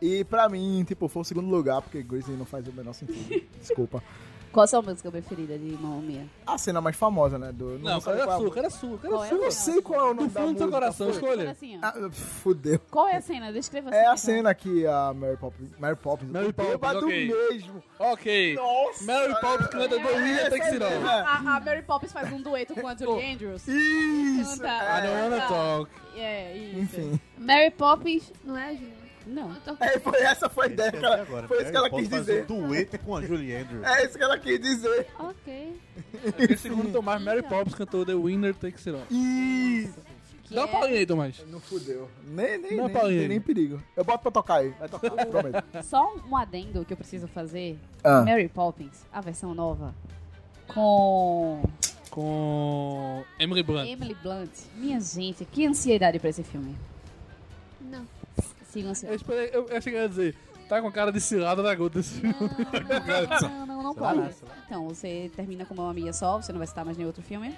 Speaker 8: E pra mim, tipo, foi o segundo lugar, porque Greasy não faz o menor sentido. Desculpa.
Speaker 1: Qual a sua música preferida de Mamma Mia?
Speaker 8: A cena mais famosa, né? Do,
Speaker 5: Não,
Speaker 8: sabe
Speaker 5: cara, era
Speaker 8: qual é a
Speaker 5: sua,
Speaker 8: música.
Speaker 5: cara, era sua, cara,
Speaker 1: Qual
Speaker 5: era
Speaker 1: é
Speaker 5: sua.
Speaker 8: Eu não sei qual é o nome
Speaker 5: Do
Speaker 8: da
Speaker 5: fundo do seu
Speaker 8: música,
Speaker 5: coração,
Speaker 8: foi-
Speaker 1: Fala
Speaker 5: escolha.
Speaker 1: assim, ó.
Speaker 8: Ah, fudeu.
Speaker 1: Qual é a cena? Descreva
Speaker 8: É a
Speaker 1: assim, então.
Speaker 8: cena que a Mary Poppins. Mary Poppins.
Speaker 5: Mary
Speaker 8: eu tô
Speaker 5: Poppins,
Speaker 8: bêbado
Speaker 5: ok.
Speaker 8: mesmo.
Speaker 5: Ok.
Speaker 8: Nossa.
Speaker 5: Mary Poppins canta Bohemian Take It Off.
Speaker 8: É.
Speaker 1: A, a Mary Poppins faz um dueto com a Julie Andrews.
Speaker 8: Isso.
Speaker 1: Canta.
Speaker 5: I don't wanna talk.
Speaker 1: tá, então É, isso.
Speaker 8: Enfim.
Speaker 2: Mary Poppins, não é, Juliana?
Speaker 1: Não.
Speaker 2: Eu tô-
Speaker 8: É, foi, essa foi a ideia que ela, Foi isso que ela quis dizer.
Speaker 3: Um dueto com a Julie
Speaker 7: um-
Speaker 3: Andrews.
Speaker 8: É isso que ela quis dizer.
Speaker 2: Ok.
Speaker 5: Porque segundo Tomás, Mary Poppins cantou The Winner Takes It Off.
Speaker 8: Isso.
Speaker 1: Que
Speaker 5: Dá uma
Speaker 1: é-
Speaker 5: palhinha aí, Tomás.
Speaker 8: Não fudeu. Nem, nem,
Speaker 5: Não, é
Speaker 8: nem,
Speaker 5: Paulinho.
Speaker 8: tem nem perigo. Eu boto pra tocar aí. Vai tocar, prometo.
Speaker 1: Só um adendo que eu preciso fazer.
Speaker 8: Ah.
Speaker 1: Mary Poppins, a versão nova, com
Speaker 5: Com Emily Blunt.
Speaker 1: Emily Blunt. Minha gente, que ansiedade pra esse filme.
Speaker 2: Não.
Speaker 1: Siga
Speaker 5: Eu,
Speaker 1: ansiedade.
Speaker 5: esperei, eu, eu cheguei a dizer, tá com cara de cilada na gota assim. esse filme.
Speaker 1: Não, não, não pode.
Speaker 5: né?
Speaker 1: Então, você termina com uma amiga só, você não vai citar mais nenhum outro filme?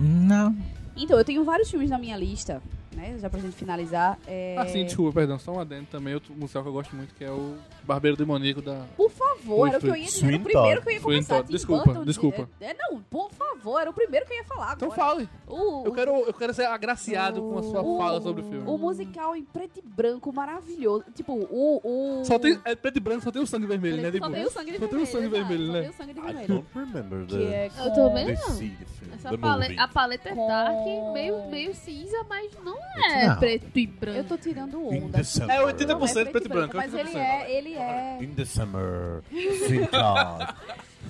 Speaker 8: Não.
Speaker 1: Então, eu tenho vários filmes na minha lista, né? Já pra gente finalizar. É...
Speaker 5: Ah, sim, desculpa, perdão, só um adendo também, outro musical que eu gosto muito, que é o Barbeiro Demoníaco da...
Speaker 1: Por favor, era o que eu ia dizer. Era o primeiro que eu ia
Speaker 5: Swinton.
Speaker 1: começar. Tim
Speaker 5: então, Desculpa,
Speaker 1: Burton,
Speaker 5: desculpa.
Speaker 1: É, é, não, por favor, era o primeiro que eu ia falar agora.
Speaker 5: Então fale,
Speaker 1: O,
Speaker 5: eu quero, eu quero ser agraciado com a sua
Speaker 1: o-
Speaker 5: fala sobre o filme.
Speaker 1: o musical em preto e branco maravilhoso. Tipo, o... o...
Speaker 5: Só tem, é preto e branco, só tem o sangue vermelho, né?
Speaker 1: Só
Speaker 5: Tipo,
Speaker 1: tem o sangue de
Speaker 5: Só tem
Speaker 1: vermelho. exato, só
Speaker 2: é
Speaker 5: o sangue vermelho, né?
Speaker 1: tem o sangue de
Speaker 3: I
Speaker 1: vermelho.
Speaker 3: don't remember
Speaker 1: Ah, Que
Speaker 3: the,
Speaker 1: é
Speaker 2: Eu também
Speaker 3: the
Speaker 2: não.
Speaker 3: sea, the film,
Speaker 2: Essa
Speaker 3: the
Speaker 2: pale-
Speaker 3: movie.
Speaker 2: a paleta é
Speaker 1: Com-
Speaker 2: dark, meio, meio cinza, mas não é
Speaker 3: Não.
Speaker 2: preto e branco.
Speaker 1: Eu tô tirando
Speaker 3: In
Speaker 1: onda.
Speaker 3: the summer.
Speaker 5: É 80%
Speaker 1: Não, é
Speaker 5: preto e branco.
Speaker 1: Mas ele
Speaker 5: 80%.
Speaker 1: é, ele é.
Speaker 3: In the summer. Sweet God.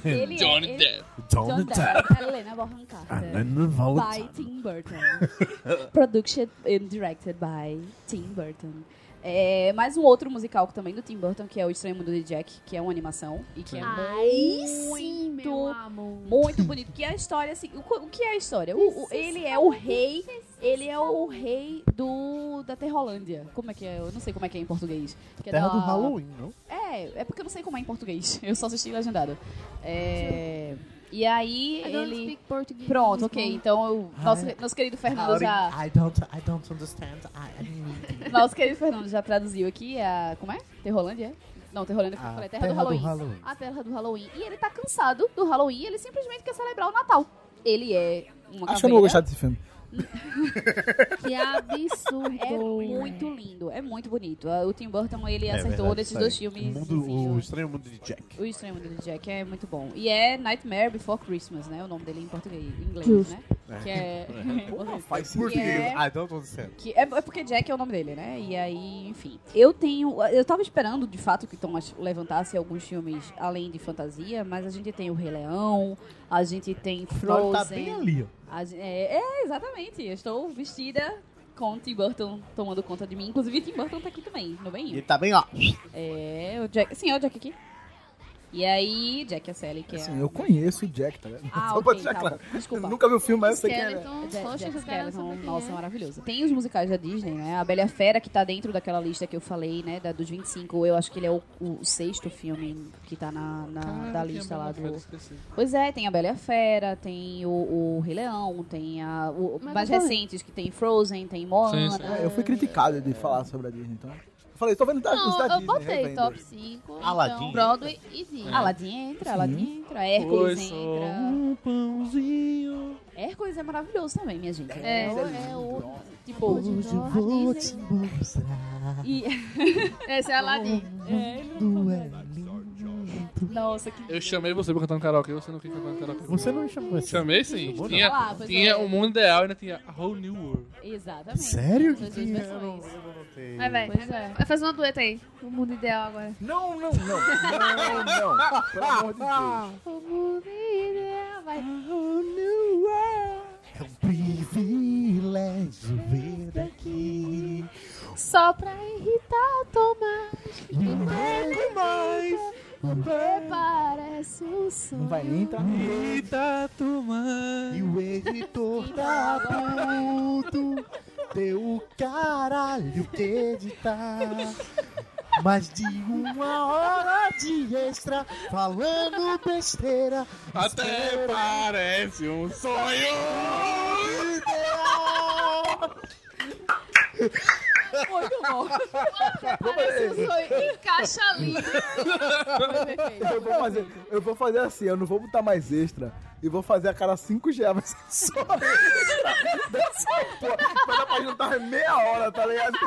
Speaker 1: Ele é.
Speaker 5: Johnny
Speaker 1: ele-
Speaker 5: Depp.
Speaker 3: Don't
Speaker 1: Johnny
Speaker 3: attack.
Speaker 1: Depp. Helena Bonham
Speaker 5: Ah, é
Speaker 1: Carter.
Speaker 3: And then volatile.
Speaker 1: By Tim Burton. *laughs* Production and directed by Tim Burton. É, mais um outro musical também do Tim Burton, que é O Estranho Mundo de Jack, que é uma animação e que é
Speaker 2: Ai,
Speaker 1: muito
Speaker 2: sim, meu amor.
Speaker 1: Muito bonito. Que é a história, assim. O, co- o que é a história? O- o- ele é o rei. Ele é o rei do. da Terrolândia. Como é que é? Eu não sei como é que é em português. Que é
Speaker 7: Terra do
Speaker 1: da-
Speaker 7: Halloween, não?
Speaker 1: É, é porque eu não sei como é em português. *laughs* Eu só assisti legendado. É. E aí
Speaker 2: I don't
Speaker 1: ele.
Speaker 2: speak Portuguese.
Speaker 1: Pronto, ok. Então eu- nosso, nosso querido Fernando já.
Speaker 7: I don't, I don't understand. I, I...
Speaker 1: Nosso querido Fernando já traduziu aqui a. Como é? Terrolândia? Não, Terrolândia que eu
Speaker 7: A
Speaker 1: falei, Ah, terra,
Speaker 7: terra
Speaker 1: do, Halloween.
Speaker 7: do Halloween.
Speaker 1: A terra do Halloween. E ele tá cansado do Halloween e ele simplesmente quer celebrar o Natal. Ele é uma
Speaker 8: Acho que eu não vou
Speaker 1: caveira.
Speaker 8: gostar desse filme.
Speaker 2: Que absurdo.
Speaker 1: É muito lindo, é muito bonito. Ah, O Tim Burton, ele acertou
Speaker 3: verdade,
Speaker 1: nesses
Speaker 3: isso aí.
Speaker 1: dois filmes.
Speaker 3: O mundo-
Speaker 1: enfim,
Speaker 3: o
Speaker 1: o-
Speaker 3: estranho mundo de Jack.
Speaker 1: O Estranho Mundo de Jack é muito bom. E é Nightmare Before Christmas, né? O nome dele em português, em inglês, né? Que é... *laughs*
Speaker 3: Faz
Speaker 1: Que é-
Speaker 3: I don't understand.
Speaker 1: Que é, é porque Jack é o nome dele, né? E aí, enfim. Eu tenho. Eu tava esperando, de fato, que Thomas levantasse alguns filmes além de fantasia, mas a gente tem o Rei Leão, a gente tem Frozen.
Speaker 7: Tá bem ali, ó.
Speaker 1: a gen- é, é, exatamente. Eu estou vestida com Tim Burton tomando conta de mim. Inclusive, Tim Burton tá aqui também, no
Speaker 3: Ele
Speaker 1: banheiro.
Speaker 3: tá bem, ó.
Speaker 1: É, o Jack. Sim, é o Jack aqui. E aí, Jack Asselli, que é.
Speaker 8: Assim, eu conheço o Jack, tá ligado? *laughs*
Speaker 1: Ah,
Speaker 8: Só
Speaker 1: ok,
Speaker 8: pra deixar
Speaker 1: tá
Speaker 8: claro.
Speaker 1: bom. Desculpa.
Speaker 8: Nunca vi o filme, mas sei quem é.
Speaker 2: Skeleton,
Speaker 1: Jack-
Speaker 2: poxa,
Speaker 1: Jack
Speaker 2: eu quero
Speaker 1: Skeleton,
Speaker 2: saber quem
Speaker 1: nossa,
Speaker 2: é.
Speaker 1: maravilhoso. Tem os musicais da Disney, né? A Bela e a Fera, que tá dentro daquela lista que eu falei, né? Da, dos 25. Eu acho que ele é o, o sexto filme que tá na, na- da lista lá do. Pois é, tem a Bela e a Fera, tem o, o Rei Leão, tem a. O,
Speaker 2: Mas
Speaker 1: mais
Speaker 2: eu falei.
Speaker 1: recentes, que tem Frozen, tem Moana.
Speaker 5: Sim, sim.
Speaker 8: É, Eu fui criticado de falar sobre a Disney, então. Eu falei, tô vendo da, os
Speaker 2: Não,
Speaker 8: da
Speaker 2: é eu
Speaker 8: Disney.
Speaker 2: botei
Speaker 8: revendo.
Speaker 2: top 5.
Speaker 3: Aladdin
Speaker 2: Então,
Speaker 3: entra.
Speaker 2: Broadway e Disney.
Speaker 1: Aladdin entra, Aladdin entra, Hércules entra.
Speaker 7: um
Speaker 5: pãozinho.
Speaker 1: Hércules é maravilhoso também, minha gente.
Speaker 2: É,
Speaker 1: É, é, outro. Tipo,
Speaker 2: Hoje eu vou te
Speaker 1: e,
Speaker 2: Esse é Aladdin.
Speaker 7: é
Speaker 1: nossa, que
Speaker 5: Eu chamei você pra cantar um karaokê, você não quer cantar um karaokê.
Speaker 7: Você não me chamou assim.
Speaker 5: Chamei sim.
Speaker 7: Vou
Speaker 5: Tinha,
Speaker 1: lá, pois
Speaker 5: tinha
Speaker 1: é.
Speaker 5: o mundo ideal e ainda tinha a whole new world.
Speaker 1: Exatamente.
Speaker 7: Sério?
Speaker 1: As duas
Speaker 7: Que
Speaker 1: versões.
Speaker 2: Vai, vai.
Speaker 1: Pois é.
Speaker 2: Vai fazer uma dueta aí. O mundo ideal agora.
Speaker 8: Não, não, não. Não, não. Pelo amor de Deus.
Speaker 2: O mundo ideal vai.
Speaker 7: É um privilégio vir aqui.
Speaker 2: Só pra irritar, tomar.
Speaker 3: Hum.
Speaker 7: Nunca mais.
Speaker 2: Parece um sonho.
Speaker 8: Não vai nem entrar.
Speaker 7: tá
Speaker 5: Eita,
Speaker 7: E o editor tá puto. Deu o caralho que editar. Mais de uma hora de extra falando besteira.
Speaker 5: Até parece um sonho.
Speaker 1: Muito bom.
Speaker 2: Parece um sonho. Encaixa lindo.
Speaker 8: Eu vou, fazer, eu vou fazer assim, eu não vou botar mais extra. E vou fazer a cara 5G, vai ser *laughs* só extra dessa porra. Vai dar pra juntar meia hora, tá ligado?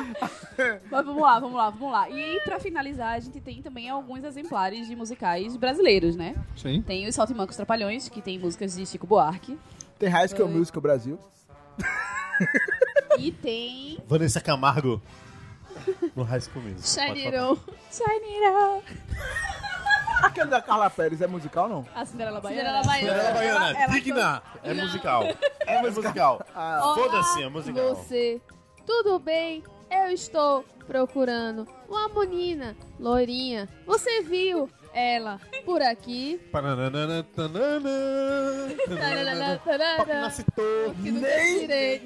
Speaker 1: Mas vamos lá, vamos lá, vamos lá. E pra finalizar, a gente tem também alguns exemplares de musicais brasileiros, né?
Speaker 5: Sim.
Speaker 1: Tem os Saltimbancos Trapalhões, que tem músicas de Chico Buarque.
Speaker 8: Tem High School Musical Brasil.
Speaker 1: E tem...
Speaker 3: Vanessa Camargo. No High School Musical.
Speaker 2: Shiniron.
Speaker 1: Shiny Now.
Speaker 8: Aquele da Carla Pérez é musical, não?
Speaker 1: A Cinderela Baiana.
Speaker 2: Cinderela Baiana.
Speaker 3: Baiana,
Speaker 1: Ela-
Speaker 3: digna. É musical. É musical. Foda-se, é musical.
Speaker 2: Você, tudo bem? Eu estou procurando uma menina loirinha. Você viu ela por aqui?
Speaker 3: Pananana, tanana, tanana.
Speaker 2: Tararara, tararara.
Speaker 7: Nasce torto.
Speaker 2: Que nunca tirei.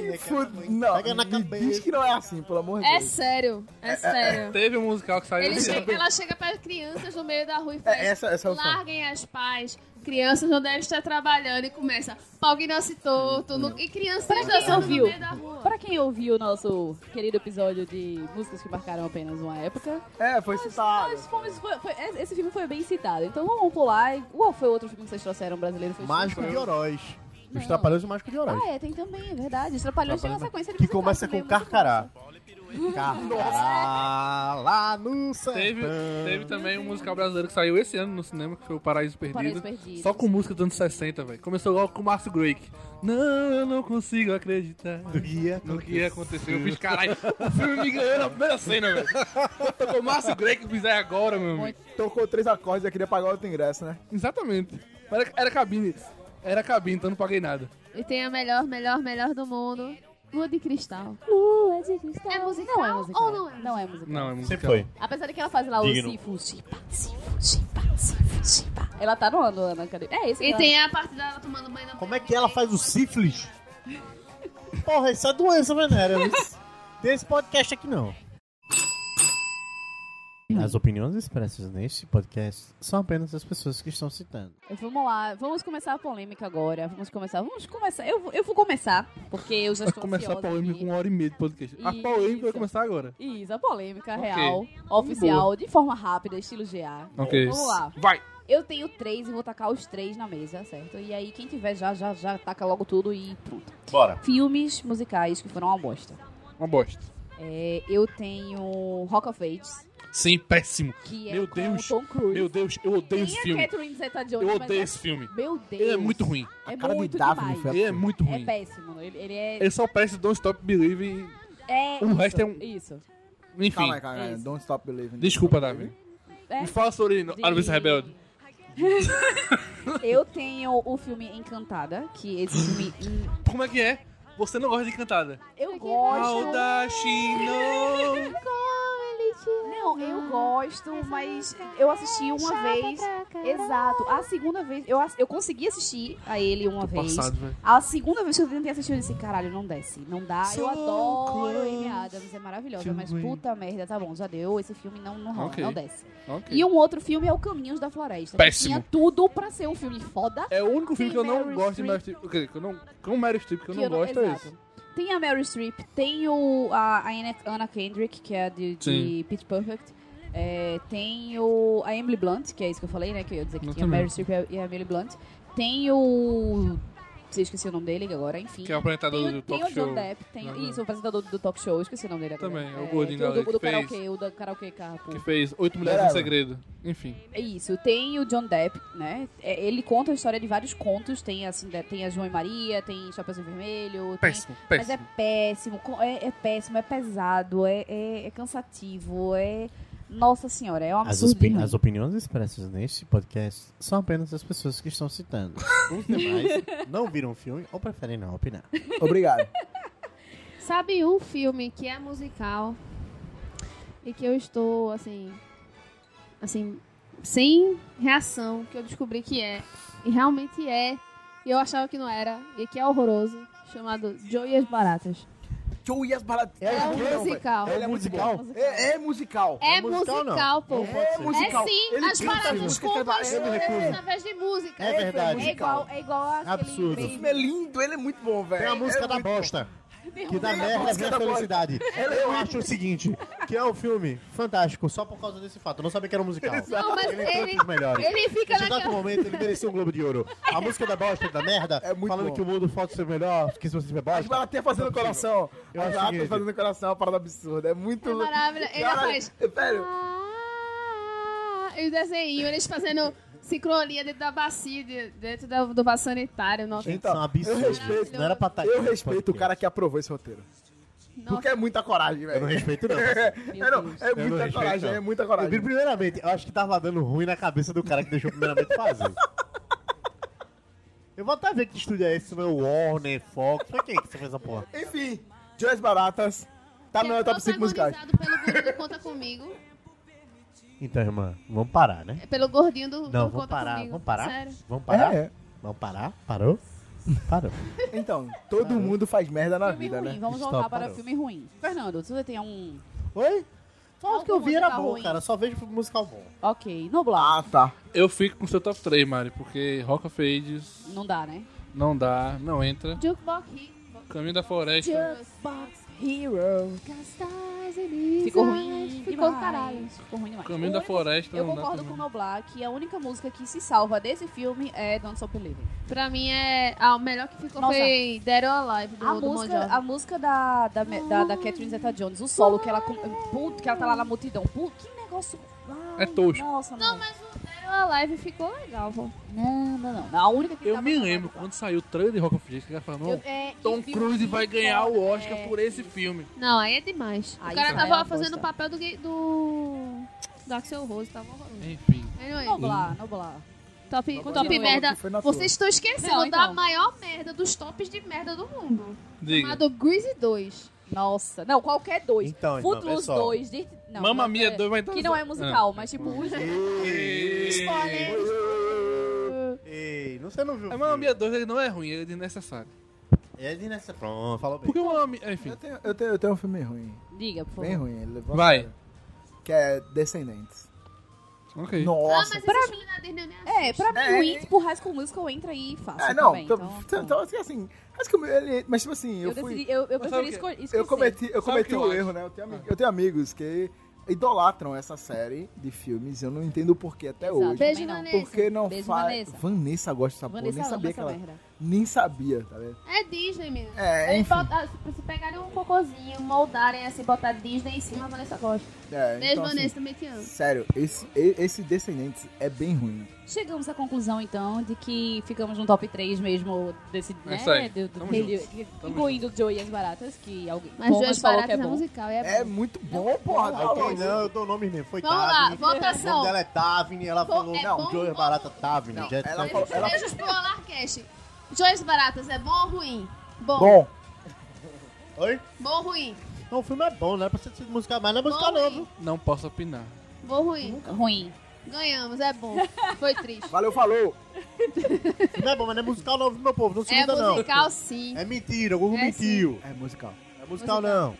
Speaker 8: Nem fudeu. Não,
Speaker 7: é Pega na
Speaker 8: me
Speaker 7: cabeça.
Speaker 8: diz que não é assim, pelo amor de
Speaker 2: É
Speaker 8: Deus.
Speaker 2: sério, é sério.
Speaker 5: Teve um musical que saiu
Speaker 2: Ele
Speaker 5: esse ano.
Speaker 2: chega- ela chega para crianças no meio da rua e faz.
Speaker 8: É, essa- essa é o som.
Speaker 2: Larguem as pais. Crianças não devem estar trabalhando e começa pau que nasce torto. no- E crianças dançando no
Speaker 1: ouviu?
Speaker 2: meio da rua.
Speaker 1: Pra quem ouviu o nosso querido episódio de músicas que marcaram apenas uma época,
Speaker 8: É, foi citado.
Speaker 1: nós fomos- foi- foi- esse filme foi bem citado. Então vamos pular. E Qual foi o outro filme que vocês trouxeram brasileiro? Foi
Speaker 7: Mágico de Oroz. Os
Speaker 1: Não.
Speaker 7: Trapalhões e o Mágico de Oroz.
Speaker 1: Ah, é, tem também, é verdade. Os Trapalhões tem uma sequência de
Speaker 7: Que
Speaker 1: musical
Speaker 7: começa
Speaker 1: também,
Speaker 7: com
Speaker 1: muito
Speaker 7: Carcará.
Speaker 1: massa.
Speaker 7: Carcará lá no sertão.
Speaker 5: Teve, teve também um musical brasileiro que saiu esse ano no cinema, que foi o Paraíso Perdido.
Speaker 1: Paraíso Perdido.
Speaker 5: Só com música dos anos 60, velho. Começou logo com o Márcio Drake. Não, eu não consigo acreditar
Speaker 7: Ia
Speaker 5: no que ia acontecer. Eu fiz, caralho, o filme me ganhou na primeira cena, velho. Tocou Márcio Drake, fizer agora, meu amigo.
Speaker 8: Tocou três acordes e queria pagar outro ingresso, né?
Speaker 5: Exatamente. Era, era cabine. Era cabine, então não paguei nada.
Speaker 2: E tem a melhor, melhor, melhor do mundo. Lua de cristal. É musical,
Speaker 1: Não é musical.
Speaker 2: ou não é?
Speaker 1: Não é musical.
Speaker 5: Não, é musical.
Speaker 3: Sempre foi.
Speaker 1: Apesar de que ela faz lá
Speaker 3: Digno.
Speaker 1: o Sifu, Shiba, Sifu, Shiba, Sifu, Shiba. Ela tá no ano, Ana. Cadê? É esse
Speaker 2: E
Speaker 1: cara.
Speaker 2: tem a parte dela tomando banho na
Speaker 7: Como é que ela faz o sífilis? Porra, isso é doença venérea. isso- Tem esse podcast aqui não. As opiniões expressas neste podcast são apenas das pessoas que estão citando.
Speaker 1: Vamos lá, vamos começar a polêmica agora. Vamos começar, vamos começar. Eu, vou- eu vou começar, porque eu já
Speaker 5: Vai
Speaker 1: estou
Speaker 5: começar a
Speaker 1: ansiosa
Speaker 5: polêmica com
Speaker 1: aqui.
Speaker 5: uma hora e meia de podcast. A
Speaker 1: Isso.
Speaker 5: polêmica vai começar agora.
Speaker 1: Isso, a polêmica
Speaker 5: Ok.
Speaker 1: real, oficial, de forma rápida, estilo GA.
Speaker 5: Ok.
Speaker 1: Vamos lá.
Speaker 5: Vai.
Speaker 1: Eu tenho três e vou tacar os três na mesa, certo? E aí, quem tiver já, já, já taca logo tudo e pronto.
Speaker 3: Bora.
Speaker 1: Filmes musicais que foram uma bosta.
Speaker 5: Uma bosta.
Speaker 1: É, eu tenho Rock of Ages,
Speaker 5: Sim, péssimo.
Speaker 1: que é
Speaker 5: Meu
Speaker 1: com
Speaker 5: Deus.
Speaker 1: o Tom Cruise.
Speaker 5: Meu Deus, eu odeio
Speaker 1: Tem
Speaker 5: esse
Speaker 1: a
Speaker 5: filme.
Speaker 1: Catherine Zeta-Jones.
Speaker 5: Eu
Speaker 1: é mas
Speaker 5: odeio
Speaker 1: é-
Speaker 5: esse filme.
Speaker 1: Meu Deus.
Speaker 5: Ele é muito ruim.
Speaker 1: É
Speaker 8: cara de
Speaker 1: muito
Speaker 8: Daphne
Speaker 1: demais.
Speaker 8: foi
Speaker 5: Ele é muito
Speaker 1: É
Speaker 5: ruim.
Speaker 1: péssimo. Ele, ele é...
Speaker 5: Ele só parece Don't Stop Believe e...
Speaker 1: é
Speaker 5: O
Speaker 1: isso,
Speaker 5: resto é um-
Speaker 1: Isso.
Speaker 5: Enfim.
Speaker 8: Calma aí, calma aí.
Speaker 1: Isso.
Speaker 8: Don't stop believing.
Speaker 5: Desculpa, Davi.
Speaker 1: É.
Speaker 5: Me fala sobre
Speaker 1: De-
Speaker 5: A Novice Rebelde.
Speaker 1: Eu tenho o filme Encantada, que esse
Speaker 5: *laughs*
Speaker 1: filme...
Speaker 5: Como é que é? Você não gosta de cantada.
Speaker 1: Eu gosto...
Speaker 5: Aldachino.
Speaker 1: Não, Eu, eu gosto, mas eu assisti uma vez. Exato. A segunda vez, eu, ass- eu consegui assistir a ele uma vez.
Speaker 5: Passado, né? velho.
Speaker 1: A segunda vez que eu tentei assistir, eu disse, caralho, não desce, não dá. Eu adoro Amy Adams, é maravilhosa, mas puta merda, tá bom, já deu, esse filme não, não rola,
Speaker 5: um Ok.
Speaker 1: não desce.
Speaker 5: Ok.
Speaker 1: E um outro filme é o Caminhos da Floresta. que
Speaker 5: Péssimo.
Speaker 1: Tinha tudo pra ser um filme foda.
Speaker 5: É o único filme que eu não
Speaker 1: Meryl
Speaker 5: gosto de
Speaker 1: Streep.
Speaker 5: Meryl Streep. Quer dizer, que eu não. Com Meryl Streep, que eu
Speaker 1: que
Speaker 5: não gosto é
Speaker 1: exato.
Speaker 5: esse.
Speaker 1: Tem a Mary Streep, tem o, a, a Anna, Anna Kendrick, que é de, de
Speaker 5: Sim.
Speaker 1: Pitch Perfect. É, tem o, a Emily Blunt, que é isso que eu falei, né? Que eu ia dizer que
Speaker 5: Eu
Speaker 1: tinha a
Speaker 5: também.
Speaker 1: Mary Streep e a- e a Emily Blunt. Tem o. Você esqueci o nome dele agora, enfim.
Speaker 5: Que é o apresentador
Speaker 1: tem, o-
Speaker 5: do
Speaker 1: tem
Speaker 5: talk
Speaker 1: o John
Speaker 5: show.
Speaker 1: Depp, tem,
Speaker 5: Aham.
Speaker 1: isso, o apresentador do talk show, eu esqueci o nome dele agora.
Speaker 5: Também, é o
Speaker 1: É,
Speaker 5: gordinho
Speaker 1: tem o
Speaker 5: lá
Speaker 1: do,
Speaker 5: que
Speaker 1: do
Speaker 5: fez-
Speaker 1: karaokê, o do karaokê Carpool.
Speaker 5: Que fez Oito Mulheres no
Speaker 8: Caralho.
Speaker 5: Segredo. Enfim.
Speaker 1: É isso, tem o John Depp, né? É, Ele conta a história de vários contos, tem a, Cinde- tem a João e Maria, tem Chapeuzinho Vermelho, tem
Speaker 5: Péssimo,
Speaker 1: mas
Speaker 5: péssimo.
Speaker 1: é péssimo, co- é, é péssimo, é pesado, é, é- é cansativo, é. Nossa senhora, é um
Speaker 3: As,
Speaker 1: absurdo.
Speaker 3: opini-
Speaker 1: demais.
Speaker 3: as opiniões expressas neste podcast são apenas das pessoas que estão citando. Os
Speaker 7: *laughs*
Speaker 3: demais não viram o filme ou preferem não opinar.
Speaker 8: Obrigado.
Speaker 2: Sabe um filme que é musical e que eu estou, assim, assim, sem reação, que eu descobri que é, e realmente é, e eu achava que não era, e que é horroroso, chamado Joe e as Baratas.
Speaker 8: Joe e as baladas.
Speaker 2: É, um musical.
Speaker 8: Ele é musical? É, é musical.
Speaker 2: É
Speaker 7: Não é musical, não.
Speaker 2: musical, pô.
Speaker 7: Não pode
Speaker 8: É
Speaker 7: ser.
Speaker 8: musical.
Speaker 2: É sim,
Speaker 8: Ele
Speaker 2: as
Speaker 8: canta
Speaker 2: baratas
Speaker 8: música,
Speaker 2: contam as
Speaker 8: ele
Speaker 2: histórias
Speaker 8: é-
Speaker 2: através de música.
Speaker 7: É verdade.
Speaker 1: É igual, é igual àquele
Speaker 7: Absurdo.
Speaker 8: Esse filme é lindo, ele é muito bom, velho.
Speaker 7: Tem a música
Speaker 8: É
Speaker 7: da
Speaker 8: muito
Speaker 7: bosta. Que dá
Speaker 8: Tem a
Speaker 7: merda
Speaker 8: música
Speaker 7: vem a
Speaker 8: da bosta. É
Speaker 7: felicidade. Eu acho o seguinte, que é um filme fantástico só por causa desse fato. Eu não sabia que era um musical.
Speaker 2: Não, mas ele,
Speaker 7: Ele é tantos melhores.
Speaker 2: ele fica
Speaker 3: tá
Speaker 7: Nesse dado
Speaker 2: naquela...
Speaker 7: momento, ele merecia um Globo de Ouro. A música da bosta, da merda,
Speaker 8: É muito
Speaker 7: falando
Speaker 8: bom.
Speaker 7: que o mundo pode ser melhor, que se você tiver
Speaker 8: As
Speaker 7: bosta.
Speaker 8: baratinhas fazendo coração.
Speaker 7: Eu
Speaker 8: As
Speaker 7: acho
Speaker 8: baratas
Speaker 7: que-
Speaker 8: fazendo coração é uma parada absurda. É muito. é
Speaker 2: É maravilhoso. Ele
Speaker 8: Caralho,
Speaker 2: faz...
Speaker 8: Velho,
Speaker 2: Ah, E o desenho, eles fazendo sincronia dentro da bacia, de- dentro da- do vaso sanitário. Nossa,
Speaker 8: Então,
Speaker 3: São absurdos.
Speaker 8: eu respeito-
Speaker 3: Não era pra
Speaker 7: tá
Speaker 3: estar
Speaker 8: eu respeito o cara que aprovou esse roteiro.
Speaker 2: Ah. nossa.
Speaker 8: Porque é muita coragem, velho.
Speaker 7: Eu não respeito,
Speaker 8: *laughs*
Speaker 7: não.
Speaker 8: É, não, é
Speaker 7: não
Speaker 8: muita
Speaker 7: respeito,
Speaker 8: coragem,
Speaker 7: não.
Speaker 8: é muita
Speaker 7: Eu vi
Speaker 8: coragem.
Speaker 7: primeiramente, eu acho que tava dando ruim na cabeça do cara que deixou primeiramente fazer. Eu vou até ver que estúdio é esse, se não é o Warner, Fox, foi quem que você fez essa porra?
Speaker 8: Enfim, Joias Baratas tá
Speaker 2: Que
Speaker 8: no meu top 5 musicais.
Speaker 2: protagonizado pelo gordinho do Conta Comigo.
Speaker 3: Então, irmã, vamos parar, né?
Speaker 2: É Pelo gordinho do,
Speaker 3: Não,
Speaker 2: do
Speaker 3: vamos
Speaker 2: Conta
Speaker 3: parar,
Speaker 2: Comigo.
Speaker 3: vamos parar.
Speaker 2: Sério.
Speaker 3: Vamos parar?
Speaker 8: É,
Speaker 3: Vamos parar?
Speaker 8: *laughs*
Speaker 3: Parou? Parou.
Speaker 8: Então, todo mundo faz merda
Speaker 2: É
Speaker 8: na
Speaker 1: Filme
Speaker 8: vida,
Speaker 1: ruim,
Speaker 8: né?
Speaker 1: vamos
Speaker 3: Stop,
Speaker 1: voltar para
Speaker 3: parou.
Speaker 1: filme ruim. Fernando, você tem um.
Speaker 7: Oi? Só o que eu
Speaker 1: Algum
Speaker 7: vi era
Speaker 1: musical
Speaker 7: bom,
Speaker 1: ruim.
Speaker 7: cara. Só vejo musical bom.
Speaker 1: Ok, Noblar.
Speaker 8: Ah, tá.
Speaker 5: Eu fico com o seu top 3, Mari, porque Rock of Ages
Speaker 1: Não dá, né?
Speaker 5: não dá, não entra.
Speaker 2: Jukebox Hero.
Speaker 5: Caminho da Floresta.
Speaker 1: Jukebox Hero.
Speaker 2: Ficou
Speaker 7: é,
Speaker 1: Ficou ruim.
Speaker 2: Ficou do
Speaker 1: demais.
Speaker 2: caralho.
Speaker 1: Ficou ruim demais.
Speaker 5: Caminho
Speaker 1: O
Speaker 5: da
Speaker 1: único-
Speaker 5: Floresta
Speaker 1: Eu
Speaker 5: não dá
Speaker 1: concordo
Speaker 5: também.
Speaker 1: com o Noblar que a única música que se salva desse filme é Don't Stop Believing.
Speaker 2: Pra mim é... Ah, o melhor que ficou
Speaker 1: Nossa.
Speaker 2: foi Dead or Alive do,
Speaker 1: A
Speaker 2: do Bon
Speaker 1: música,
Speaker 2: Jovi.
Speaker 1: a música da, da, me- da, da Catherine Zeta-Jones, o solo que ela, com- puto, que ela tá lá na multidão. Puto, que negócio... Ai,
Speaker 5: É tosco.
Speaker 1: Nossa, não.
Speaker 2: Não, mas o Dead or Alive ficou legal, pô.
Speaker 1: Não, não, não. A única que tá é
Speaker 5: Eu
Speaker 1: tava
Speaker 5: me
Speaker 1: falando-
Speaker 5: lembro quando saiu o trailer de Rock of Ages, que ela falou,
Speaker 1: Eu-
Speaker 5: não,
Speaker 1: é, que
Speaker 5: Tom
Speaker 1: filme
Speaker 5: Cruise
Speaker 1: que
Speaker 5: vai ganhar o
Speaker 1: foda,
Speaker 5: Oscar
Speaker 1: é.
Speaker 5: por esse filme.
Speaker 2: Não, aí é demais.
Speaker 1: Aí
Speaker 2: o cara
Speaker 1: já
Speaker 2: tava
Speaker 1: é uma
Speaker 2: fazendo o
Speaker 1: bosta.
Speaker 2: papel do, gay- do... do Axel Rose, tava horroroso. é
Speaker 5: Enfim.
Speaker 2: Anyway,
Speaker 1: Noblar, noblar.
Speaker 2: top, com top
Speaker 1: Continua.
Speaker 2: merda.
Speaker 8: Foi na tua.
Speaker 2: Vocês estão esquecendo
Speaker 1: Não, então.
Speaker 2: da maior merda, dos tops de merda do mundo.
Speaker 5: Diga.
Speaker 2: Chamado Greasy 2.
Speaker 1: Nossa. Não, qualquer dois.
Speaker 3: Então, irmão,
Speaker 1: Footloose
Speaker 8: é
Speaker 3: pessoal.
Speaker 1: 2. De... Não,
Speaker 5: Mamma
Speaker 1: não,
Speaker 5: Mia tá Ah.
Speaker 1: é-
Speaker 5: 2 vai entrar
Speaker 1: Que
Speaker 5: no-
Speaker 1: não é musical, mas tipo... os- Spoiler.
Speaker 3: Ei, não- você não viu.
Speaker 5: A Mamma Mia 2 ele não é ruim, ele é desnecessário.
Speaker 3: Ele nessa. Pronto, falou bem.
Speaker 5: Porque o Mamma Mia... Enfim.
Speaker 8: Eu tenho, eu, tenho, eu tenho um filme ruim.
Speaker 1: Diga, por
Speaker 8: Bem
Speaker 1: favor.
Speaker 8: ruim. Ele levou-
Speaker 5: Vai.
Speaker 8: Que é Descendentes.
Speaker 5: Ok.
Speaker 2: Ah,
Speaker 8: Nossa.
Speaker 2: mas esse filme da Disney eu nem assisto.
Speaker 1: É, pra mim,
Speaker 8: É,
Speaker 1: o
Speaker 8: é,
Speaker 1: It por High School Musical entra aí fácil
Speaker 8: É, não.
Speaker 1: também.
Speaker 8: tô-
Speaker 1: então,
Speaker 8: então,
Speaker 1: então,
Speaker 8: assim, assim, acho que eu- ele- mas tipo assim, eu,
Speaker 1: eu,
Speaker 8: fui.
Speaker 1: decidi, eu, eu
Speaker 5: Mas
Speaker 1: preferi
Speaker 5: sabe o
Speaker 1: esco- esquecer.
Speaker 8: eu cometi, eu
Speaker 5: Sabe o
Speaker 8: cometi
Speaker 5: que eu
Speaker 8: o
Speaker 5: acho?
Speaker 8: erro, né? Eu tenho, ami- eu tenho amigos que idolatram essa série de filmes e eu não entendo o porquê até
Speaker 1: Exato.
Speaker 8: hoje.
Speaker 2: Beijo,
Speaker 1: Também não.
Speaker 2: Vanessa.
Speaker 8: Porque não
Speaker 1: Beijo,
Speaker 8: faz.
Speaker 1: Vanessa.
Speaker 8: gosta dessa porra,
Speaker 1: Vanessa
Speaker 8: nem
Speaker 1: ama
Speaker 8: sabia
Speaker 1: essa
Speaker 8: que ela.
Speaker 1: merda.
Speaker 8: Nem sabia, tá vendo?
Speaker 2: É Disney, menina.
Speaker 8: É,
Speaker 2: Eles
Speaker 8: enfim.
Speaker 2: botam- ah, se- se pegarem um cocôzinho, moldarem assim, botar Disney em cima, a Vanessa gosta.
Speaker 8: É,
Speaker 2: Beijo,
Speaker 8: então, assim,
Speaker 2: Vanessa, também te amo.
Speaker 8: Sério, esse, e- esse Descendentes é bem ruim.
Speaker 1: Chegamos à conclusão, então, de que ficamos no top 3 mesmo desse,
Speaker 5: É
Speaker 1: né?
Speaker 5: isso aí.
Speaker 1: Do, do,
Speaker 5: Tamo
Speaker 1: dele-
Speaker 5: junto.
Speaker 1: que-
Speaker 5: Tamo
Speaker 1: incluindo o Joe e as Baratas, que alguém
Speaker 2: Mas
Speaker 1: Thomas
Speaker 2: duas
Speaker 1: falou que
Speaker 2: baratas
Speaker 1: é
Speaker 2: na
Speaker 1: bom.
Speaker 2: musical, é,
Speaker 8: É
Speaker 2: bom.
Speaker 8: muito bom, porra.
Speaker 3: Aí
Speaker 8: tá
Speaker 3: quem
Speaker 8: louco.
Speaker 3: não, eu dou o nome mesmo. Foi
Speaker 2: Vamos lá,
Speaker 3: Tavni. O
Speaker 2: votação.
Speaker 3: nome dela é Tavni, ela
Speaker 2: Vo-
Speaker 3: falou.
Speaker 2: é
Speaker 3: não,
Speaker 2: bom,
Speaker 3: o Joe é
Speaker 2: bom.
Speaker 3: barata Tavni.
Speaker 8: Não,
Speaker 3: Jet
Speaker 8: ela
Speaker 3: Set.
Speaker 8: falou- ela-
Speaker 2: Beijos pro Alarcast. Joias baratas, é bom ou ruim? Bom.
Speaker 8: Bom,
Speaker 3: Oi?
Speaker 2: Bom ou ruim?
Speaker 7: Não, o filme é bom, não é pra ser sido musical, mas não é musical não, viu?
Speaker 5: Não posso opinar.
Speaker 2: Vou ruim.
Speaker 1: Ruim.
Speaker 2: Ganhamos, é bom. Foi triste.
Speaker 8: Valeu, falou.
Speaker 7: Não é bom, mas não é musical não, viu, meu povo? Não se
Speaker 2: É
Speaker 7: muda não.
Speaker 2: musical, sim.
Speaker 7: É mentira, o Google
Speaker 2: É sim.
Speaker 7: mentiu.
Speaker 8: É musical.
Speaker 7: É musical não.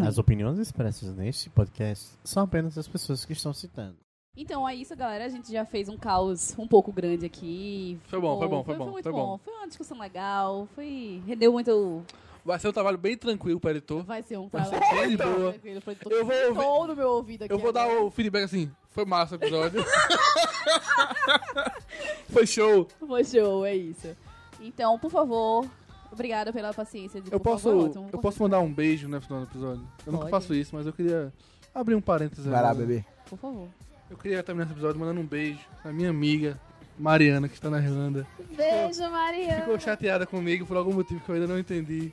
Speaker 3: As opiniões expressas neste podcast são apenas das pessoas que estão citando.
Speaker 1: Então é isso, galera. A gente já fez um caos um pouco grande aqui.
Speaker 5: Foi bom, foi bom, foi bom,
Speaker 1: muito
Speaker 5: foi bom.
Speaker 1: Foi uma discussão legal, foi. Rendeu muito.
Speaker 5: Vai ser um trabalho bem tranquilo para editor.
Speaker 1: Vai ser um
Speaker 5: Vai ser
Speaker 1: trabalho.
Speaker 5: bem de boa.
Speaker 1: tranquilo, foi todo-
Speaker 5: Eu vou ouvir-
Speaker 1: todo no meu ouvido aqui.
Speaker 5: Eu vou dar
Speaker 1: agora.
Speaker 5: o feedback assim. Foi massa o episódio. *laughs* Foi show.
Speaker 1: Foi show, é isso. Então, por favor, obrigada pela paciência de
Speaker 5: Eu
Speaker 1: por
Speaker 5: posso,
Speaker 1: favor, é ótimo.
Speaker 5: eu posso mandar um beijo no final do episódio. Eu nunca
Speaker 1: Pode.
Speaker 5: faço isso, mas eu queria abrir um parênteses
Speaker 8: Vai lá,
Speaker 5: agora.
Speaker 8: bebê.
Speaker 1: Por favor.
Speaker 5: Eu queria terminar esse episódio mandando um beijo pra minha amiga Mariana, que está na Irlanda.
Speaker 2: Beijo, Mariana.
Speaker 5: Ficou chateada comigo por algum motivo que eu ainda não
Speaker 1: *laughs*
Speaker 5: entendi.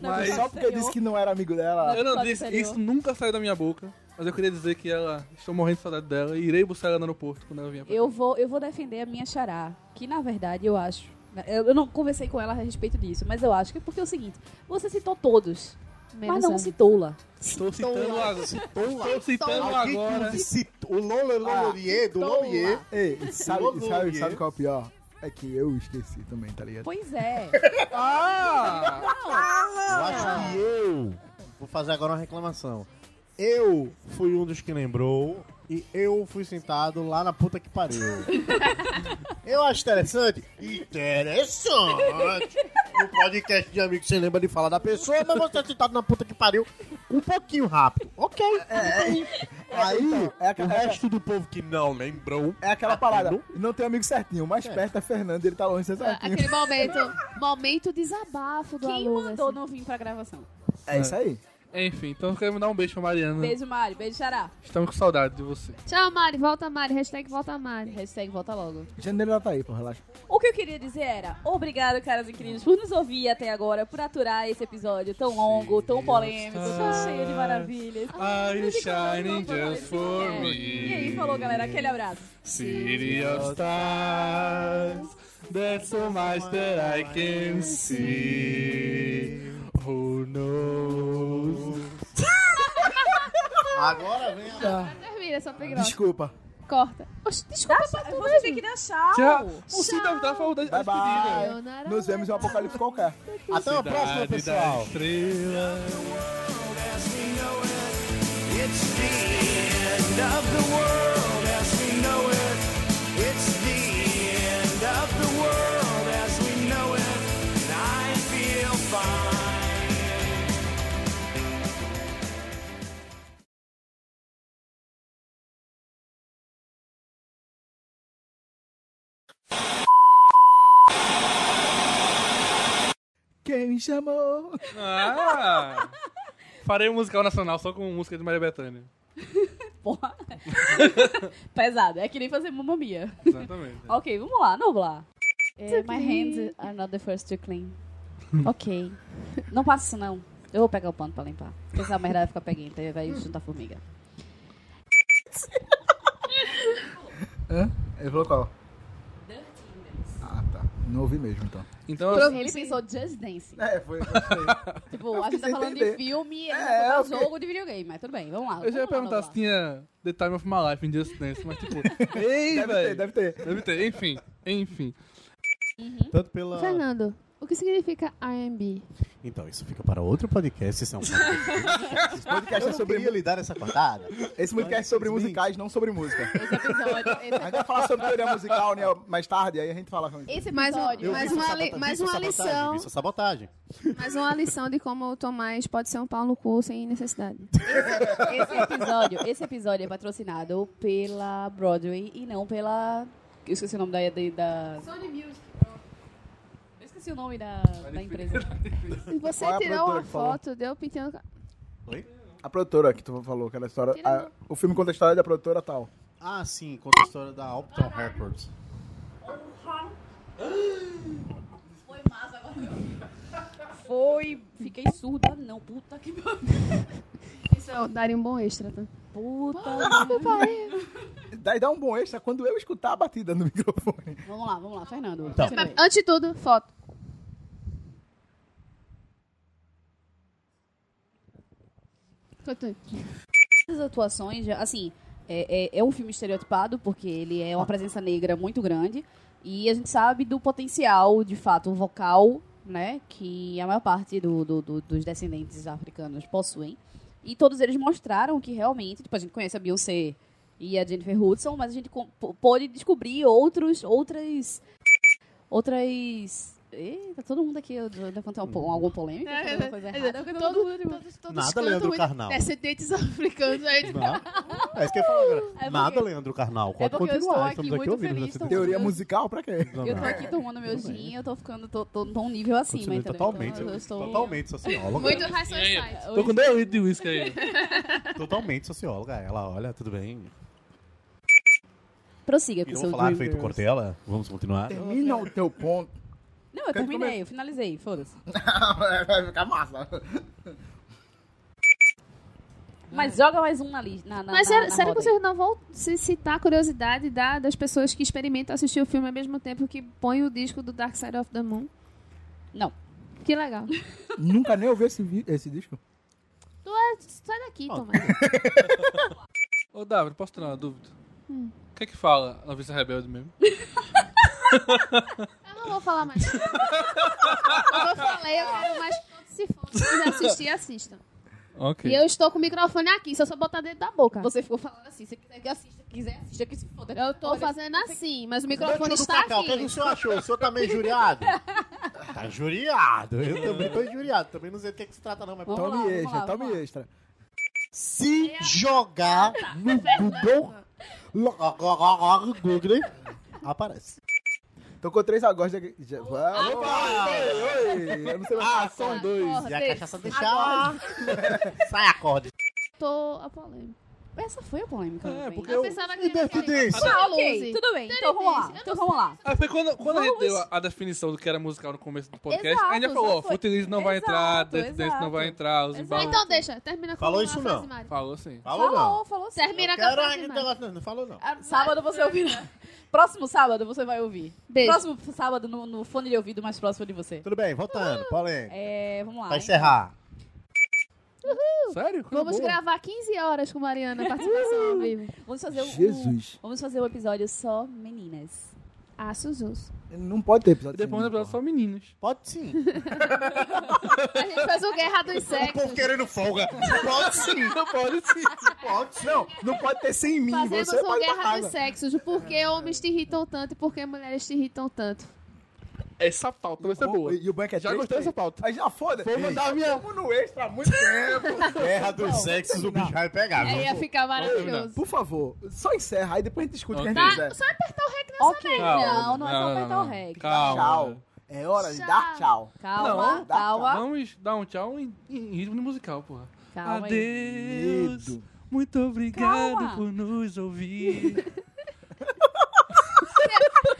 Speaker 5: Mas
Speaker 8: Só porque eu disse que não era amigo dela.
Speaker 5: eu não
Speaker 1: Pode
Speaker 5: disse,
Speaker 1: ser
Speaker 5: isso nunca saiu da minha boca. Mas eu queria dizer que ela, estou morrendo de saudade dela e irei buscar ela no aeroporto quando ela vier pra
Speaker 1: Eu vou, eu vou defender a minha xará, que na verdade eu acho. Eu eu não conversei com ela a respeito disso, mas eu acho que é porque é o seguinte: você citou todos, mas
Speaker 2: Menos
Speaker 1: não
Speaker 2: ela.
Speaker 1: citou lá.
Speaker 5: Estou citando agora. Estou citando
Speaker 7: Alguém que
Speaker 5: agora.
Speaker 7: não disse o Lolê Lolorier
Speaker 2: Ah,
Speaker 7: do Lolorier.
Speaker 8: Ei, sabe,
Speaker 7: Logo,
Speaker 8: sabe,
Speaker 7: Gui.
Speaker 8: sabe qual é o pior? É que eu esqueci também, tá ligado?
Speaker 1: Pois *laughs* é.
Speaker 5: Ah!
Speaker 3: Eu acho que eu vou fazer agora uma reclamação. Eu fui um dos que lembrou e eu fui sentado lá na puta que
Speaker 7: *laughs*
Speaker 3: pariu.
Speaker 7: Eu acho interessante. Interessante. No podcast de amigo você lembra de falar da pessoa, mas você é citado na puta que pariu um pouquinho rápido. Ok.
Speaker 8: Aí, é,
Speaker 7: O
Speaker 8: aquela, é,
Speaker 7: resto do povo que não lembrou.
Speaker 8: é aquela parada. Não tem amigo certinho. O mais perto é Fernando, ele tá longe, você
Speaker 2: Ah,
Speaker 8: certinho.
Speaker 2: Aquele momento, momento desabafo do
Speaker 1: Quem
Speaker 2: aluno.
Speaker 1: mandou
Speaker 2: assim.
Speaker 1: não vir pra gravação?
Speaker 8: É isso aí.
Speaker 5: Enfim, então eu quero mandar um beijo pra Mariana.
Speaker 1: Beijo, Mari. Beijo, xará.
Speaker 5: Estamos com saudade de você.
Speaker 2: Tchau, Mari. Volta, Mari. Hashtag volta, Mari.
Speaker 1: Hashtag volta logo.
Speaker 8: Janeiro já tá aí, pô, relaxa.
Speaker 1: O que eu queria dizer era, obrigado, caras incríveis, por nos ouvir até agora, por aturar esse episódio tão longo, tão polêmico, tão cheio de maravilhas.
Speaker 5: Are you shining just for
Speaker 1: É.
Speaker 5: me?
Speaker 1: E aí, falou, galera. Aquele abraço.
Speaker 5: City of stars, there's so much that I can see. Who knows?
Speaker 7: Agora vem a...
Speaker 2: Termina essa pegrosa.
Speaker 8: Desculpa.
Speaker 2: Corta. Oxe, desculpa pra tu
Speaker 1: Você tem que dar tchau.
Speaker 5: Já, o City of Stars foi o da
Speaker 8: Bye bye.
Speaker 2: Sayonara.
Speaker 8: Nos vemos em um apocalipse qualquer.
Speaker 7: Até a próxima, pessoal.
Speaker 5: estrela.
Speaker 8: Quem me chamou?
Speaker 5: Ah! Farei um musical nacional só com música de Maria Bethânia.
Speaker 1: Porra. *laughs* Pesado. É que nem fazer mamamia.
Speaker 5: Exatamente.
Speaker 1: Ok, vamos lá, vamos lá. É, my hands are not the first to clean. ok. Não passa isso, não. Eu vou pegar o pano pra limpar. Porque essa merda vai ficar peguenta e vai juntar formiga.
Speaker 8: Hã? Ele falou qual? Ah, tá. Não ouvi mesmo, então.
Speaker 5: Então,
Speaker 1: Ele pensou Just Dance.
Speaker 8: É, foi. *laughs* foi.
Speaker 1: Tipo, a gente tá
Speaker 8: quis
Speaker 1: falando
Speaker 8: entender.
Speaker 1: de filme, ele
Speaker 8: É,
Speaker 1: é,
Speaker 8: ok.
Speaker 1: jogo de videogame, mas tudo bem, vamos lá.
Speaker 5: eu já
Speaker 1: vamos lá,
Speaker 5: ia perguntar
Speaker 1: vamos
Speaker 5: se tinha The Time of My Life em Just Dance, mas tipo... Ei,
Speaker 8: deve ter,
Speaker 5: velho!
Speaker 8: deve ter.
Speaker 5: Deve ter, enfim, enfim.
Speaker 7: Tanto pela...
Speaker 2: Fernando, o que significa R&B?
Speaker 3: Então, isso fica para outro podcast. Isso é um podcast.
Speaker 8: Esse podcast
Speaker 7: Eu
Speaker 8: é
Speaker 7: não
Speaker 8: sobre,
Speaker 7: queria lhe dar essa cortada.
Speaker 8: esse podcast é sobre musicais, não sobre música.
Speaker 1: Esse episódio,
Speaker 8: A
Speaker 1: esse,
Speaker 8: gente vai falar sobre teoria musical né, mais tarde, aí a gente fala com isso.
Speaker 1: esse
Speaker 2: Mais um-
Speaker 1: episódio.
Speaker 2: mais
Speaker 3: vi
Speaker 2: uma
Speaker 3: sua
Speaker 2: li-
Speaker 3: sabota-
Speaker 2: mais
Speaker 3: vi sua
Speaker 2: uma
Speaker 3: sabotagem,
Speaker 2: lição.
Speaker 3: vi sua sabotagem.
Speaker 2: Mais uma lição de como o Tomás pode ser um pau no cu sem necessidade.
Speaker 1: Esse episódio, esse episódio é patrocinado pela Broadway e não pela. Eu esqueci o nome da. da, da...
Speaker 2: Sony Music.
Speaker 1: Eu esqueci o nome da, da empresa.
Speaker 2: Você
Speaker 8: Qual é
Speaker 2: tirou
Speaker 8: a produtora
Speaker 2: uma
Speaker 8: que falou?
Speaker 2: foto, deu pintando... ca-
Speaker 8: A produtora que tu falou, aquela história.
Speaker 2: Tira
Speaker 8: a-
Speaker 2: não.
Speaker 8: o filme conta a história da produtora tal.
Speaker 3: Ah, sim, conta a história da Opton Records.
Speaker 1: Foi massa agora. Foi. Fiquei surda, não. Puta que pariu.
Speaker 2: Isso daria um bom extra, tá?
Speaker 1: Puta.
Speaker 8: Daí dá um bom extra quando eu escutar a batida no *laughs* microfone.
Speaker 1: vamos lá, vamos lá, Fernando.
Speaker 3: Então.
Speaker 1: continue.
Speaker 2: Antes de tudo, foto. Continue.
Speaker 1: As atuações, assim, é, é, é um filme estereotipado, porque ele é uma presença negra muito grande. E a gente sabe do potencial, de fato, vocal, né? Que a maior parte do- do- do- dos descendentes africanos possuem. E todos eles mostraram que realmente, tipo, a gente conhece a Beyoncé e a Jennifer Hudson, mas a gente co- pô- pôde descobrir outros, outras... Outras... Eita, todo mundo aqui levantou um po- alguma polêmica?
Speaker 2: É,
Speaker 1: alguma coisa
Speaker 2: é,
Speaker 1: errada? tipo,
Speaker 2: é,
Speaker 1: Todo
Speaker 2: todo-
Speaker 1: mundo-
Speaker 2: todos- todos
Speaker 3: Nada,
Speaker 2: cantam
Speaker 3: Leandro
Speaker 2: muito.
Speaker 3: Carnal.
Speaker 2: Descendentes *laughs* africanos. aí de-
Speaker 3: É isso que eu ia falar agora.
Speaker 1: porque-
Speaker 3: Nada, Leandro Carnal. Pode
Speaker 1: porque eu
Speaker 3: continuar.
Speaker 1: estou aqui
Speaker 3: Estamos
Speaker 1: muito
Speaker 3: ouvindo.
Speaker 1: feliz,
Speaker 3: você tem-
Speaker 1: estou-
Speaker 8: Teoria musical pra quê?
Speaker 3: Não,
Speaker 1: Eu
Speaker 3: não.
Speaker 1: tô aqui tomando meu gin, eu tô ficando, tô, tô, tô um nível acima,
Speaker 3: Continue
Speaker 1: entendeu?
Speaker 3: totalmente,
Speaker 1: Então, eu estou...
Speaker 3: totalmente socióloga.
Speaker 2: Muito racionais.
Speaker 5: Tô com dois litros de uísque aí.
Speaker 3: *laughs* Totalmente socióloga. Ela, olha, tudo bem.
Speaker 1: Prossiga com o
Speaker 3: E vamos
Speaker 1: seu
Speaker 3: falar
Speaker 1: Dream
Speaker 3: feito
Speaker 1: Girls.
Speaker 3: Cortella? Vamos continuar?
Speaker 8: Termina o teu ponto.
Speaker 1: Não, eu terminei, eu finalizei, foda-se.
Speaker 8: Vai ficar massa.
Speaker 1: Mas joga mais um na lista. Na, na,
Speaker 2: Mas
Speaker 1: na,
Speaker 2: sério,
Speaker 1: na
Speaker 2: sério que
Speaker 1: roda
Speaker 2: vocês não vão se citar a curiosidade da- das pessoas que experimentam assistir o filme ao mesmo tempo que põem o disco do Dark Side of the Moon?
Speaker 1: Não.
Speaker 2: Que legal.
Speaker 8: Nunca nem ouvi esse, vi- esse disco.
Speaker 2: Tu é, sai daqui, Tomás.
Speaker 5: Ô, Davi, posso tirar uma dúvida?
Speaker 1: Hum.
Speaker 5: O que é que fala a Noviça Rebelde mesmo?
Speaker 2: Eu não vou falar mais. Como eu falei, eu quero mais que todos se foda. Se quiser assistir, assistam.
Speaker 5: Ok.
Speaker 2: E eu estou com o microfone aqui, se eu só botar dentro da boca.
Speaker 1: aí. Você ficou falando assim, se quiser que assista, quiser assista, que se foda.
Speaker 2: Eu tô fazendo assim, mas o microfone
Speaker 7: Dante do
Speaker 2: está
Speaker 7: Cacau, o que, é que o
Speaker 2: aqui.
Speaker 7: senhor achou? O senhor tá meio juriado? tá juriado. Eu também tô injuriado. Também não sei do que, é que se trata, não. Mas
Speaker 1: Vamos lá,
Speaker 8: Tome
Speaker 1: vamos
Speaker 8: extra,
Speaker 1: lá, vamos
Speaker 8: tome
Speaker 1: lá.
Speaker 8: extra.
Speaker 7: se jogar no Google, Google aparece.
Speaker 8: Tô com três agora. Já... já... Ah, Oi, eu não sei mais.
Speaker 7: Ah, são dois. E a cachaça deixar. *laughs* Sai, acorde.
Speaker 2: Tô a polêmica.
Speaker 1: Essa foi a polêmca.
Speaker 5: É,
Speaker 1: não foi?
Speaker 5: porque
Speaker 2: Eu
Speaker 5: eu...
Speaker 2: pensava que era
Speaker 7: Independência.
Speaker 1: Ah,
Speaker 2: Só
Speaker 1: ok,
Speaker 2: 11.
Speaker 1: tudo bem. Então vamos
Speaker 2: Eu
Speaker 1: lá,
Speaker 2: não
Speaker 1: então vamos lá.
Speaker 5: Ah, foi quando, quando a gente
Speaker 1: Vamos.
Speaker 5: deu a, a definição do que era musical no começo do podcast,
Speaker 1: Exato,
Speaker 5: a gente já falou, ó,
Speaker 1: já foi.
Speaker 5: Futilismo não vai
Speaker 1: Exato,
Speaker 5: entrar, Dance Dance não vai
Speaker 1: exato.
Speaker 5: entrar, os
Speaker 1: Exato.
Speaker 5: embalos.
Speaker 2: Então deixa, termina com
Speaker 7: Falou
Speaker 2: uma
Speaker 7: isso
Speaker 2: frase,
Speaker 7: não.
Speaker 2: Mari.
Speaker 5: Falou assim.
Speaker 7: Falou, não.
Speaker 1: falou sim.
Speaker 2: Termina com a
Speaker 7: Quero é
Speaker 2: frase,
Speaker 7: ainda
Speaker 2: Mari.
Speaker 7: não. Não falou, não.
Speaker 1: Ah, Sábado você
Speaker 2: *laughs*
Speaker 1: ouvirá. Próximo sábado você vai ouvir.
Speaker 2: Beijo.
Speaker 1: Próximo sábado no, no fone de ouvido mais próximo de você.
Speaker 7: Tudo bem, voltando. Paulinho.
Speaker 1: É, vamos lá.
Speaker 3: Tá
Speaker 7: Pra
Speaker 1: hein?
Speaker 7: encerrar.
Speaker 5: Sério? Coisa
Speaker 2: Vamos
Speaker 5: boa.
Speaker 2: gravar 15 horas com Mariana, participação ao
Speaker 7: *laughs*
Speaker 2: vivo.
Speaker 1: Vamos fazer o,
Speaker 8: Jesus.
Speaker 1: o- vamos fazer o episódio só meninas.
Speaker 2: Ah, Suzus.
Speaker 8: Não pode ter episódio
Speaker 5: Depois no
Speaker 8: sem
Speaker 5: episódio só meninas.
Speaker 7: Pode sim.
Speaker 2: A gente fez o Guerra dos
Speaker 5: É
Speaker 7: O
Speaker 2: Sexos.
Speaker 7: povo querendo folga. Pode sim.
Speaker 5: Pode sim.
Speaker 8: mim. Não, não pode ter sem mim.
Speaker 2: Fazemos
Speaker 8: Você
Speaker 2: o
Speaker 8: pode pra
Speaker 2: Guerra dos
Speaker 8: casa.
Speaker 2: Sexos. de Por que homens te irritam tanto e por que mulheres te irritam tanto?
Speaker 5: Essa pauta vai ser boa.
Speaker 8: E o banco é
Speaker 5: Já
Speaker 8: três,
Speaker 5: gostei
Speaker 8: três.
Speaker 5: dessa pauta.
Speaker 8: Aí já foda.
Speaker 5: Vou mandar a minha-
Speaker 8: Tamo no extra há muito tempo.
Speaker 7: Guerra dos sexos, o bicho vai pegar.
Speaker 2: Aí ia ficar maravilhoso.
Speaker 8: Por favor, só encerra. Aí depois a gente escuta o que a
Speaker 5: Ok.
Speaker 8: gente quiser.
Speaker 2: Tá, só apertar o rec nessa
Speaker 1: Ok, não, não é só apertar o rec.
Speaker 5: então, Calma.
Speaker 8: Tchau. É hora de dar tchau.
Speaker 1: Calma,
Speaker 8: Não, dá-
Speaker 1: calma,
Speaker 5: Vamos dar um tchau em, em ritmo de musical, porra.
Speaker 1: calma aí.
Speaker 5: Adeus.
Speaker 8: Medo.
Speaker 5: Muito obrigado
Speaker 1: Calma.
Speaker 5: por nos ouvir.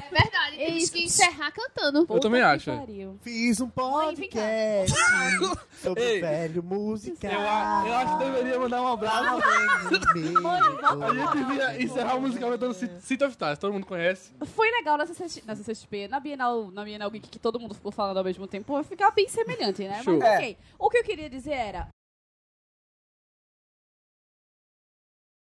Speaker 2: É verdade, temos que encerrar cantando.
Speaker 5: Eu também
Speaker 1: Puta que
Speaker 5: acho.
Speaker 1: pariu.
Speaker 7: Fiz um podcast
Speaker 5: *laughs*
Speaker 7: sobre
Speaker 5: Ei.
Speaker 7: velho música.
Speaker 5: Eu, a- eu acho que deveria mandar um *laughs* abraço. A gente devia encerrar o musical cantando City of Stars, todo mundo conhece.
Speaker 1: Foi legal nessa CX nessa CXP, na Bienal, na Bienal Geek, que todo mundo ficou falando ao mesmo tempo, vai ficar bem semelhante, né?
Speaker 8: É.
Speaker 5: Show.
Speaker 1: Mas ok. O que eu queria dizer era,